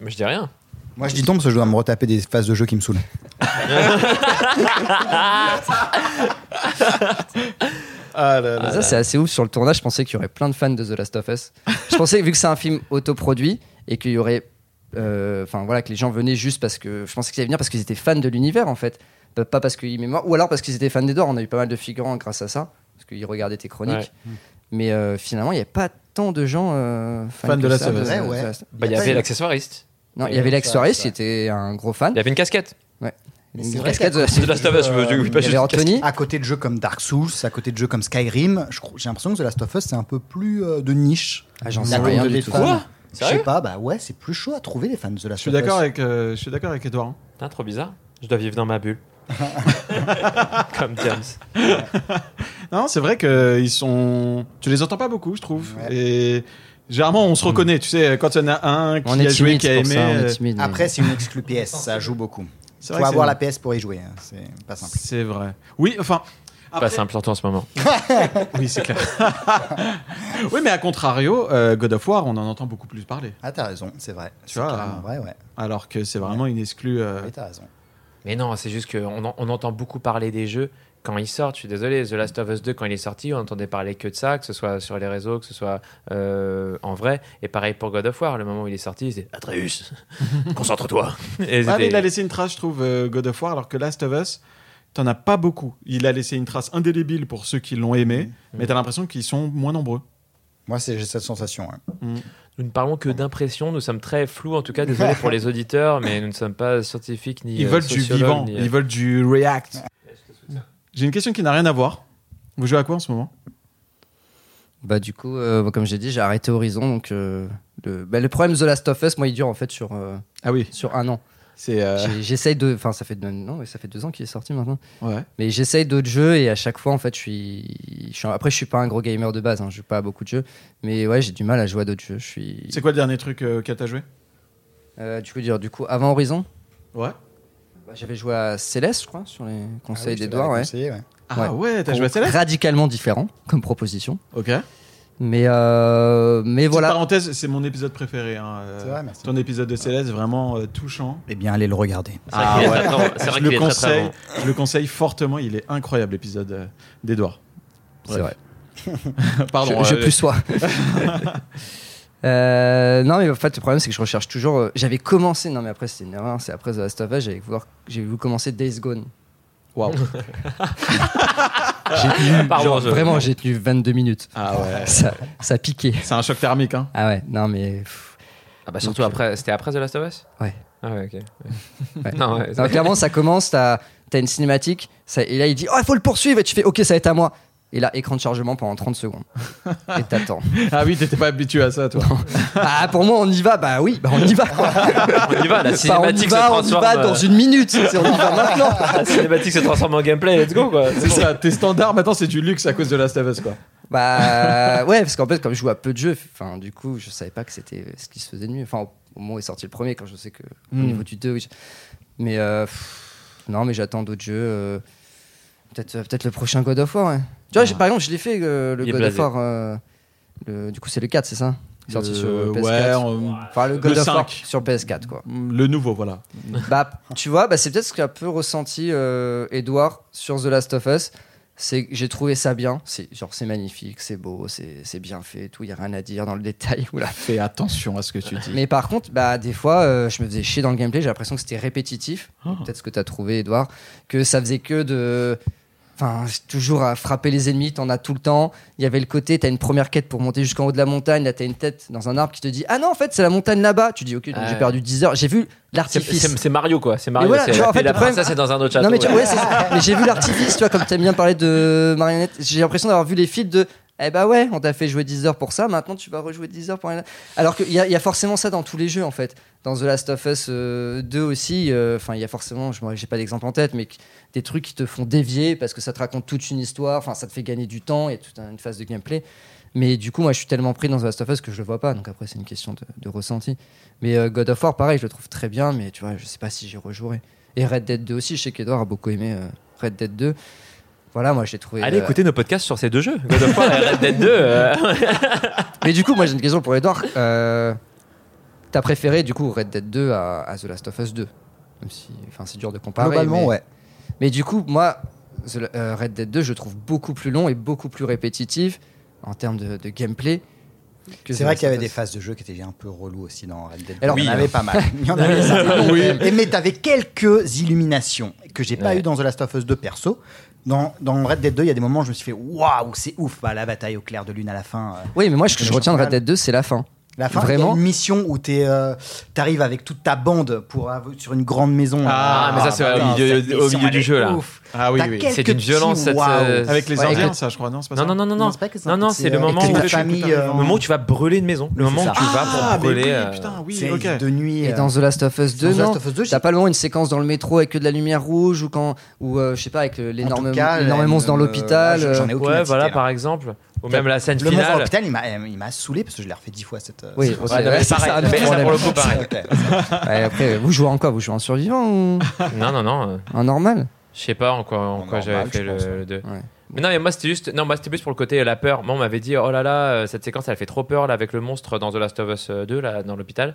E: Mais je dis rien.
C: Moi, je dis non parce que je dois me retaper des phases de jeu qui me saoulent.
D: Ah là là.
A: Ça, c'est assez ouf sur le tournage. Je pensais qu'il y aurait plein de fans de The Last of Us. Je pensais, vu que c'est un film autoproduit et qu'il y aurait. euh, Enfin, voilà, que les gens venaient juste parce que. Je pensais qu'ils allaient venir parce qu'ils étaient fans de l'univers, en fait. Pas- Pas parce qu'ils mémoire. Ou alors parce qu'ils étaient fans d'Edouard. On a eu pas mal de figurants grâce à ça. Parce qu'ils regardaient tes chroniques.
D: Mm.
A: Mais euh, finalement, il n'y a pas tant de gens euh, fans,
D: Fans de
A: que
D: Last
A: ça
D: of Us.
A: The-
C: Ouais, ouais.
A: The Last-
E: Bah, il y
C: pas
E: avait
C: eu-
E: l'accessoiriste.
A: Non, il
E: Ouais,
A: y avait
C: ça,
A: l'ex-Soaris
C: ça.
A: qui était un gros fan.
E: Il y avait une casquette.
C: Mais
A: Une
C: c'est vrai
A: casquette
C: qu'à
A: de-
E: C'est de la Stavas, je me dis, oui, pas
A: Il y avait
E: juste.
A: Anthony.
C: À côté de jeux comme Dark Souls, à côté de jeux comme Skyrim, je crois- j'ai l'impression que The Last of Us c'est un peu plus euh, de niche.
A: Ah, j'en
C: La
A: sais
C: courbe
A: rien
C: de
A: du
C: des
A: tout.
C: fans.
E: Quoi
C: Je sais pas, bah ouais, c'est plus chaud à trouver les fans de The Last
D: Je suis
C: of Us.
D: d'accord avec, euh, je suis d'accord avec Edouard. hein.
E: Putain, trop bizarre. Je dois vivre dans ma bulle. Comme James.
D: Non, c'est vrai que ils sont. Tu les entends pas beaucoup, je trouve.
C: Ouais.
D: Et généralement, on se reconnaît. Tu sais, quand il y en a un qui
A: On
D: a
A: est timide
D: joué, qui a
A: pour
D: aimé.
A: ça, on est
D: euh,
A: timide. mais-
C: Après, c'est une exclu PS, ça joue beaucoup.
D: c'est
C: Faut
D: vrai que
C: avoir
D: c'est-
C: la PS pour y jouer, hein, c'est pas simple.
D: C'est vrai. Oui, enfin.
E: Pas
D: Après,
E: simple surtout en ce moment.
D: oui, c'est clair. oui, mais à contrario, euh, God of War, on en entend beaucoup plus parler.
C: Ah, t'as raison, c'est vrai.
D: Tu
C: C'est
D: vois,
C: carrément vrai, ouais.
D: Alors que c'est vraiment une exclue. euh,
C: Oui, t'as raison.
E: Mais non, c'est juste qu'on on entend beaucoup parler des jeux quand ils sortent. Je suis désolé, The Last of Us 2, quand il est sorti, on entendait parler que de ça, que ce soit sur les réseaux, que ce soit euh, en vrai. Et pareil pour God of War, le moment où il est sorti, c'est Atreus, concentre-toi. Et
D: Ah, mais
E: c'était-
D: il a laissé une trace, je trouve, euh, God of War, alors que Last of Us, t'en as pas beaucoup. Il a laissé une trace indélébile pour ceux qui l'ont aimé, mais t'as l'impression qu'ils sont moins nombreux.
C: Moi, c'est- j'ai cette sensation. hein.
E: Nous ne parlons que d'impressions, nous sommes très flous, en tout cas, désolé pour les auditeurs, mais nous ne sommes pas scientifiques ni.
D: Ils
E: euh,
D: veulent du
E: sociologues,
D: vivant,
E: ni, euh,
D: ils veulent du react. J'ai une question qui n'a rien à voir. Vous jouez à quoi en ce moment
A: Bah du coup, euh, comme j'ai dit, j'ai arrêté Horizon. Donc euh, le, bah, le problème de The Last of Us, moi, il dure en fait sur euh,
D: Ah oui,
A: sur un an.
D: c'est. euh,
A: J'ai- J'essaye de, enfin ça fait deux- non, ouais, ça fait deux ans qu'il est sorti maintenant.
D: ouais.
A: Mais j'essaye d'autres jeux et à chaque fois en fait je suis, je suis- après je suis pas un gros gamer de base, hein, je joue pas à beaucoup de jeux, mais ouais j'ai du mal à jouer à d'autres jeux. Je suis.
D: C'est quoi le dernier truc euh, auquel t'as joué
A: Euh, tu peux dire du coup avant Horizon,
D: Ouais.
A: bah, j'avais joué à Céleste je crois sur les conseils
C: des
A: d'Edouard, ouais.
D: Ah ouais, t'as
A: Con-
D: joué à celle-là
A: Radicalement différent comme proposition,
D: Ok. Petite
A: mais euh, mais voilà.
D: Parenthèse, c'est mon épisode préféré. hein, euh,
C: C'est vrai, merci.
D: Ton épisode de Céleste, vraiment euh, touchant.
C: Eh bien, allez le regarder.
E: C'est vrai qu'il est très- non, c'est vrai
D: Ah, je
E: qu'il
D: le
E: est très, très
D: conseille,
E: bon.
D: je le conseille fortement. Il est incroyable l'épisode euh, d'Edouard.
A: C'est vrai.
D: Pardon.
A: je, je
D: euh,
A: plus sois. Euh, non mais en fait le problème c'est que je recherche toujours. euh, j'avais commencé, non mais après c'était une erreur, c'est après The Last of Us, j'avais voulu, j'avais voulu commencer Days Gone.
D: waouh.
A: J'ai tenu,
E: Pardon,
A: genre,
E: je-
A: vraiment, j'ai tenu 22 minutes.
D: Ah ouais.
A: Ça, ça piquait.
D: C'est un choc thermique, hein.
A: Ah ouais, non mais. pff,
E: Ah bah surtout après, c'était après The Last of Us
A: Ouais.
E: Ah ouais, ok.
A: Ouais.
E: Non, ouais,
A: Non, clairement, ça commence, t'as t'as une cinématique, ça, et là il dit Oh, il faut le poursuivre, et tu fais Ok, ça va être à moi. Et là, écran de chargement pendant 30 secondes. Et t'attends.
D: Ah oui, t'étais pas habitué à ça, toi.
A: Ah, pour moi, on y va, bah oui, bah on y va quoi.
E: Ah, on y va, la
A: Bah, on
E: cinématique
A: y va,
E: se
A: on y
E: transforme.
A: va dans
E: euh,
A: une minute. C'est- On y va maintenant.
E: La cinématique se transforme en gameplay, let's go quoi.
D: C'est ça, tes standards maintenant c'est du luxe à cause de Last of Us quoi.
A: Bah ouais, parce qu'en fait, comme je joue à peu de jeux, enfin, du coup, je savais pas que c'était ce qui se faisait de mieux. Enfin, au- au moment où est sorti le premier, quand je sais que au niveau du 2, oui, je- mais euh, pff, non, mais j'attends d'autres jeux. euh, peut-être, euh, peut-être le prochain God of War. ouais. Tu vois, j'ai- par exemple, je l'ai fait euh, le
E: Il est
A: God of
E: blasé.
A: War. euh, le- du coup, c'est le 4, c'est ça Sorti
D: Euh,
A: sur euh,
D: ouais,
A: PS4.
D: on-
A: Enfin, le God
D: le
A: of War
D: 5.
A: sur PS4, quoi.
D: le nouveau voilà.
A: Bah, tu vois, bah, c'est peut-être ce qu'a peu ressenti euh, Edouard sur The Last of Us. C'est que j'ai trouvé ça bien. C'est genre c'est magnifique, c'est beau, c'est c'est bien fait, et tout. Il y a rien à dire dans le détail. oula.
D: Fais attention à ce que tu dis.
A: Mais par contre, bah des fois, euh, je me faisais chier dans le gameplay. J'ai l'impression que c'était répétitif.
E: Ah.
D: Oh.
A: Peut-être ce que t'as trouvé, Edouard, que ça faisait que de Enfin, c'est toujours à frapper les ennemis, t'en as tout le temps. Il y avait le côté, t'as une première quête pour monter jusqu'en haut de la montagne, là t'as une tête dans un arbre qui te dit Ah non, en fait, c'est la montagne là-bas. Tu dis Ok, donc
E: Ah
A: j'ai
E: ouais.
A: perdu 10 heures. J'ai vu
E: C'est-
A: l'artifice.
E: C'est c'est Mario quoi, c'est Mario.
A: voilà,
E: c'est-
A: tu vois, en fait,
E: et la
A: le problème-
E: princesse est dans un autre château.
A: Non mais, tu-
E: ouais.
A: ouais, c'est ça. Mais j'ai vu l'artifice, tu vois, comme t'aimes bien parler de marionnette, j'ai l'impression d'avoir vu les fils de. Eh bah ouais, on t'a fait jouer 10 heures pour ça, maintenant tu vas rejouer 10 heures pour rien. Alors qu'il y, a- il y a forcément ça dans tous les jeux en fait. Dans The Last of Us euh, 2 aussi, euh, enfin il y a forcément, je moi, j'ai pas d'exemple en tête, mais qu- des trucs qui te font dévier parce que ça te raconte toute une histoire, enfin ça te fait gagner du temps et toute un- une phase de gameplay. Mais du coup, moi je suis tellement pris dans The Last of Us que je le vois pas, donc après c'est une question de, de ressenti. Mais euh, God of War, pareil, je le trouve très bien, mais tu vois, je sais pas si j'y rejouerai. Et Red Dead 2 aussi, je sais qu'Edouard a beaucoup aimé euh, Red Dead 2. Voilà, moi j'ai trouvé.
E: Allez
A: euh,
E: écoutez nos podcasts sur ces deux jeux. God of War et Red Dead 2. euh,
A: Mais du coup, moi j'ai une question pour Edouard. Euh, T'as préféré du coup Red Dead 2 à, à The Last of Us 2 Même si, enfin, c'est dur de comparer.
C: Globalement,
A: mais,
C: ouais.
A: Mais du coup, moi, The- euh, Red Dead 2, je le trouve beaucoup plus long et beaucoup plus répétitif en termes de, de gameplay. que
C: C'est
A: The
C: vrai
A: Last
C: qu'il y
A: of
C: avait des
A: Us.
C: phases de jeu qui étaient un peu reloues aussi dans Red Dead.
A: Alors,
C: il y en
A: oui.
C: avait pas mal. Il y en avait certainement.
A: Oui.
C: Et mais t'avais quelques illuminations que j'ai pas
E: Ouais.
C: eu dans The Last of Us 2 perso. Dans, dans Red Dead 2, il y a des moments où je me suis fait waouh, c'est ouf. Bah, la bataille au clair de lune à la fin. euh,
A: Oui, mais moi, ce que je
C: Mais
A: retiens de
C: j'en
A: Red Dead 2, c'est la fin.
C: La fin,
A: Vraiment
C: il y a une mission où tu arrives avec toute ta bande pour av- sur une grande maison.
D: Ah, mais ça, c'est au
E: milieu- au milieu du jeu, là.
D: Ah oui, oui.
E: C'est d'une violence, cette, euh,
D: Avec les
A: Ouais,
D: Indiens,
A: écoute-
D: ça, je crois, non, c'est pas
E: Non,
D: ça
E: non, non, non, non.
C: c'est pas que ça.
E: Non, non, c'est le
C: euh,
E: moment
C: avec
E: où
C: ta
E: le-
C: famille, euh,
E: Le moment où tu vas brûler une maison. Le
C: Oui,
E: moment
C: c'est
E: où tu
C: ça.
E: vas
D: Ah,
E: pour
D: mais oui,
E: brûler. euh,
D: putain, oui,
C: c'est
D: ok.
C: de nuit.
A: Et
C: euh,
A: dans The Last of Us 2,
C: dans The
A: non
C: Last of Us 2,
A: T'as
C: j'ai-
A: pas le moment une séquence dans le métro avec que de la lumière rouge ou quand ou euh, je sais pas avec euh, l'énorme
C: en tout cas,
A: l'énorme
C: elle
A: monstre dans
C: me-
A: l'hôpital.
C: ouais, J'en
A: euh,
C: ai aucune
E: Ouais,
C: identité,
E: voilà,
C: là.
E: par exemple. Ou même la scène
C: Le monstre dans
E: finale.
C: l'hôpital, il m'a- il m'a saoulé parce que je l'ai refait dix fois cette. euh,
A: Oui,
C: cette-
A: ok,
E: Ouais, non, mais
A: ouais, ça,
E: pareil.
A: c'est un autre
E: Mais ça, pour le coup,
A: problème.
E: pareil.
C: Ok.
A: euh. Ouais, après, vous jouez en quoi Vous jouez en survivant ou
E: Non, non, non. euh,
A: en normal
E: Je sais pas en quoi, en
C: En
E: quoi
C: normal,
E: j'avais
C: je
E: fait
C: pense,
E: le, 2.
A: Ouais.
E: Mais non, mais moi c'était juste. Non, moi c'était plus pour le côté euh, la peur. Moi on m'avait dit, oh là là, euh, cette séquence elle fait trop peur là avec le monstre dans The Last of Us euh, 2, là, dans l'hôpital.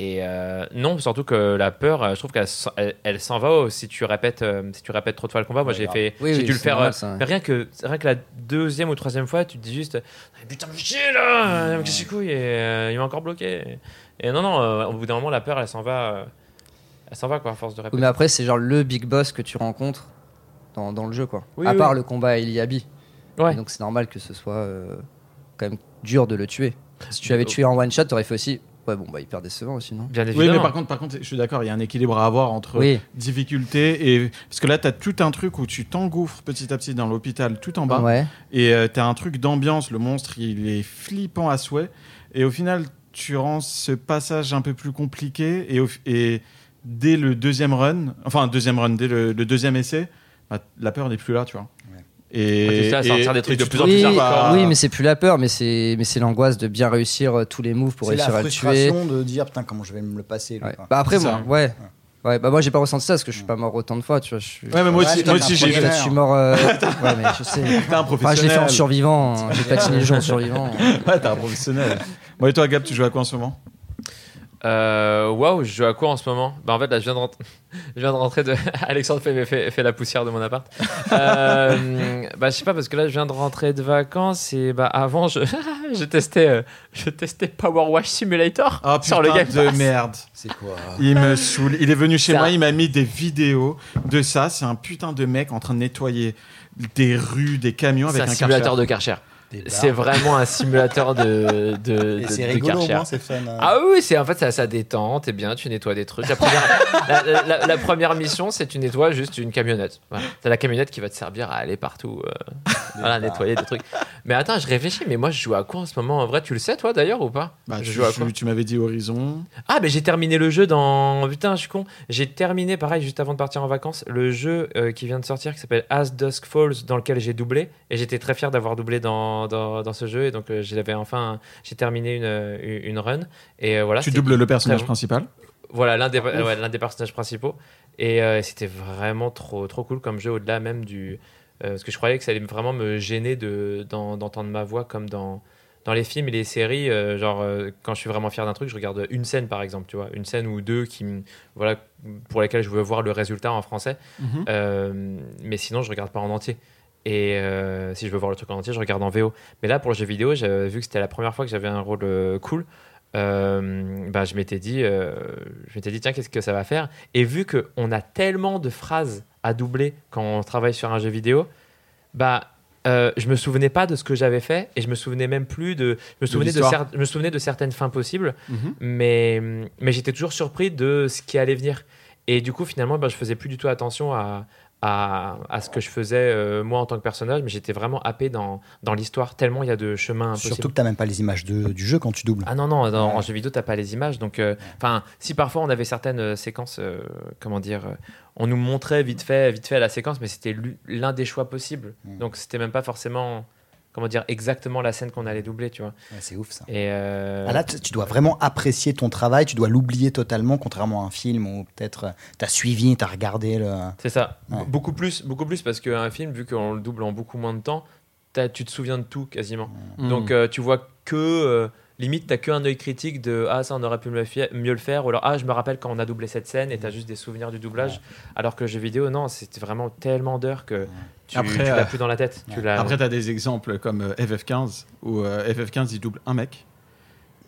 E: Et euh, non, surtout que la peur, euh, je trouve qu'elle s'en- elle, elle s'en va oh, si tu répètes euh, si tu répètes trop de fois le combat. Moi
C: Ouais,
E: j'ai
C: grave.
E: fait,
A: Oui,
E: j'ai
A: oui,
E: dû le
A: c'est
E: faire.
A: normal,
E: euh,
A: ça, ouais.
E: mais rien que rien que la deuxième ou troisième fois, tu te dis juste, Ah, putain, mais chier là, euh, qu'est-ce que c'est couille, et, euh, il m'a encore bloqué. Et non, non, euh, au bout d'un moment la peur elle s'en va, euh, elle s'en va quoi à force de
A: Oui,
E: répéter.
A: mais après c'est genre le big boss que tu rencontres dans, dans le jeu quoi.
E: Oui,
A: à
E: oui.
A: part le combat à Eliabi.
E: Ouais.
A: Et Donc
D: Euh,
A: c'est normal que ce soit euh, quand même dur de le tuer. Si tu l'avais tué en one shot, t'aurais fait aussi. ouais, bon, bah, hyper décevant aussi, non
E: Bien
D: Oui,
E: évidemment.
D: mais par contre, par contre, je suis d'accord, il y a un équilibre à avoir entre
A: Oui.
D: difficulté et. Parce que là, t'as tout un truc où tu t'engouffres petit à petit dans l'hôpital tout en bas.
A: Ouais.
D: Et euh, t'as un truc d'ambiance, le monstre, il est flippant à souhait. Et au final, tu rends ce passage un peu plus compliqué. Et, au- et dès le deuxième run, enfin, deuxième run, dès le, le deuxième essai, bah, la peur n'est plus là, tu vois. Et,
E: Ah, c'est ça, sortir des
D: et
E: trucs
D: tu
E: de
D: te
E: plus en
D: dis,
A: Oui,
E: bizarre, plus
D: bah,
A: oui, mais c'est plus la peur, mais c'est mais c'est l'angoisse de bien réussir euh, tous les moves pour
C: c'est
A: réussir
C: la
A: à le tuer.
C: frustration de dire putain comment je vais me le passer. lui,
A: Ouais.
C: quoi.
A: Bah après,
D: C'est
A: moi,
D: ça.
A: ouais. Ouais, bah moi j'ai pas ressenti ça parce que je suis pas mort autant de fois, tu vois. Je suis...
D: Ouais, mais moi
C: Ouais,
D: aussi,
C: t'as
D: moi
C: un
D: aussi, j'ai
C: problème.
A: Je suis mort. euh, ouais, mais je sais.
D: T'es un
A: Enfin, je l'ai fait en
D: hein. professionnel.
A: survivant. hein. J'ai patiné le jeu en survivant.
D: Ouais, t'es un professionnel. Bon, et toi, Gab, tu joues à quoi en ce moment
E: Euh, Waouh, je joue à quoi en ce moment Bah en fait là je viens de rentrer, je viens de rentrer de Alexandre fait, fait, fait la poussière de mon appart. Euh, bah je sais pas parce que là je viens de rentrer de vacances et bah avant je je testais euh, je testais Power Wash Simulator
D: Ah
E: sur
D: putain
E: le Game
D: de
E: Pass.
D: merde.
C: C'est quoi
D: Il me saoule. Il est venu chez
E: Ça.
D: moi, il m'a mis des vidéos de ça. C'est un putain de mec en train de nettoyer des rues, des camions
E: euh, C'est
D: avec
E: un
D: un
E: simulateur
D: Karcher.
E: de Karcher. C'est vraiment un simulateur de de, de,
C: Et c'est
E: de
C: rigolo, au
E: Karcher.
C: moins, c'est fun. hein.
E: Ah oui, c'est en fait ça, ça détend, t'es bien, tu nettoies des trucs. La première, la- la- la- la première mission, c'est tu nettoies juste une camionnette. Voilà. T'as la camionnette qui va te servir à aller partout, euh, voilà, nettoyer des trucs. Mais attends, je réfléchis, mais moi je joue à quoi en ce moment En vrai, tu le sais toi d'ailleurs ou pas
D: Bah,
E: Je
D: tu,
E: joue à quoi
D: tu- tu m'avais dit Horizon.
E: Ah, mais j'ai terminé le jeu dans. Putain, je suis con. J'ai terminé, pareil, juste avant de partir en vacances, le jeu euh, qui vient de sortir qui s'appelle As Dusk Falls, dans lequel j'ai doublé. Et j'étais très fier d'avoir doublé dans, dans, dans ce jeu. Et donc, euh, j'avais enfin. J'ai terminé une, euh, une run. Et euh, voilà.
D: tu
E: c'était-
D: doubles le personnage
E: bon.
D: principal.
E: voilà l'un
C: Ah,
E: des, ouais, l'un des personnages principaux et euh, c'était vraiment trop trop cool comme jeu au-delà même du euh, parce que je croyais que ça allait vraiment me gêner de d'en- d'entendre ma voix comme dans dans les films et les séries euh, genre euh, quand je suis vraiment fier d'un truc je regarde une scène par exemple tu vois une scène ou deux qui me- voilà pour lesquelles je veux voir le résultat en français
D: Mhm.
E: Euh, mais sinon je regarde pas en entier et euh, si je veux voir le truc en entier je regarde en VO mais là, pour le jeu vidéo, j'avais vu que c'était la première fois que j'avais un rôle euh, cool. euh, bah, je m'étais dit, euh, je m'étais dit, tiens, qu'est-ce que ça va faire Et vu que on a tellement de phrases à doubler quand on travaille sur un jeu vidéo, bah, euh, je me souvenais pas de ce que j'avais fait et je me souvenais même plus de, je me souvenais de,
D: l'histoire.
E: cer- je me souvenais de certaines fins possibles,
D: Mhm.
E: mais mais j'étais toujours surpris de ce qui allait venir. Et du coup, finalement, bah, je faisais plus du tout attention à, à, à ce que je faisais euh, moi en tant que personnage, mais j'étais vraiment happé dans, dans l'histoire, tellement il y a de chemins impossibles.
C: Surtout que t'as même pas les images de- du jeu quand tu doubles.
E: Ah non, non, dans-
C: Ouais.
E: en jeu vidéo, t'as pas les images. Donc, euh, enfin, si parfois on avait certaines euh, séquences, euh, comment dire, euh, on nous montrait vite fait, vite fait la séquence, mais c'était l'u- l'un des choix possibles.
C: Mm.
E: Donc, c'était même pas forcément, comment dire, exactement la scène qu'on allait doubler, tu vois.
C: Ouais, c'est ouf ça.
E: Et euh,
C: Ah, là, tu tu dois vraiment apprécier ton travail, tu dois l'oublier totalement, contrairement à un film où peut-être euh, t'as suivi, t'as regardé le.
D: Ah,
E: C'est ça.
C: Ouais.
E: Be- Beaucoup plus, beaucoup plus parce qu'un film, vu qu'on le double en beaucoup moins de temps, t'as- tu te souviens de tout quasiment. Donc euh, tu vois que euh, limite t'as que un œil critique de ah ça on aurait pu me le fia- mieux le faire ou alors ah je me rappelle quand on a doublé cette scène et t'as juste des souvenirs du doublage. Alors que le jeu vidéo non c'est vraiment tellement d'heures que tu,
D: Après,
E: tu l'as
D: euh,
E: plus dans la tête. Tu
C: ouais.
E: l'as-
D: Après, t'as des exemples comme euh, FF15 où euh, FF15 il double un mec.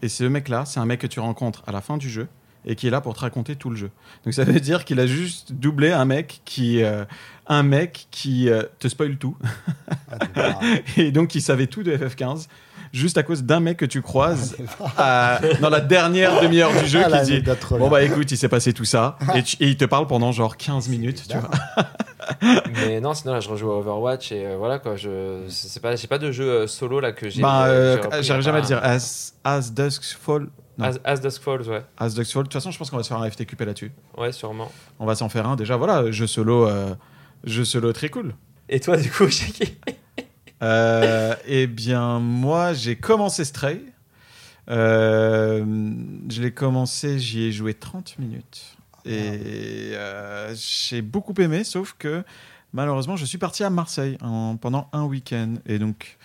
D: Et ce mec-là, c'est un mec que tu rencontres à la fin du jeu et qui est là pour te raconter tout le jeu. Donc ça veut dire qu'il a juste doublé un mec qui, euh, un mec qui euh, te spoil tout.
C: Ah,
D: Et donc, il savait tout de FF15, juste à cause d'un mec que tu croises
E: Ah,
D: euh, dans la dernière demi-heure du jeu
C: Ah,
D: qui dit
C: l'anecdote trop
D: Bon,
C: bien.
D: bah écoute, il s'est passé tout ça.
E: Ah.
D: Et, tu- et il te parle pendant genre 15 minutes,
E: Bah,
D: tu vois.
E: Mais non sinon là je rejoue à Overwatch et euh, voilà quoi je c'est pas j'ai pas de jeu euh, solo là que j'ai.
D: Bah,
E: euh,
D: euh,
E: j'ai repris,
D: j'arrive jamais à
E: enfin,
D: le dire. As, as Dusk Fall. non.
E: As, As Dusk Falls ouais
D: As Dusk Fall. De toute façon, je pense qu'on va se faire un FTQP là-dessus.
E: ouais sûrement.
D: On va s'en faire un. Déjà, voilà, jeu solo, euh, jeu solo très cool.
E: Et toi du coup Jackie
D: Euh, eh bien, moi, j'ai commencé Stray. Euh, je l'ai commencé, j'y ai joué 30 minutes. Et euh, j'ai beaucoup aimé, sauf que malheureusement, je suis parti à Marseille en- pendant un week-end. Et donc,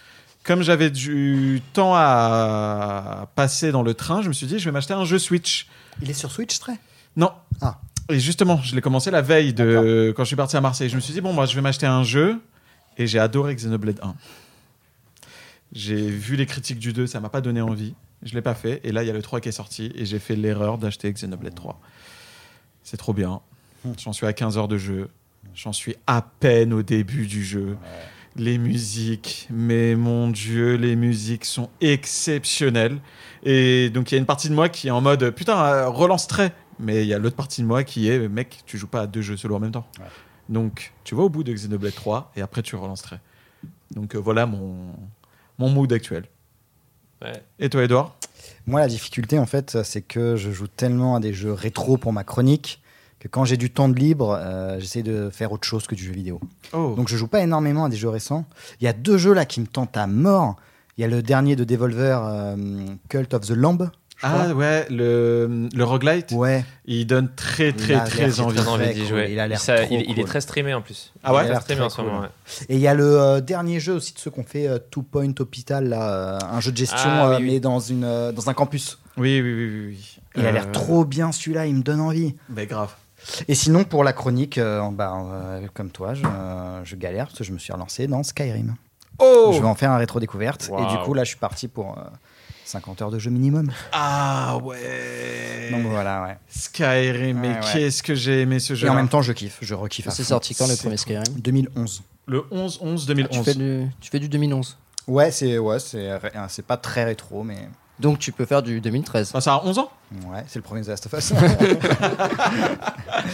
D: comme j'avais du temps à passer dans le train, je me suis dit, je vais m'acheter un jeu Switch.
C: Il est sur Switch, très
D: Non.
C: Ah.
D: Et justement, je l'ai commencé la veille de quand je suis parti à Marseille. Je me suis dit bon, moi, je vais m'acheter un jeu. Et j'ai adoré Xenoblade 1. J'ai vu les critiques du 2, ça m'a pas donné envie. Je l'ai pas fait. Et là, il y a le 3 qui est sorti. Et j'ai fait l'erreur d'acheter Xenoblade 3. C'est trop bien. J'en suis à 15 heures de jeu. J'en suis à peine au début du jeu. Les musiques, mais mon Dieu, les musiques sont exceptionnelles. Et donc, il y a une partie de moi qui est en mode putain, euh, relance très. Mais il y a l'autre partie de moi qui est mec, tu joues pas à deux jeux solo en même temps. Donc, tu vas au bout de Xenoblade 3 et après, tu relances très. Donc, euh, voilà mon, mon mood actuel.
E: Ouais.
D: Et toi, Edouard
C: Moi, la difficulté, en fait, c'est que je joue tellement à des jeux rétro pour ma chronique que quand j'ai du temps de libre, euh, j'essaie de faire autre chose que du jeu vidéo.
D: Oh.
C: Donc, je joue pas énormément à des jeux récents. Il y a deux jeux là qui me tentent à mort. Il y a le dernier de Devolver, euh, Cult of the Lamb. je
D: ah
C: crois.
D: ouais, le, le roguelite,
C: ouais.
D: il donne très,
C: Il
D: très,
C: a l'air
D: très
C: très,
D: envie.
E: J'ai envie
C: cool.
E: d'y jouer.
C: Il a l'air
E: Ça-
C: trop
E: il, il
C: cool.
E: est très streamé en plus.
D: Ah ouais
E: Il est
C: Il a l'air
E: très streamé en
C: très
E: ce moment. ouais.
C: Et il y a le euh, dernier jeu aussi de ceux qu'on fait, euh, Two Point Hospital, là, euh, un jeu de gestion,
E: Ah, oui,
C: euh,
E: oui.
C: mais dans, une, euh, dans un campus.
D: Oui, oui, oui, oui, oui.
C: Il a l'air
D: Euh,
C: trop bien celui-là, il me donne envie.
D: Mais grave.
C: Et sinon, pour la chronique, euh, bah, euh, comme toi, je, euh, je galère parce que je me suis relancé dans Skyrim.
D: Oh
C: Je vais en faire un rétro-découverte. Et du
E: Waouh.
C: coup, là, je suis parti pour euh, 50 heures de jeu minimum.
D: Ah ouais
C: Donc voilà, ouais.
D: Skyrim, mais
C: Ouais, ouais.
D: qu'est-ce que j'ai aimé ce jeu
C: Et en même temps, je kiffe, je rekiffe. à
A: C'est
C: fond.
A: sorti quand le
D: c'est
A: premier Skyrim
C: 2011.
D: Le 11-11-2011.
A: tu fais, du, tu fais du 2011.
C: Ouais, c'est ouais, c'est ré- euh, c'est pas très rétro, mais
A: Donc tu peux faire du 2013.
D: ça a 11 ans
C: ouais, c'est le premier The Last of Us.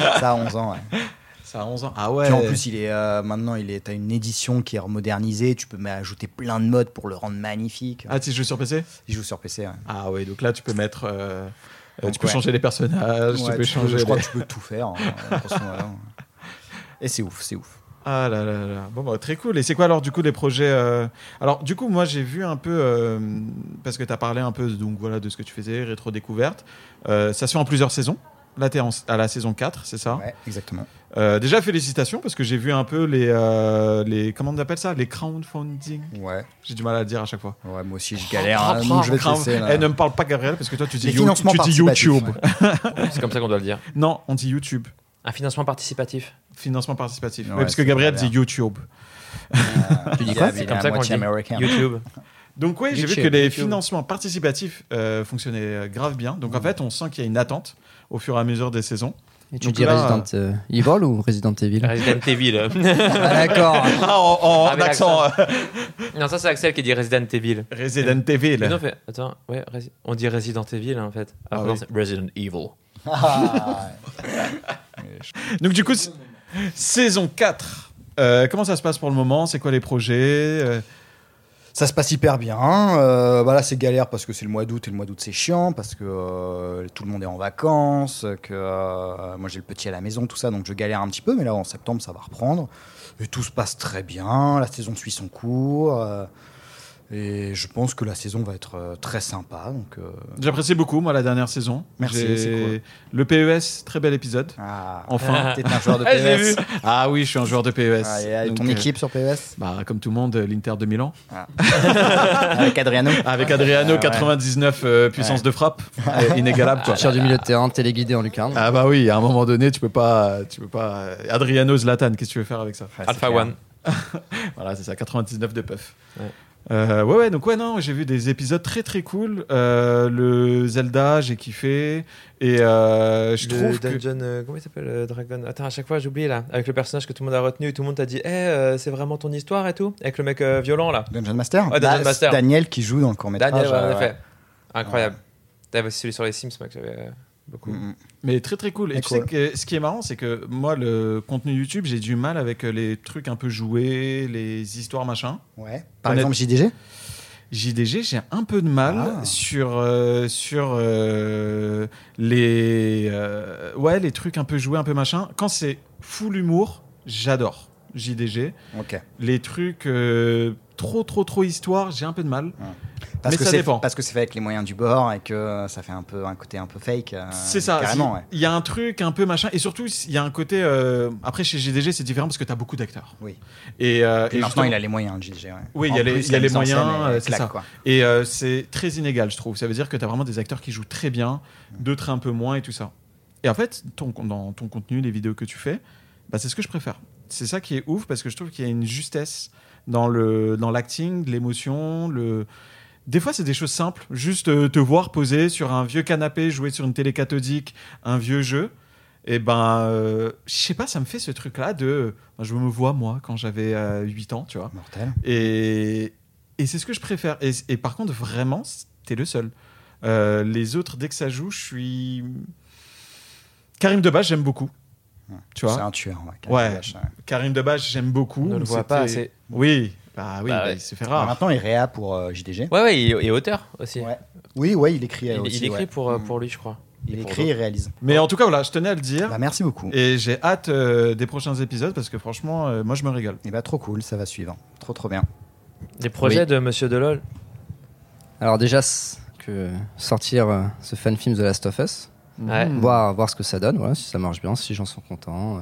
C: Ça a 11 ans, ouais.
D: Ça a 11 ans. Ah ouais
C: Puis en plus, il est euh, maintenant, il est à une édition qui est remodernisée. Tu peux même ajouter plein de modes pour le rendre magnifique.
D: Ah, tu joues sur PC
C: Il joue sur PC. ouais.
D: Ah ouais, donc là, tu peux mettre... euh, euh,
C: Donc,
D: tu peux
C: ouais.
D: changer les personnages,
C: Ouais,
D: Ah, tu peux changer...
C: je crois
D: les-
C: que tu peux tout faire. hein, grosso modo. Et c'est ouf, c'est ouf.
D: Ah là là là. Bon, bah, très cool. Et c'est quoi alors, du coup, les projets euh, Alors, du coup, moi, j'ai vu un peu... euh, Parce que tu as parlé un peu donc, voilà, de ce que tu faisais, rétro-découverte. Euh, ça se fait en plusieurs saisons. Là, t'es en- à la saison 4, c'est ça
C: Ouais, exactement.
D: Euh, déjà félicitations parce que j'ai vu un peu les euh, les comment on appelle ça les crowdfunding.
C: Ouais,
D: J'ai du mal à le dire à chaque fois.
C: ouais moi aussi, je galère. hein, donc je vais te
D: Crowd-
C: laisser, là.
D: Eh, ne me parle pas Gabriel parce que toi tu dis,
C: Les
D: You-
C: financements
D: tu dis
C: participatifs,
D: YouTube.
C: ouais.
E: C'est comme ça qu'on doit le dire.
D: Non, on dit YouTube.
E: Un financement participatif.
D: Financement participatif.
C: Ouais,
D: Oui, parce que
C: c'est
D: Gabriel dit
C: galère.
D: YouTube.
C: Euh,
E: Tu dis
C: il
E: quoi
C: a-
E: C'est
C: il a
E: comme
C: un
E: ça qu'on
C: moitié
E: dit.
C: américain.
E: YouTube.
D: Donc oui, j'ai vu
A: YouTube,
D: que les
A: YouTube.
D: financements participatifs euh, fonctionnaient euh, grave bien. Donc en fait, on sent qu'il y a une attente au fur et à mesure des saisons.
A: Et tu
D: Donc
A: dis
D: là,
A: Resident euh, Evil ou Resident Evil
E: Resident Evil.
C: Ah, D'accord.
D: Ah, en, en
E: Avec
D: accent hein. euh,
E: non, ça c'est Axel qui dit Resident Evil.
D: Resident Evil.
E: Mais non, fait- attends, ouais, Resi- on dit Resident Evil hein, en fait.
D: Ah
E: Après,
D: oui.
E: c'est Resident Evil.
C: Ah,
D: Donc du coup, s- saison 4. euh, comment ça se passe pour le moment C'est quoi les projets Euh,
C: Ça se passe hyper bien. Euh, bah là, c'est galère parce que c'est le mois d'août et le mois d'août c'est chiant parce que euh, tout le monde est en vacances, que euh, moi j'ai le petit à la maison, tout ça, donc je galère un petit peu. Mais là, en septembre, ça va reprendre. Et tout se passe très bien. La saison suit son cours. euh, et je pense que la saison va être euh, très sympa. Donc, euh,
D: J'apprécie beaucoup, moi, la dernière saison.
C: Merci,
D: J'ai-
C: c'est cool.
D: Le PES, très bel épisode.
C: ah,
D: Enfin.
C: t'es un joueur de
E: Ah, je l'ai vu.
C: PES.
D: Ah oui, je suis un joueur de PES.
C: Ah, et, euh,
D: Donc,
C: ton
D: euh,
C: équipe sur PES
D: bah, comme tout le monde, euh, l'Inter de Milan.
C: avec Adriano.
D: Avec Adriano,
C: Ouais.
D: 99 euh, puissance de frappe. Euh, Inégalable, quoi.
A: Cher du milieu de terrain, téléguidé en lucarne.
D: Ah bah oui, à un moment donné, tu peux pas... Tu peux pas euh, Adriano Zlatan, qu'est-ce que tu veux faire avec ça
C: Ouais, c'est
E: Alpha
C: clair.
E: One.
D: Voilà, c'est ça, 99 de puff.
E: Ouais.
D: Euh, ouais, ouais, donc ouais, non, j'ai vu des épisodes très très cool. Euh, le Zelda, j'ai kiffé. Et euh, je trouve que...
E: Dungeon, euh, comment il s'appelle euh, Dragon Attends, à chaque fois j'oublie là. Avec le personnage que tout le monde a retenu et tout le monde t'a dit, eh, euh, c'est vraiment ton histoire et tout. Avec le mec euh, violent là.
C: Dungeon Master.
E: Ouais, Dungeon
C: Bah,
E: Master.
C: c'est Daniel qui joue dans le court métrage.
E: Daniel, en
C: euh, ouais.
E: effet. Incroyable. T'avais aussi celui sur les Sims, moi, que j'avais euh, beaucoup.
C: Mm, mm.
D: Mais très très cool. Et,
C: Et
D: tu
C: cool.
D: sais que ce qui est marrant, c'est que moi, le contenu YouTube, j'ai du mal avec euh, les trucs un peu joués, les histoires machin.
C: Ouais. Par
D: On a-
C: exemple, JDG
D: JDG, j'ai un peu de mal
C: Ah.
D: sur euh, sur euh, les euh, ouais les trucs un peu joués, un peu machin. Quand c'est full humour, j'adore JDG.
C: Ok.
D: Les trucs euh, trop trop trop histoire, j'ai un peu de mal.
C: Parce
D: Mais
C: que
D: ça
C: c'est-
D: dépend.
C: Parce que c'est fait avec les moyens du bord et que euh, ça fait un peu un côté un peu fake. euh,
D: C'est ça.
C: Carrément,
D: c'est-
C: ouais.
D: Il y a un truc un peu machin. Et surtout, il y a un côté. euh, Après, chez GDG, c'est différent parce que tu as beaucoup d'acteurs.
C: Oui.
D: Et, euh,
C: Et
D: et
C: maintenant,
D: justement-
C: il a les moyens, le JG. ouais.
D: Oui, il y
C: En
D: a les-
C: plus,
D: il y a
C: la
D: les
C: mise en scène,
D: moyens,
C: elle
D: euh, c'est
C: claque,
D: ça.
C: quoi.
D: Et euh, c'est très inégal, je trouve. Ça veut dire que tu as vraiment des acteurs qui jouent très bien, d'autres un peu moins et tout ça. Et en fait, ton, dans ton contenu, les vidéos que tu fais, bah, c'est ce que je préfère. C'est ça qui est ouf parce que je trouve qu'il y a une justesse dans le dans l'acting, l'émotion, le. Des fois, c'est des choses simples. Juste euh, te voir poser sur un vieux canapé, jouer sur une télé cathodique, un vieux jeu. Et ben, euh, je sais pas, ça me fait ce truc-là de. ben, Je me vois, moi, quand j'avais euh, 8 ans, tu vois.
C: Mortel.
D: Et, et c'est ce que je préfère. Et, et par contre, vraiment, c- t'es le seul. Euh, les autres, dès que ça joue, je suis. Karim Debache, j'aime beaucoup. Tu
C: C'est
D: vois
C: un tueur. Ouais.
D: Ouais.
C: Caractère, ouais.
D: Karim Debache, j'aime beaucoup.
E: On ne le voit
D: C'était-
E: pas assez.
D: Oui, bah oui,
E: Bah
D: bah,
E: ouais.
D: il se fait
C: Alors
D: rare.
C: Maintenant, il est réa pour euh, JDG.
E: Ouais, ouais, et, et auteur aussi.
C: Ouais. Oui, ouais, il écrit euh,
E: Il, il
C: aussi.
E: écrit
C: ouais.
E: pour, euh, pour lui, je crois.
C: Il
E: et pour
C: écrit et réalise.
D: Mais en tout cas, voilà, je tenais à le dire.
C: Bah, merci beaucoup.
D: Et j'ai hâte euh, des prochains épisodes parce que franchement, euh, moi, je me régale.
C: Et bah, trop cool, ça va suivre. Trop, trop bien.
E: Des projets de Monsieur Delol.
A: Alors déjà c- que sortir euh, ce fan film The Last of Us,
E: Ouais.
D: Hmm.
A: voir voir ce que ça donne, voilà, si ça marche bien, si les gens sont contents. euh,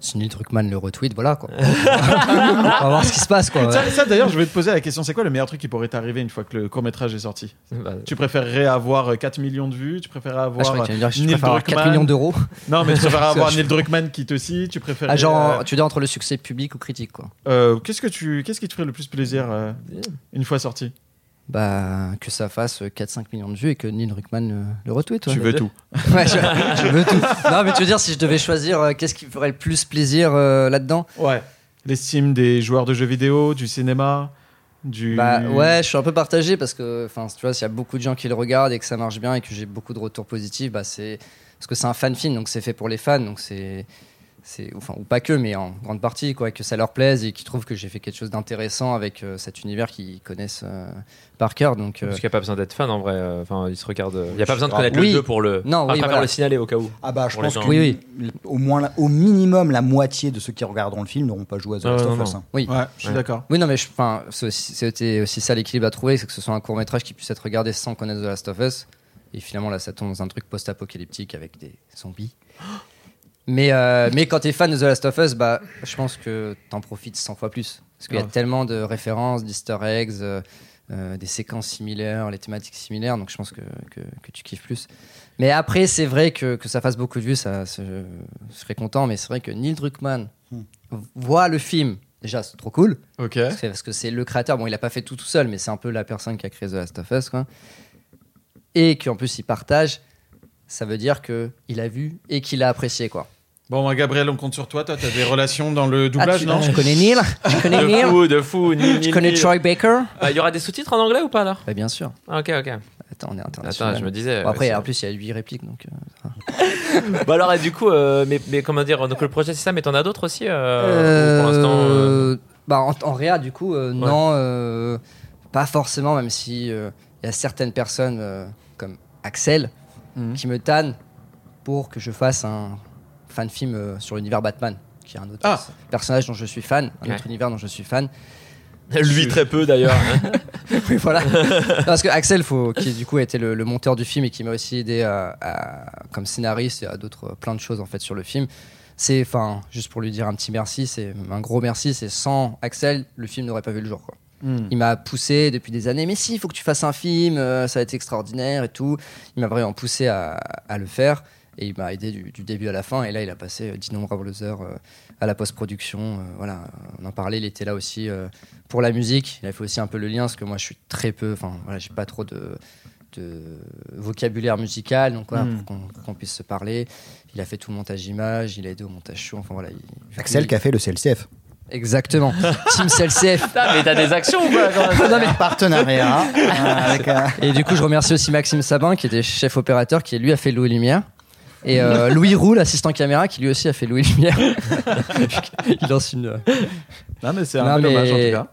A: Si Neil Druckmann le retweet, voilà quoi. On va voir ce qui se passe quoi.
D: Ça, ça, d'ailleurs, je vais te poser la question c'est quoi le meilleur truc qui pourrait t'arriver une fois que le court-métrage est sorti
E: Bah,
D: Tu préférerais avoir euh, 4 millions de vues Tu préférerais
A: Ah, je
D: avoir.
A: croyais que tu allais me dire, je
D: Neil
A: préfère avoir 4
D: Druckmann.
A: millions d'euros.
D: Non, mais tu préférerais avoir
A: Je-
D: Neil Druckmann qui te scie Tu préférerais.
A: Ah, genre,
D: euh,
A: tu dis entre le succès public ou critique quoi.
D: euh, qu'est-ce, que tu, qu'est-ce qui te ferait le plus plaisir euh, une fois sorti
A: Bah, que ça fasse euh, 4-5 millions de vues et que Neil Druckmann euh, le retweet. ouais.
D: Tu veux tout.
A: Ouais, je, je veux tout. Non, mais tu veux dire, si je devais choisir, euh, qu'est-ce qui me ferait le plus plaisir euh, là-dedans
D: Ouais. L'estime des joueurs de jeux vidéo, du cinéma, du.
A: Bah ouais, je suis un peu partagé parce que, enfin, tu vois, s'il y a beaucoup de gens qui le regardent et que ça marche bien et que j'ai beaucoup de retours positifs, bah c'est parce que c'est un fan film, donc c'est fait pour les fans, donc c'est c'est enfin ou pas que, mais en grande partie quoi, que ça leur plaise et qu'ils trouvent que j'ai fait quelque chose d'intéressant avec euh, cet univers qu'ils connaissent euh, par cœur, donc. euh,
E: Parce qu'il n'y a pas besoin d'être fan en vrai. euh, Enfin, il se regarde. euh, Il n'y a pas besoin de
C: grave.
E: connaître
A: Oui.
E: le jeu pour le.
A: Non,
E: enfin,
A: oui,
E: pas
A: voilà.
E: pour le signaler au cas où.
C: Ah bah, je
E: Pour les
C: pense
E: gens.
C: que
A: Oui, oui.
C: au moins, la- au minimum, la moitié de ceux qui regarderont le film n'auront pas joué à The
E: Ah,
C: Last
E: non,
C: of
E: non.
C: Us. hein.
D: Ouais, je suis
E: Ouais.
D: d'accord.
A: Oui, non, mais je- enfin, c'est aussi- c'était aussi ça l'équilibre à trouver, c'est que ce soit un court métrage qui puisse être regardé sans connaître The Last of Us. Et finalement, là, ça tombe dans un truc post-apocalyptique avec des zombies. Mais, euh, mais quand t'es fan de The Last of Us, bah, je pense que t'en profites 100 fois plus. Parce qu'il y a
D: Ouais.
A: tellement de références, d'easter eggs, euh, euh, des séquences similaires, les thématiques similaires, donc je pense que, que, que tu kiffes plus. Mais après, c'est vrai que, que ça fasse beaucoup de vues, ça, c'est- je serais content, mais c'est vrai que Neil Druckmann
D: Hmm.
A: voit le film, déjà, c'est trop cool.
D: Ok.
A: Parce que- Parce que c'est le créateur. Bon, il a pas fait tout tout seul, mais c'est un peu la personne qui a créé The Last of Us, quoi. Et qu'en plus, il partage, ça veut dire que il a vu et qu'il a apprécié, quoi.
D: Bon, bah, Gabriel, on compte sur toi. Toi, t'as des relations dans le doublage,
A: Ah, tu,
D: non
A: tu connais Neil Tu connais
E: De
A: Neil
E: fou, de fou. ni- ni-
A: Tu connais
E: ni-
A: Troy Baker
E: Ah, Il y aura des sous-titres en anglais ou pas alors
A: Bah, bien sûr.
E: Ah, Ok, ok.
A: Attends, on est international.
E: Attends, Ah, je me disais.
A: Bon, après,
E: ouais,
A: en plus, il y a 8 répliques, donc. euh,
E: c'est- Bah alors, et du coup, euh, mais, mais comment dire Donc le projet c'est ça, mais t'en as d'autres aussi euh, ou
A: Euh,
E: Pour l'instant. euh,
A: bah, en, en réa, du coup, euh, non, euh, pas forcément, même si euh, il y a certaines personnes euh, comme Axel
D: Mhm.
A: qui me tannent pour que je fasse un fan film euh, sur l'univers Batman, qui est un autre
D: Ah.
A: personnage dont je suis fan, un
E: Ouais.
A: autre univers dont je suis fan.
E: Lui très peu d'ailleurs.
A: Oui, voilà. Non, Parce que Axel, faut, qui du coup a été le, le monteur du film et qui m'a aussi aidé à- à- comme scénariste et à d'autres euh, plein de choses en fait sur le film. C'est, enfin, juste pour lui dire un petit merci, c'est un gros merci. C'est sans Axel, le film n'aurait pas vu le jour. Quoi.
D: Mm. Hmm.
A: Il m'a poussé depuis des années. Mais si, il faut que tu fasses un film. euh, ça va être extraordinaire et tout. Il m'a vraiment poussé à, à le faire. Et il m'a aidé du, du début à la fin. Et là, il a passé euh, d'innombrables heures euh, à la post-production. euh, voilà, on en parlait. Il était là aussi euh, pour la musique. Il a fait aussi un peu le lien, parce que moi, je suis très peu. Enfin, voilà, j'ai pas trop de, de vocabulaire musical. Donc, voilà,
D: Mm.
A: pour qu'on- pour qu'on puisse se parler. Il a fait tout le montage image. Il a aidé au montage show. Enfin, voilà. il-
C: Axel qui a fait le CLCF.
A: Exactement. Team CLCF.
E: Putain, mais t'as des actions ou quoi quand même
C: Partenariat euh, avec. euh,
A: Et du coup, je remercie aussi Maxime Sabin, qui était chef opérateur, qui lui a fait Louis Lumière. Et euh, Louis Roux, l'assistant caméra, qui lui aussi a fait Louis Lumière. Il lance une. euh,
D: Non, mais c'est un
A: Non, mais-
D: peu
A: Ah,
D: dommage, en tout cas.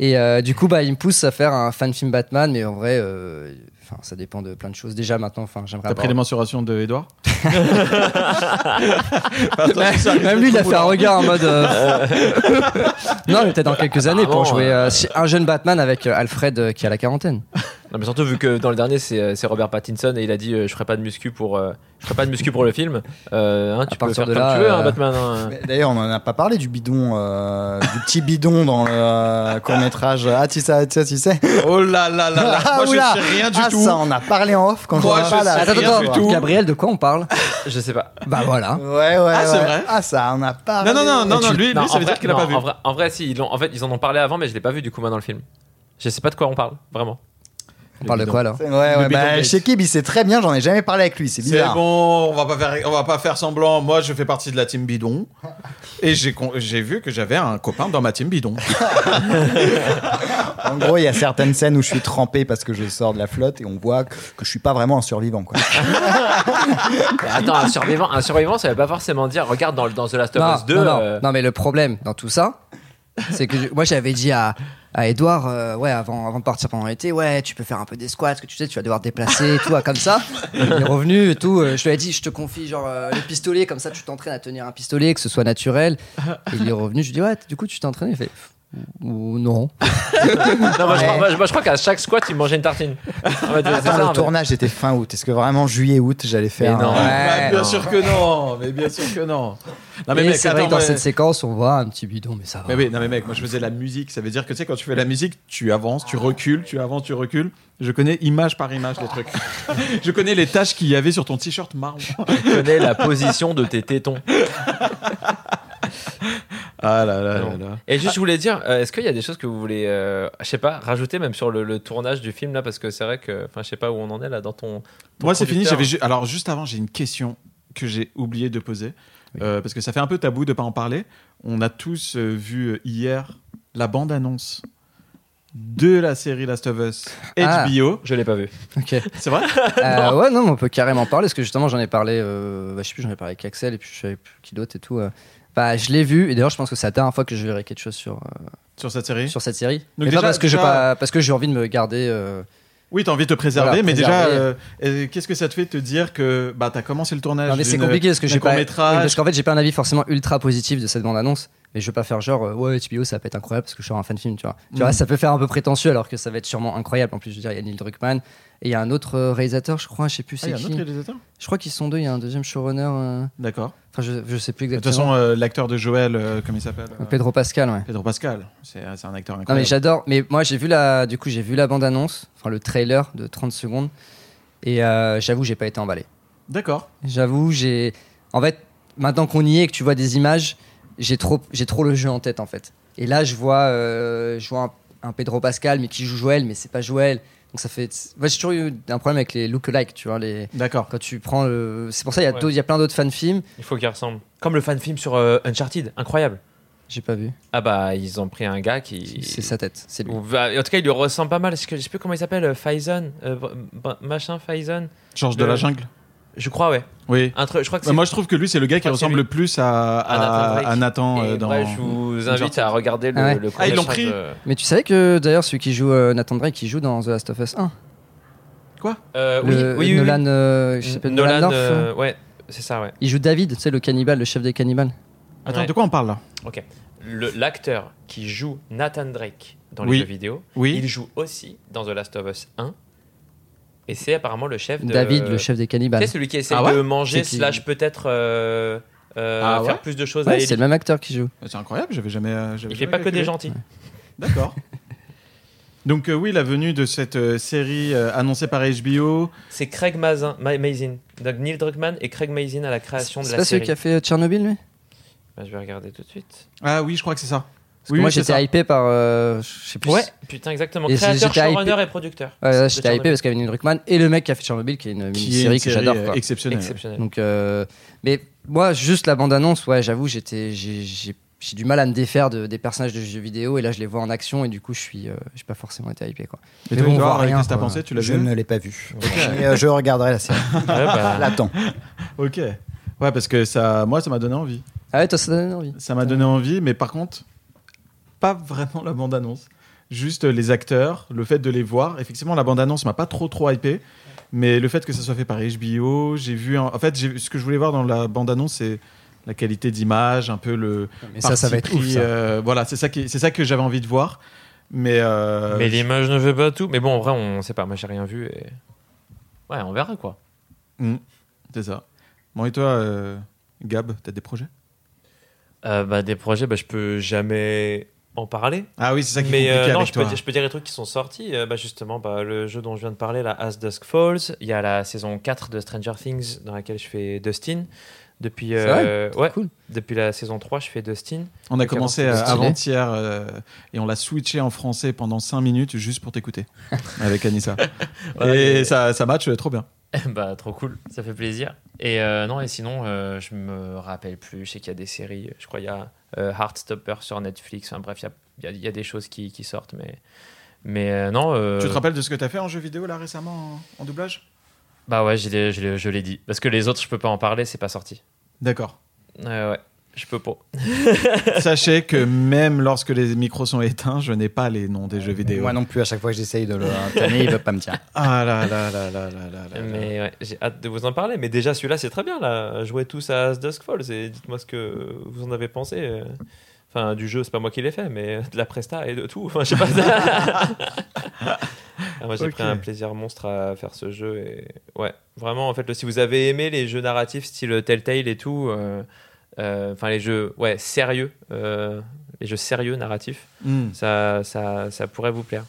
A: Et euh, du coup, bah, il me pousse à faire un fan film Batman, mais en vrai, euh, enfin, ça dépend de plein de choses. Déjà, maintenant, enfin, j'aimerais.
D: T'as pris les
A: avoir-
D: mensurations de Edouard
A: Même lui, il a fait un regard en mode. euh, non, mais peut-être dans quelques années
E: Ah bon,
A: pour jouer
E: euh,
A: euh, si- un jeune Batman avec euh, Alfred euh, qui a la quarantaine.
E: Non mais surtout vu que dans le dernier c'est, euh, c'est Robert Pattinson et il a dit euh, je ferai pas de muscu pour euh, je ferai pas de muscu pour le film. Euh, hein, tu peux
A: partir
E: faire
A: de
E: comme
A: là,
E: tu veux hein,
A: euh,
E: Batman. hein.
C: Mais D'ailleurs, on n'en a pas parlé du bidon, euh, du petit bidon dans le court métrage. Ah, tu sais, tu sais, tu sais.
D: Oh là là là là Moi,
C: oula.
D: je sais rien du
C: ah,
D: tout.
C: ça, on a parlé en off quand
D: Moi,
C: on a
D: je
C: pas
D: sais
C: la-
D: Ah,
A: Attends,
D: rien
A: attends,
D: du tout.
A: Gabriel, de quoi on parle
E: Je sais pas.
A: Bah voilà.
C: Ouais, ouais.
D: Ah, c'est
C: ouais.
D: vrai
C: Ah, ça, on a parlé.
D: Non, non, non, non, non, lui,
E: Non,
D: lui, ça
E: en
D: veut
E: vrai-
D: dire qu'il a
E: non,
D: pas vu.
E: En vrai, en vrai, si, ils l'ont- en fait, ils en ont parlé avant, mais je l'ai pas vu du coup, moi, dans le film. Je sais pas de quoi on parle, vraiment.
A: On parle de quoi là
C: Ouais, ouais,
D: Bill
C: bah,
D: Gates.
C: chez Kib, il sait très bien, j'en ai jamais parlé avec lui, c'est
D: C'est
C: bizarre.
D: bon, on va pas faire, on va pas faire semblant. Moi, je fais partie de la team bidon, et j'ai con- j'ai vu que j'avais un copain dans ma team bidon.
C: En gros, il y a certaines scènes où je suis trempé parce que je sors de la flotte et on voit que, que je suis pas vraiment un survivant, quoi.
E: Attends, un survivant, un survivant, ça veut pas forcément dire. Regarde dans, le- dans The Last
A: non,
E: of Us 2.
A: non, non.
E: euh,
A: Non, mais le problème dans tout ça, c'est que je- moi j'avais dit à, à Edouard, euh, ouais, avant, avant de partir pendant l'été, ouais, tu peux faire un peu des squats, parce que tu sais, tu vas devoir te déplacer et tout, ah, comme ça. Il est revenu et tout. euh, je lui ai dit, je te confie genre euh, le pistolet, comme ça tu t'entraînes à tenir un pistolet, que ce soit naturel. Et il est revenu, je lui ai dit, ouais, du coup tu t'es entraîné. Il fait, ou non.
E: non, moi, je, crois- moi, je- moi, je crois qu'à chaque squat, il mangeait une tartine. En fait,
A: Ah,
E: c'est
C: Attends,
E: ça,
C: le
E: en fait.
C: tournage était fin août. Est-ce que vraiment juillet-août, j'allais faire
E: Mais non.
C: un-
D: Bah,
A: Ouais,
D: bien
A: non.
D: sûr que non, mais bien sûr que non. Non mais
A: Et
D: mec,
A: c'est vrai que
D: attends,
A: dans
D: mais-
A: cette séquence, on voit un petit bidon, mais ça va.
D: Mais oui, non mais mec, moi je faisais la musique, ça veut dire que tu sais quand tu fais la musique, tu avances, tu recules, tu avances, tu recules. Je connais image par image les trucs. je connais les taches qu'il y avait sur ton t-shirt marron.
E: Je connais la position de tes tétons.
D: Ah là là
E: Non.
D: là là.
E: Et juste, je voulais dire, euh, est-ce qu'il y a des choses que vous voulez, euh, je sais pas, rajouter même sur le, le tournage du film là, parce que c'est vrai que, enfin, je sais pas où on en est là dans ton.
D: Moi c'est fini,
E: conducteur.
D: j'avais ju- alors juste avant, j'ai une question que j'ai oublié de poser Euh, parce que ça fait un peu tabou de pas en parler. On a tous euh, vu euh, hier la bande annonce de la série Last of Us
A: Ah.
D: HBO.
E: Je l'ai pas vu.
A: Ok.
D: C'est vrai
A: Euh, ouais, non, mais on peut carrément parler, parce que justement, j'en ai parlé, euh, bah, je sais plus, j'en ai parlé avec Axel, et puis je savais plus qui d'autre et tout. euh. Bah, je l'ai vu, et d'ailleurs, je pense que c'est la dernière fois que je verrai quelque chose sur, euh,
D: sur cette série.
A: sur cette série.
D: Donc
A: Mais
D: déjà-
A: pas parce que
D: déjà-
A: j'ai pas, parce que j'ai envie de me garder. euh,
D: Oui, t'as envie de te préserver,
A: Voilà,
D: mais
A: préserver.
D: déjà, euh, euh, qu'est-ce que ça te fait de te dire que bah t'as commencé le tournage
A: Non, mais c'est
D: d'une-
A: compliqué, parce que
D: d'un
A: j'ai pas.
D: court-métrage.
A: oui, parce qu'en fait, j'ai pas un avis forcément ultra positif de cette bande-annonce. Mais je vais pas faire genre, euh, ouais, HBO, ça peut être incroyable parce que je suis un fan film, tu vois. Tu
D: Mm.
A: vois, ça peut faire un peu prétentieux alors que ça va être sûrement incroyable. En plus, je veux dire, il y a Neil Druckmann et il y a un autre euh, réalisateur, je crois, je sais plus
D: Ah,
A: c'est
D: il y a un
A: qui.
D: autre réalisateur
A: Je crois qu'ils sont deux, il y a un deuxième showrunner. euh,
D: D'accord.
A: Enfin, je, je sais plus
D: De toute
A: exactement.
D: façon, euh, l'acteur de Joël, euh, comment il s'appelle euh,
A: Pedro Pascal, ouais.
D: Pedro Pascal. C'est c'est un acteur
A: Non mais
D: incroyable.
A: j'adore. Mais moi j'ai vu la, du coup j'ai vu la bande annonce, enfin le trailer de 30 secondes, et euh, j'avoue j'ai pas été emballé.
D: D'accord.
A: J'avoue j'ai, en fait maintenant qu'on y est et que tu vois des images, j'ai trop, j'ai trop le jeu en tête en fait. Et là je vois, euh, je vois un, un Pedro Pascal mais qui joue Joël mais c'est pas Joël, donc ça fait. Moi j'ai toujours eu un problème avec les look-alike, tu vois les.
D: D'accord.
A: Quand tu prends le, c'est pour ça il y a
E: Ouais.
A: d'autres- il y a plein d'autres fan films.
E: Il faut qu'il ressemble. Comme le fan film sur euh, Uncharted, incroyable.
A: J'ai pas vu.
E: Ah bah, ils ont pris un gars qui.
A: C'est sa tête, c'est lui.
E: Ou va- en tout cas, il lui ressemble pas mal. Est-ce que- Je sais plus comment il s'appelle, euh, Faison, euh, b- machin Faison.
D: Georges de la
E: Euh,
D: jungle.
E: Je crois, ouais.
D: Oui.
E: Un truc- je crois que
D: Bah,
E: c'est.
D: moi, je trouve que lui, c'est le gars qui
E: crois que c'est
D: ressemble
E: lui.
D: le plus à, à,
E: À Nathan Drake.
D: à Nathan euh,
E: Et
D: dans.
E: bref, je vous invite
D: Uncharted.
E: à regarder le.
A: Ah ouais.
E: le
D: Ah, ils l'ont pris.
E: court-métrage, euh,
A: Mais tu savais que d'ailleurs celui qui joue euh, Nathan Drake, qui joue dans The Last of Us 1.
E: euh, oui,
A: Le-
E: oui, oui, oui.
A: Nolan, euh, je sais pas, Nolan, North,
D: hein.
E: euh, ouais, c'est ça, ouais.
A: Il joue David, tu sais, le cannibale, le chef des cannibales.
D: Attends,
E: Ouais.
D: de quoi on parle là
E: Le- L'acteur qui joue Nathan Drake dans les
D: Oui.
E: jeux vidéo,
D: Oui.
E: il joue aussi dans The Last of Us 1. Et c'est apparemment le chef de. euh,
A: David, le chef des
E: Tu
A: cannibales.
E: sais, celui qui essaie
D: Ah ouais
E: de manger,
A: C'est qui
E: slash peut-être euh, euh,
D: Ah
E: faire
D: ouais
E: plus de choses à
A: Ouais,
E: Ellie.
A: c'est le même acteur qui joue.
D: C'est incroyable, j'avais jamais. euh, j'avais
E: Il fait
D: jamais
E: pas que
D: calculé.
E: des gentils.
D: D'accord. Donc, euh, oui, la venue de cette euh, série euh, annoncée par HBO.
E: C'est Craig Mazin, Ma- Mazin. Donc Neil Druckmann et Craig Mazin à la création de
A: C'est
E: la
A: pas celui
E: série.
A: qui a fait euh, Tchernobyl, lui
E: Bah, je vais regarder tout de suite.
D: Ah oui, je crois que c'est ça.
A: Parce que moi,
D: c'est ça.
A: j'étais hypé par. euh, je sais plus.
E: Ouais, putain, exactement.
A: Et
E: Créateur,
A: j'étais hypé.
E: showrunner et producteur.
A: Ouais, là,
E: De
A: j'étais hypé
E: Tchernobyl.
A: parce qu'il y avait Neil Druckmann et le mec qui a fait Tchernobyl, qui est une,
D: Qui est
A: série,
D: une
A: que j'adore.
D: euh,
A: quoi.
D: Exceptionnelle.
E: Exceptionnel.
A: Donc, euh, mais moi, juste la bande-annonce, ouais, j'avoue, j'étais, j'ai, j'ai- j'ai du mal à me défaire de, des personnages de jeux vidéo et là, je les vois en action et du coup, je suis, euh, j'ai pas forcément été hypé, quoi.
D: Et
A: Mais
D: toi,
A: bon, on
D: Edouard,
A: voit rien,
D: qu'est-ce que t'as
A: quoi.
D: pensé Tu l'as
C: Je
D: vu
C: ne l'ai pas vu. Mais, euh, je regarderai la série.
E: Ouais, bah,
C: L'attends.
D: Ok. Ouais, parce que ça, moi, ça m'a donné envie.
A: Ah ouais, toi, ça donne envie.
D: Ça m'a donné envie, mais par contre, pas vraiment la bande-annonce. Juste euh, les acteurs, le fait de les voir. Effectivement, la bande-annonce m'a pas trop trop hypé, mais le fait que ça soit fait par HBO, j'ai vu. En, en fait, j'ai- ce que je voulais voir dans la bande-annonce, c'est la qualité d'image, un peu le.
A: Mais ça, ça va
D: parti
A: être ouf.
D: pris,
A: ça.
D: euh, voilà, c'est ça qui, c'est ça que j'avais envie de voir. Mais, euh,
E: Mais l'image ne fait pas tout. Mais bon, en vrai, on sait pas. Moi, j'ai rien vu. et- Ouais, on verra quoi.
D: c'est ça. Bon et toi, euh, Gab, t'as des projets
E: Euh, bah, des projets, bah, je peux jamais en parler.
D: Ah oui, c'est ça qui est
E: Mais
D: compliqué
E: euh, non,
D: avec
E: je peux,
D: toi.
E: dire, je peux dire les trucs qui sont sortis. Euh, bah, justement, bah, le jeu dont je viens de parler, la As Dusk Falls. Il y a la saison 4 de Stranger Things dans laquelle je fais Dustin. Depuis,
A: C'est vrai
E: euh, ouais,
A: Cool.
E: depuis la saison 3, je fais Dustin.
D: On a
E: Ok,
D: commencé
E: avant-
D: euh,
A: Stylé.
D: avant-hier euh, et on l'a switché en français pendant 5 minutes juste pour t'écouter avec Anissa. et
E: mais-
D: ça, ça match euh, trop bien.
E: bah, trop cool, ça fait plaisir. Et euh, non, et sinon, euh, je me rappelle plus. Je sais qu'il y a des séries, je crois qu'il y a euh, Heartstopper sur Netflix. Enfin, bref, il y a- il y a, il y a des choses qui, qui sortent, mais. Mais euh, non. euh,
D: Tu te rappelles de ce que t'as fait en jeu vidéo là récemment en, en doublage
E: Bah ouais, je l'ai- je l'ai je l'ai dit. Parce que les autres, je peux pas en parler, c'est pas sorti.
D: D'accord.
E: Euh, Ouais, ouais, je peux pas.
D: Sachez que même lorsque les micros sont éteints, je n'ai pas les noms des jeux vidéo.
C: Moi non plus, à chaque fois que j'essaye de le tanner, il veut pas me dire.
D: Ah là là là là là là là.
E: Mais ouais, j'ai hâte de vous en parler. Mais déjà, celui-là, c'est très bien. Là. Jouez tous à As Dusk Falls et dites-moi ce que vous en avez pensé. euh. Enfin, du jeu, c'est pas moi qui l'ai fait, mais de la presta et de tout. Enfin, je sais pas. Ah, moi, j'ai
D: Ok.
E: pris un plaisir monstre à faire ce jeu. Et... Ouais, vraiment, en fait, le- si vous avez aimé les jeux narratifs style Telltale et tout, euh, euh, enfin, les jeux ouais, sérieux, euh, les jeux sérieux narratifs,
D: Hmm.
E: ça, ça, ça pourrait vous plaire.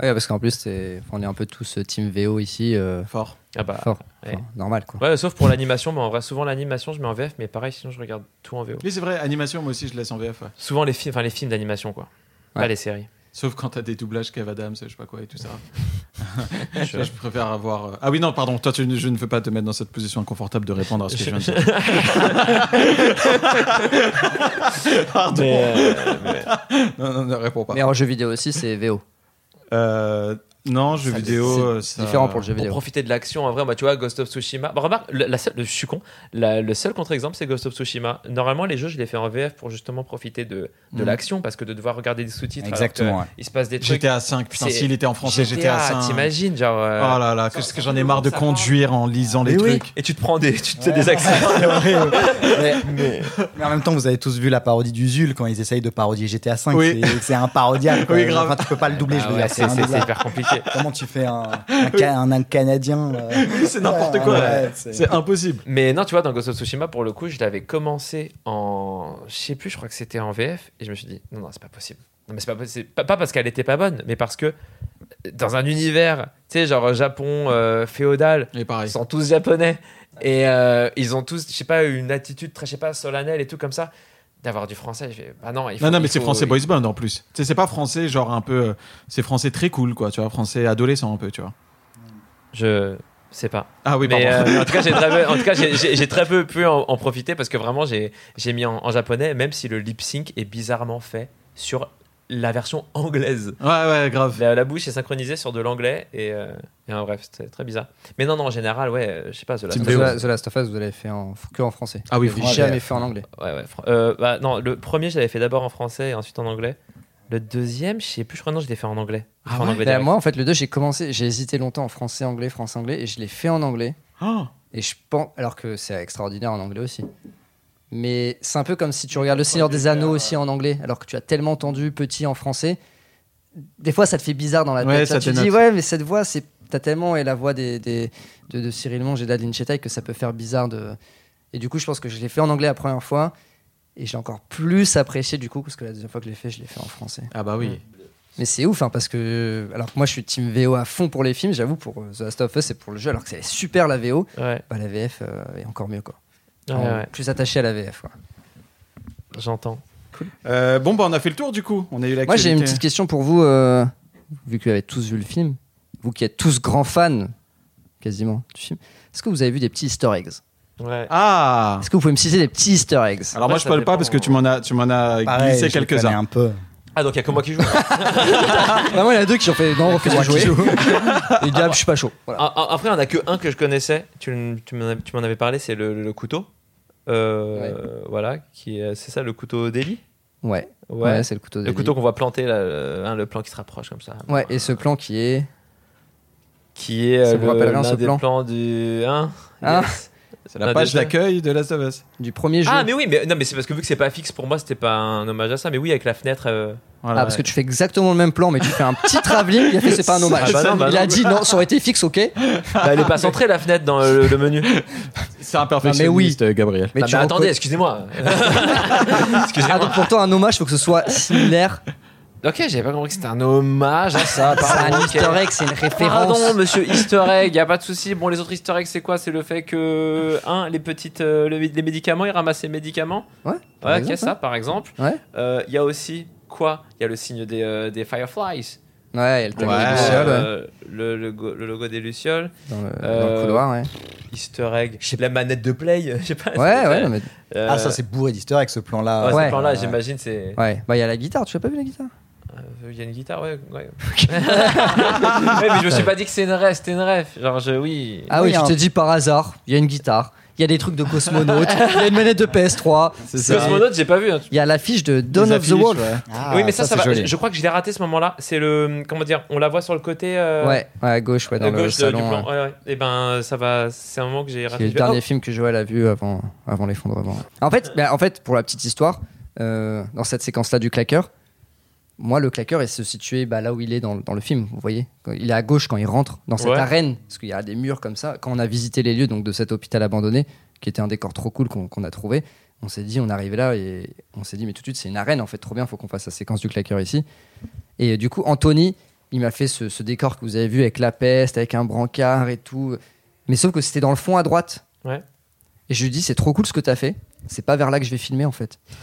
A: Ouais, parce qu'en plus, c'est- enfin, on est un peu tous euh, team VO ici. euh,
D: Fort.
E: Ah bah,
A: fort.
E: ouais.
A: Enfin, normal, quoi.
E: Ouais, sauf pour l'animation, mais en vrai, souvent l'animation, je mets en VF, mais pareil, sinon je regarde tout en VO.
D: Oui, c'est vrai, animation, moi aussi je laisse en VF. ouais.
E: Souvent les films, enfin les films d'animation, quoi. Pas
A: Ouais.
E: les séries.
D: Sauf quand t'as des doublages Kev Adams, je sais pas quoi et tout ça. je, je préfère avoir. euh, Ah oui, non, pardon, toi, tu- je ne veux pas te mettre dans cette position inconfortable de répondre à ce que je viens de dire. Pardon. Non, non, ne réponds pas.
A: Mais en jeu vidéo aussi, c'est VO.
D: Euh, non, jeu
A: Ça,
D: vidéo.
A: c'est-
D: euh,
A: C'est
D: ça-
A: différent pour le jeu
E: Pour
A: vidéo.
E: profiter de l'action, en vrai, bah, tu vois, Ghost of Tsushima. Bah, remarque, le- la seule- je suis con. La- le seul contre-exemple, c'est Ghost of Tsushima. Normalement, les jeux, je les fais en VF pour justement profiter de, de
D: Mhm.
E: l'action, parce que de devoir regarder des sous-titres. alors
C: Exactement,
E: que
C: ouais.
E: Il se passe des trucs.
D: GTA 5, putain,
E: C'est-
D: s'il était en français, GTA 5.
E: T'imagines, genre.
D: Oh
E: euh,
D: là là, qu'est-ce que j'en ai marre de conduire en lisant les
C: Mais oui.
D: trucs.
E: Et tu te prends des, tu te fais des accents.
C: mais, mais en même temps, vous avez tous vu la parodie d'Usul quand ils essayent de parodier GTA V.
D: Oui.
C: c'est- C'est imparodiable. quoi.
D: Oui, grave.
C: Enfin, tu peux pas le doubler,
E: Ah
C: je veux
E: ouais,
C: dire.
E: c'est c'est- c'est
C: indoublable.
E: hyper compliqué.
C: Comment tu fais un, un, Ca- un- un Canadien euh,
D: C'est n'importe
C: ouais,
D: quoi.
C: ouais, c'est-
D: C'est impossible.
E: Mais non, tu vois, dans Ghost of Tsushima, pour le coup, je l'avais commencé en. Je sais plus, je crois que c'était en VF. Et je me suis dit, non, non, c'est pas possible. Non, mais c'est pas possible. Pas, pas parce qu'elle était pas bonne, mais parce que dans un univers, tu sais, genre Japon euh, féodal,
D: Et
E: ils
D: pareil.
E: sont tous japonais. Et euh, ils ont tous, je sais pas, une attitude très, je sais pas, solennelle et tout comme ça. D'avoir du français, je fais, bah non, il faut.
D: Non, non,
E: il
D: mais c'est
E: faut-
D: français
E: il-
D: boys band en plus. Tu sais, c'est pas français, genre un peu. euh, C'est français très cool, quoi, tu vois, français adolescent un peu, tu vois.
E: Je sais pas.
D: Ah oui, pardon.
E: mais euh, en tout cas, j'ai très peu, en tout cas, j'ai- j'ai j'ai très peu pu en, en profiter parce que vraiment, j'ai j'ai mis en, en japonais, même si le lip sync est bizarrement fait sur la version anglaise.
D: Ouais, ouais, grave.
E: La, la bouche est synchronisée sur de l'anglais et, euh, et, euh, bref, c'était très bizarre. Mais non, non, en général, ouais, euh, je sais pas, The Last
A: The
E: of
D: VO.
A: La- The Last of Us, vous l'avez fait en... que en français.
D: Ah oui,
A: Vous l'avez
D: franchement,
A: jamais fait en anglais.
E: Ouais, ouais. fran- euh, bah, non, le premier, je l'avais fait d'abord en français et ensuite en anglais. Le deuxième, je sais plus, je crois, non, je l'ai fait en anglais. Je l'ai fait en anglais
A: Bah,
E: direct.
A: moi, en fait, le 2, j'ai commencé, j'ai hésité longtemps en français, anglais, français, anglais, et je l'ai fait en anglais.
D: Oh.
A: Et je pense, alors que c'est extraordinaire en anglais aussi. Mais c'est un peu comme si tu regardes Le Seigneur des Anneaux aussi en anglais, alors que tu as tellement entendu petit en français. Des fois, ça te fait bizarre dans la tête. Tu
D: Ouais,
A: vois,
D: ça
A: tu te
D: t'énerve.
A: dis, ouais, mais cette voix, c'est t'as tellement et la voix des, des- de, de Cyril Monge et d'Adeline Chetaille que ça peut faire bizarre de. Et du coup, je pense que je l'ai fait en anglais la première fois. Et j'ai encore plus apprécié du coup, parce que la deuxième fois que je l'ai fait, je l'ai fait en français.
D: Ah bah oui.
A: Mais c'est ouf, hein, parce que. Alors que moi, je suis team VO à fond pour les films, j'avoue, pour euh, The Last of Us et pour le jeu, alors que c'est super la VO.
E: Ouais,
A: Bah, la VF euh, est encore mieux, quoi.
E: ouais,
A: Enfin,
E: ouais,
A: Plus attaché à la VF. quoi.
E: j'entends.
D: Euh, bon, bah on a fait le tour du coup. On a eu l'actualité.
A: Moi, j'ai une petite question pour vous, euh, vu que vous avez tous vu le film, vous qui êtes tous grands fans, quasiment, du film. Est-ce que vous avez vu des petits easter eggs
E: Ouais.
D: Ah
A: Est-ce que vous pouvez me citer des petits easter eggs
D: Alors moi,
E: Ouais,
D: je
E: ça
D: parle pas
E: dépend.
D: parce que tu m'en as, tu m'en as
C: Pareil,
D: glissé
C: je le connais
A: hein.
D: quelques-uns.
C: un peu.
E: Ah, donc il y a que moi qui joue.
A: Vraiment, il y en a deux qui ont fait non, refais-moi jouer. Et Gab, je suis pas chaud. Voilà.
E: Ah, ah, après, on a que un que je connaissais. Tu, l- tu m'en av- tu m'en avais parlé, c'est le, le couteau. Euh, Voilà, qui est- c'est ça le couteau d'Eli.
A: Ouais,
E: Ouais.
A: ouais, c'est le couteau
E: le
A: d'Eli.
E: couteau qu'on voit planter, là, le, hein, le plan qui se rapproche comme ça.
A: Ouais, et ce plan qui est.
E: Qui est
A: Ça
E: euh,
A: vous
E: le-
A: rappelle rien,
E: l'un
A: ce
E: des
A: plan
E: plans du. Hein
A: Ah.
E: Yes.
D: C'est
E: Ah,
D: la page
E: déjà.
D: d'accueil de Last of Us.
A: Du premier jeu.
E: Ah, mais oui, mais, non, mais c'est parce que vu que c'est pas fixe, pour moi, c'était pas un hommage à ça. Mais oui, avec la fenêtre. euh,
D: Voilà.
A: Ah, parce que tu fais exactement le même plan, mais tu fais un petit travelling. Il a fait, c'est pas un hommage.
E: Ah, bah non, bah
A: il a
E: non.
A: dit, non, ça aurait été fixe, ok. Ah,
E: bah, elle est pas centrée, la fenêtre, dans le, le menu. Bah,
D: c'est un perfectionniste, Gabriel.
A: Mais
E: Ah, Mais,
A: tu reconnais-
E: attendez, excusez-moi.
A: Ah, donc pour toi, un hommage, faut que ce soit similaire
E: Ok, j'avais pas compris que c'était un hommage à ça.
A: C'est
E: pardon,
A: un
E: ok.
A: easter egg, c'est une référence.
E: Pardon, monsieur Easter Egg, y a pas de souci. Bon, les autres Easter eggs, c'est quoi C'est le fait que un, les petites, euh, le- les médicaments, ils ramassent les médicaments.
A: Ouais, par
E: Ouais, ok,
A: exemple,
E: ça, par exemple.
A: Ouais.
E: Euh, y a aussi quoi Il y a le signe des, euh, des Fireflies.
A: Ouais, il y a le tableau
D: Ouais.
A: des lucioles ouais,
E: Euh, le, le go- le logo des lucioles.
A: dans, le,
E: Euh,
A: dans le couloir, ouais.
E: Easter egg. La manette de play. Je sais pas.
A: Ouais, ouais, non, mais-
E: Euh,
C: Ah, ça, c'est bourré d'easter avec ce plan-là.
E: ouais,
A: Ouais.
E: ce plan-là, j'imagine, c'est. euh,
A: ouais. Bah, il y a la guitare, tu as pas vu la guitare
E: Il y a une guitare, ouais. ouais. Ouais, mais je me suis pas dit que c'est une rêve, c'était une rêve. Genre, je, oui.
A: Ah
C: Oui,
A: oui,
C: il y a
A: je
C: un-
A: te dis par hasard, il y a une guitare, il y a des trucs de cosmonautes, il y a une manette de PS3,
E: Cosmonaute, j'ai pas vu. hein.
A: il y a l'affiche de Dawn of the
D: affiches,
A: Wolf.
C: Ah,
E: oui, mais ça, ça,
C: c'est
E: va.
C: joli.
E: Je, je crois que je l'ai raté ce moment-là. C'est le. Comment dire On la voit sur le côté. euh,
A: Ouais, ouais, à gauche, ouais,
E: de
A: dans le
E: gauche de- du
A: salon. euh,
E: plan. Ouais, ouais. Et ben, ça va. C'est un moment que j'ai
A: C'est
E: raté.
A: le
E: Je vais-
A: dernier film que Joël a vu avant, avant l'effondrement. En fait, bah, en fait, pour la petite histoire, euh, dans cette séquence-là du claqueur, moi, le claqueur, il se situait bah, là où il est dans, dans le film, vous voyez. Quand- Il est à gauche quand il rentre dans cette
E: Ouais.
A: arène, parce qu'il y a des murs comme ça. Quand on a visité les lieux donc, de cet hôpital abandonné, qui était un décor trop cool qu'on qu'on a trouvé, on s'est dit, on arrivait là et on s'est dit, mais tout de suite, c'est une arène, en fait, trop bien, faut qu'on fasse la séquence du claqueur ici. Et euh, du coup, Anthony, il m'a fait ce, ce décor que vous avez vu avec la peste, avec un brancard et tout. Mais sauf que c'était dans le fond à droite.
E: Ouais.
A: Et je lui dis, c'est trop cool ce que t'as fait. C'est pas vers là que je vais filmer en fait.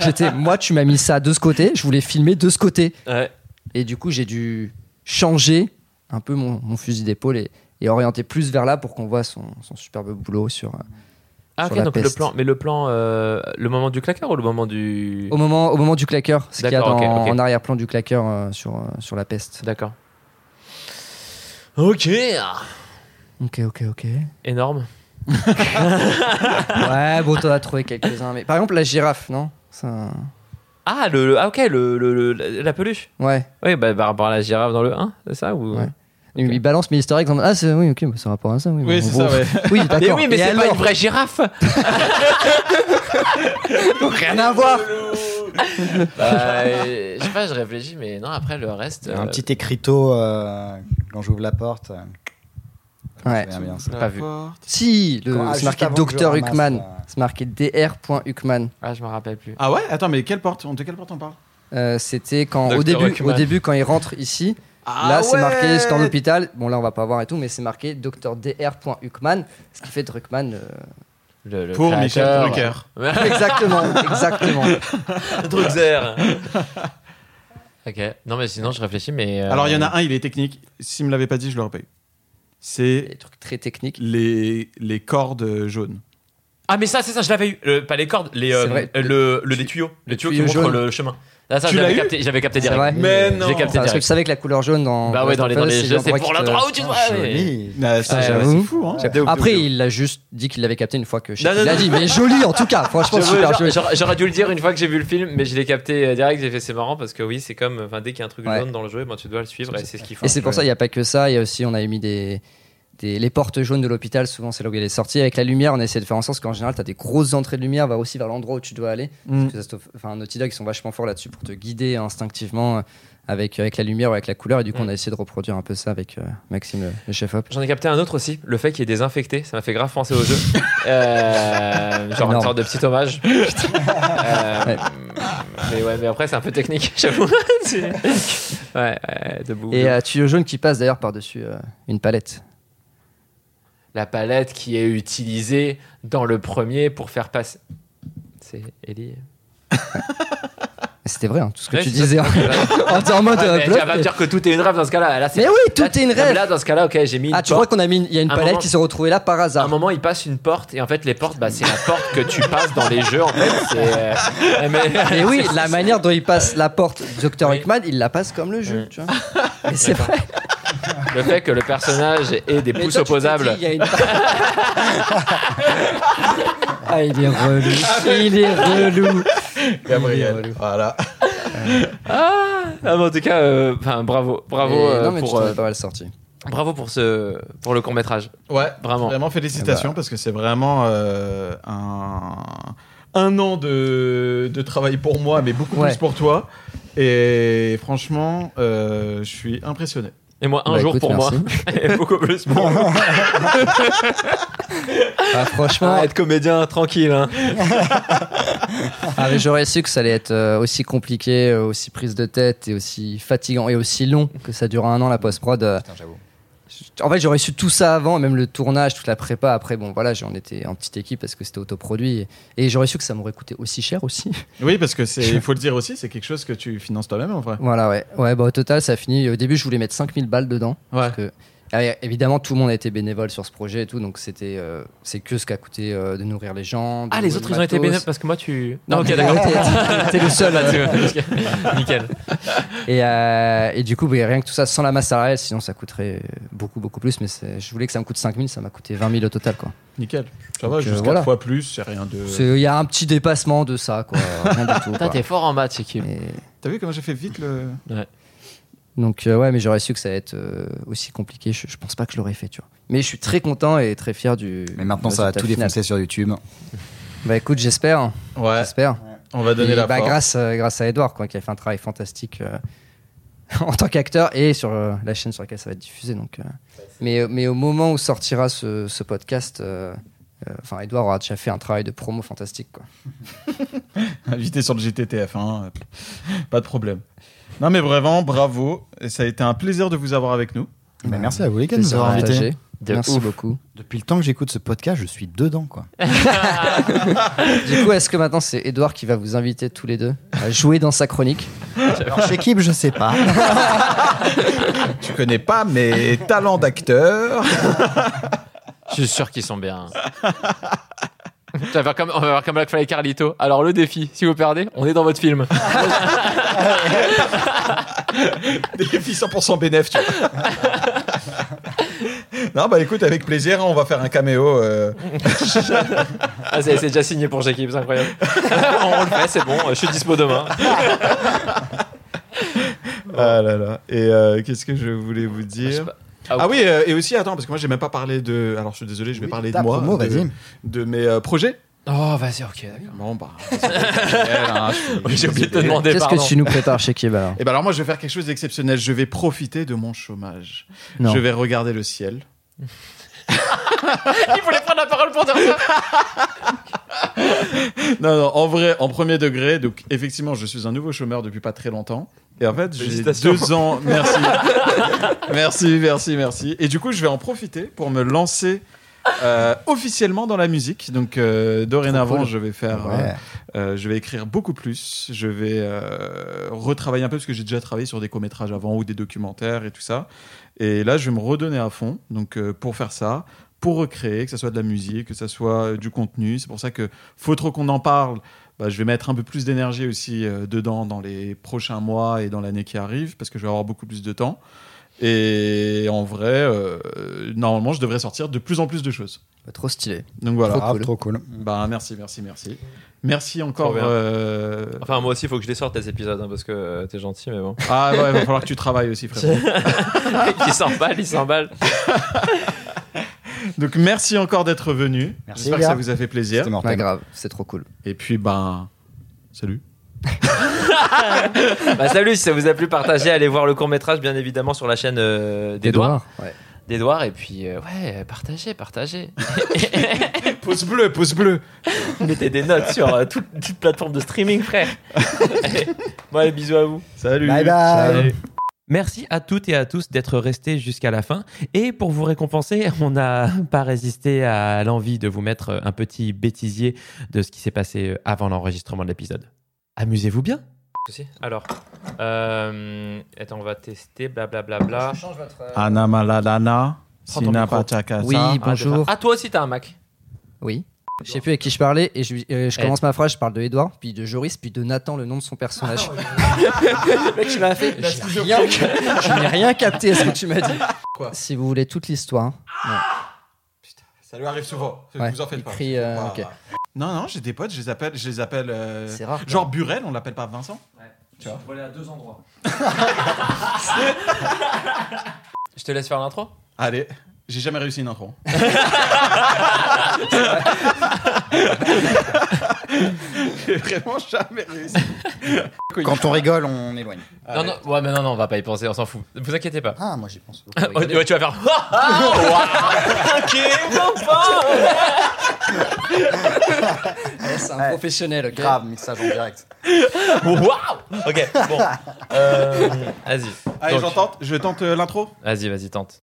A: J'étais, moi, tu m'as mis ça de ce côté. Je voulais filmer de ce côté.
E: Ouais.
A: Et du coup, j'ai dû changer un peu mon, mon fusil d'épaule et, et orienter plus vers là pour qu'on voit son, son superbe boulot sur. euh,
E: Ah,
A: Sur
E: ok,
A: la
E: donc le
A: peste.
E: plan. Mais le plan. euh, le moment du claqueur ou le moment du.
A: Au moment, au moment du claqueur, ce qu'il y a
E: D'accord,
A: dans-
E: ok, ok.
A: en arrière-plan du claqueur euh, sur, euh, sur la peste.
E: D'accord. Ok.
A: Ok, ok, ok.
E: Énorme.
A: Ouais, bon, t'en as trouvé quelques-uns. Mais par exemple, la girafe, non Ça-
E: Ah, le, le- ah ok, le, le- le- la, la peluche.
A: Ouais.
E: Oui, bah, par rapport à la girafe dans le 1, c'est ça ou...
A: Ouais. Il balance mes historiques en mode, Ah, c'est oui, ok, bah, c'est rapport à ça. Oui,
D: Oui,
A: bon,
D: c'est
A: bon.
D: ça, ouais.
A: Oui,
E: Mais
A: d'accord.
E: oui, mais
A: Et
E: c'est pas
A: alors
E: une vraie girafe
A: Rien à voir
E: Bah, euh, Je sais pas, je réfléchis, mais non, après le reste.
C: Un
E: euh,
C: petit écriteau euh, quand j'ouvre la porte. euh,
A: Ouais.
C: c'est bien, bien, ça.
E: Pas vu.
A: Si, le-
C: Ah,
A: c'est
C: juste
A: marqué
C: avant que je
A: Dr.
C: ramasse,
A: Huckman.
C: euh,
A: C'est marqué dr.huckman.
E: Ah, je me rappelle plus.
D: Ah ouais Attends, mais quelle porte De quelle porte on parle
A: Euh, C'était quand, au
E: Dr.
A: début,
E: Huckman.
A: au début, quand il rentre ici,
E: Ah
D: Ah
A: là c'est marqué c'est dans l'hôpital. Bon, là on va pas voir et tout, mais c'est marqué Dr. dr.huckman, ce qui fait Druckmann. euh,
E: Le, le
D: Pour Michel
E: créateur.
D: Drucker.
A: Exactement, exactement.
E: Druxer. ok. Non, mais sinon, je réfléchis, mais. euh,
D: Alors, il y en a un, il est technique. S'il me l'avait pas dit, je l'aurais pas eu. C'est
A: Des trucs très techniques.
D: les, les cordes jaunes.
E: Ah, mais ça, c'est ça, je l'avais eu. Le- pas les cordes, les, euh,
A: C'est vrai.
E: le, le- les tuyaux. Les tuyaux qui
A: tuyaux
E: montrent
A: jaunes.
E: le chemin. Là, Ah, ça,
D: Tu
E: j'avais
D: l'as eu
E: capté, j'avais capté
A: C'est
E: direct.
A: vrai
D: Mais non.
E: J'ai capté
A: Parce que tu
E: direct.
A: savais que la couleur jaune dans.
E: Bah ouais, dans les, dans les jeux, c'est
A: l'endroit
E: pour Ah
A: qui te-
E: l'endroit où tu dois aller.
C: Joli.
D: Ah, ça,
E: Ouais,
D: j'avoue,
A: j'avoue.
D: c'est fou, hein
A: J'avoue. Après, il l'a juste dit qu'il l'avait capté une fois que je
E: Non, non,
A: l'a
E: non.
A: dit, mais joli en tout cas, franchement,
E: J'avoue,
A: Oh, super
E: genre,
A: joli.
E: j'aurais- J'aurais dû le dire une fois que j'ai vu le film, mais je l'ai capté euh, direct. J'ai fait c'est marrant parce que oui, c'est comme enfin, dès qu'il y a un truc
A: Ouais.
E: jaune dans le jeu, ben, tu dois le suivre et c'est ce qu'il faut.
A: Et c'est pour ça, il n'y a pas que ça. Il y a aussi, on a mis des, des- les portes jaunes de l'hôpital. Souvent, c'est là où il est sorti. Avec la lumière, on a essayé de faire en sorte qu'en général, tu as des grosses entrées de lumière, va aussi vers l'endroit où tu dois aller. Parce que ça se- enfin, Naughty Dog, ils sont vachement forts là-dessus pour te guider instinctivement euh, avec, avec la lumière ou avec la couleur. Et du coup,
E: Mm.
A: on a essayé de reproduire un peu ça avec euh, Maxime, le, le chef op.
E: J'en ai capté un autre aussi, le fait qu'il est désinfecté, ça m'a fait grave penser au jeu. Euh, genre une
A: Énorme.
E: sorte de petit hommage. Euh,
A: Ouais.
E: Mais ouais, mais après c'est un peu technique, j'avoue. C'est- ouais, ouais, debout.
A: Et
E: debout.
A: euh, tuyau jaune qui passe d'ailleurs par-dessus euh, une palette.
E: La palette qui est utilisée dans le premier pour faire passer. C'est Ellie.
A: Mais C'était vrai, hein, tout ce que
E: Ouais,
A: tu
E: c'est ça.
A: disais. on était en mode.
E: Ouais,
A: euh,
E: mais
A: bluff,
E: Eh, tu vas me
A: mais-
E: dire que tout est une rêve dans ce cas-là. Là, c'est-
A: mais oui, tout
E: là,
A: est une
E: non, mais
A: rêve.
E: Là, dans ce cas-là, ok, j'ai mis. une
A: Ah, tu crois
E: porte.
A: qu'on a mis une- il y a une
E: un
A: palette
E: moment-
A: qui s'est retrouvée là par
E: à un
A: hasard.
E: moment, il passe une porte, et en fait, les portes, bah, c'est la porte que tu passes dans les jeux, en fait. C'est, euh, mais-
A: Et Eh oui, la manière dont il passe la porte Dr.
E: Oui.
A: Hickman, il la passe comme le jeu,
E: Mm.
A: tu vois. Mais c'est vrai.
E: Le fait que le personnage ait des
A: Mais
E: pouces
A: toi, tu t'es
E: opposables.
A: dit, il y a une- ah, il est relou. Il est relou. Il est relou.
D: Voilà.
E: Ah, ah, mais en tout cas, euh, enfin, bravo, bravo
A: Et-
E: euh,
A: non, mais tu
E: pour,
A: t'en
E: euh,
A: es pas mal sorti.
E: bravo pour ce, pour le court métrage.
D: Ouais,
E: Vraiment.
D: Vraiment, félicitations parce que c'est vraiment euh, un, un an de, de travail pour moi, mais beaucoup
A: Ouais.
D: plus pour toi. Et franchement, euh, je suis impressionné.
E: Et moi, un
A: Bah,
E: jour
A: écoute,
E: pour
A: merci.
E: moi. Et beaucoup plus pour
A: Ah, franchement,
E: Ah, être comédien tranquille. hein.
A: ah, mais j'aurais su que ça allait être euh, aussi compliqué, euh, aussi prise de tête et aussi fatigant et aussi long que ça dure un an la post-prod. euh,
C: Putain, j'avoue.
A: En fait, j'aurais su tout ça avant, même le tournage, toute la prépa. Après, bon, voilà, j'en étais en petite équipe parce que c'était autoproduit. Et, et j'aurais su que ça m'aurait coûté aussi cher aussi.
D: Oui, parce que c'est, il faut le dire aussi, c'est quelque chose que tu finances toi-même en vrai.
A: voilà, ouais. Ouais, bah, au total, ça a fini. Au début, je voulais mettre 5000 balles dedans. Parce que, euh, évidemment, tout le monde a été bénévole sur ce projet et tout. Donc, c'était, euh, c'est que ce qu'a coûté euh, de nourrir les gens. de
E: Ah, les
A: louer
E: autres,
A: le
E: ils ont été
A: matos.
E: bénévoles parce que moi, tu.
A: Non,
E: Non, ok,
A: mais-
E: d'accord. Ah, T'es le seul là-dessus. Nickel.
A: Et, euh, et du coup, bah, rien que tout ça, sans la masse salariale, sinon ça coûterait beaucoup, beaucoup plus. Mais c'est- je voulais que ça me coûte 5000, ça m'a coûté 20 000 au total. quoi.
D: Nickel. Ça va,
A: Donc, euh,
D: jusqu'à
A: voilà.
D: quatre fois plus, c'est rien de.
A: C'est- Il y a un petit dépassement de ça, quoi. Rien du tout.
E: Putain,
A: quoi.
E: Euh. t'es fort en maths, équipe.
A: Et
D: T'as vu comment j'ai fait vite le.
A: donc, euh, ouais, mais j'aurais su que ça allait être euh, aussi compliqué. Je, je pense pas que je l'aurais fait, tu vois. Mais je suis très content et très fier du.
C: Mais maintenant,
A: du
C: ça va
A: résultat
C: tout
A: final.
C: défoncer sur YouTube.
A: Bah écoute, j'espère. hein,
D: Ouais.
A: J'espère.
D: On va donner
A: Et
D: la
A: bah,
D: force.
A: grâce, euh, grâce à Edouard, quoi, qui a fait un travail fantastique euh, en tant qu'acteur et sur euh, la chaîne sur laquelle ça va être diffusé. Donc, euh, mais, mais au moment où sortira ce, ce podcast, euh, euh, enfin, Edouard aura déjà fait un travail de promo fantastique. Quoi.
D: Invité sur le GTTF, hein. pas de problème. Non, mais vraiment, bravo. Et ça a été un plaisir de vous avoir avec nous.
C: Bah, merci à vous les gars de nous
A: Plaisir
C: avoir invités.
A: partagé. Merci beaucoup.
C: Depuis le temps que j'écoute ce podcast, je suis dedans quoi.
A: Du coup, est-ce que maintenant c'est Edouard qui va vous inviter tous les deux à jouer dans sa chronique
C: Alors chez qui je sais pas.
D: Tu connais pas mes talents d'acteur.
E: Je suis sûr qu'ils sont bien. Tu vas faire comme- on va voir comme Black Friday Carlito. Alors, le défi, si vous perdez, on est dans votre film.
D: Des filles 100% bénéf, tu vois. non, bah écoute, avec plaisir, on va faire un caméo. euh,
E: Ah, c'est c'est déjà signé pour Jackie, c'est incroyable. on, on le fait, c'est bon, je suis dispo demain.
D: Ah là là. Et euh, qu'est-ce que je voulais vous dire
E: Ah,
D: Ah oui, euh, et aussi, attends, parce que moi, j'ai même pas parlé de. Alors, je suis désolé, je vais
C: Oui,
D: parler de
C: ta
D: moi.
C: promo,
D: de-
C: vas-y.
D: de mes euh, projets.
E: Oh, vas-y, ok, d'accord.
D: Bon, bah. c'est exceptionnel, hein, je suis-
E: Oui, j'ai oublié de te
D: désolé.
E: demander.
A: Qu'est-ce
E: pardon.
A: que tu nous prépares chez Kib alors
D: Eh ben alors moi je vais faire quelque chose d'exceptionnel, je vais profiter de mon chômage.
A: Non.
D: Je vais regarder le ciel.
E: Il voulait prendre la parole pour dire ça.
D: Non non, en vrai, en premier degré, donc effectivement, je suis un nouveau chômeur depuis pas très longtemps. Et en fait, j'ai
E: Félicitations.
D: deux ans. Merci, merci, merci, merci. Et du coup, je vais en profiter pour me lancer euh, officiellement dans la musique. Donc euh, dorénavant,
A: cool.
D: je vais faire, euh,
C: Ouais.
D: Euh, je vais écrire beaucoup plus, je vais euh, retravailler un peu parce que j'ai déjà travaillé sur des courts-métrages avant ou des documentaires et tout ça. Et là, je vais me redonner à fond donc euh, pour faire ça, pour recréer, que ça soit de la musique, que ça soit euh, du contenu. C'est pour ça que faut trop qu'on en parle. Bah, je vais mettre un peu plus d'énergie aussi euh, dedans dans les prochains mois et dans l'année qui arrive parce que je vais avoir beaucoup plus de temps. Et en vrai, euh, normalement, je devrais sortir de plus en plus de choses.
A: Bah, Trop stylé.
D: Donc voilà.
A: Trop
C: Ah,
A: cool.
C: trop cool.
D: Bah, merci, merci, merci. Merci encore.
E: Trop bien.
D: euh,
E: Enfin, moi aussi, il faut que je les sorte, les épisodes, hein, parce que euh, t'es gentil, mais bon.
D: Ah ouais, va falloir que tu travailles aussi, frère.
E: il s'emballe, il s'emballe.
D: Donc merci encore d'être venu.
C: Merci,
D: J'espère
C: les
D: que ça
C: gars.
D: vous a fait plaisir.
C: C'était
A: Pas
C: mortel.
A: grave, c'est trop cool.
D: Et puis ben salut.
E: Bah, salut, si ça vous a plu, partagez, allez voir le court-métrage, bien évidemment, sur la chaîne euh, d'Edouard.
A: Ouais.
E: D'Edouard, et puis, euh, ouais, partagez, partagez.
D: Pouce bleu, pouce bleu.
E: Mettez des notes sur euh, toute, toute plateforme de streaming, frère. Allez, bon, allez, bisous à vous.
D: Salut.
C: Bye bye.
J: Merci à toutes et à tous d'être restés jusqu'à la fin. Et pour vous récompenser, on n'a pas résisté à l'envie de vous mettre un petit bêtisier de ce qui s'est passé avant l'enregistrement de l'épisode. Amusez-vous bien
E: Souci. Alors, euh, attends, on va tester, blablabla. Bla, bla.
D: Ana malalana.
E: Euh, Prends ton micro.
A: Oui, bonjour.
E: Ah, toi aussi, t'as un Mac.
A: Oui. Je sais plus avec qui je parlais et je, euh, je commence ma phrase, je parle de Edouard, puis de Joris, puis de Nathan, le nom de son personnage. le mec, il m'a fait. J'ai rien, je n'ai rien capté à ce que tu m'as dit.
D: Quoi
A: si vous voulez toute l'histoire,
D: Ça lui arrive souvent.
A: Ouais,
D: Vous en faites
A: il
D: pas.
A: crie, euh,
D: Ah.
A: ok.
D: Non non, j'ai des potes, je les appelle, je les appelle. euh,
A: c'est rare.
D: Genre Burel, on l'appelle pas Vincent.
E: Je te laisse faire l'intro.
D: Allez, j'ai jamais réussi une intro. j'ai vraiment jamais réussi.
C: Quand on rigole, on éloigne.
E: Non, non, ouais, mais non, non, on va pas y penser, on s'en fout. Vous inquiétez pas.
C: Ah, moi j'y pense.
E: Oh, ouais, tu vas faire. Ah, ah, waouh. ok, papa
A: Ouais, c'est un
C: Ouais.
A: professionnel, ok
C: Grave, mixage en direct.
E: Waouh Ok, bon. Euh, vas-y.
D: Allez,
E: Donc,
D: j'en tente, je tente euh, l'intro.
E: Vas-y, vas-y, tente.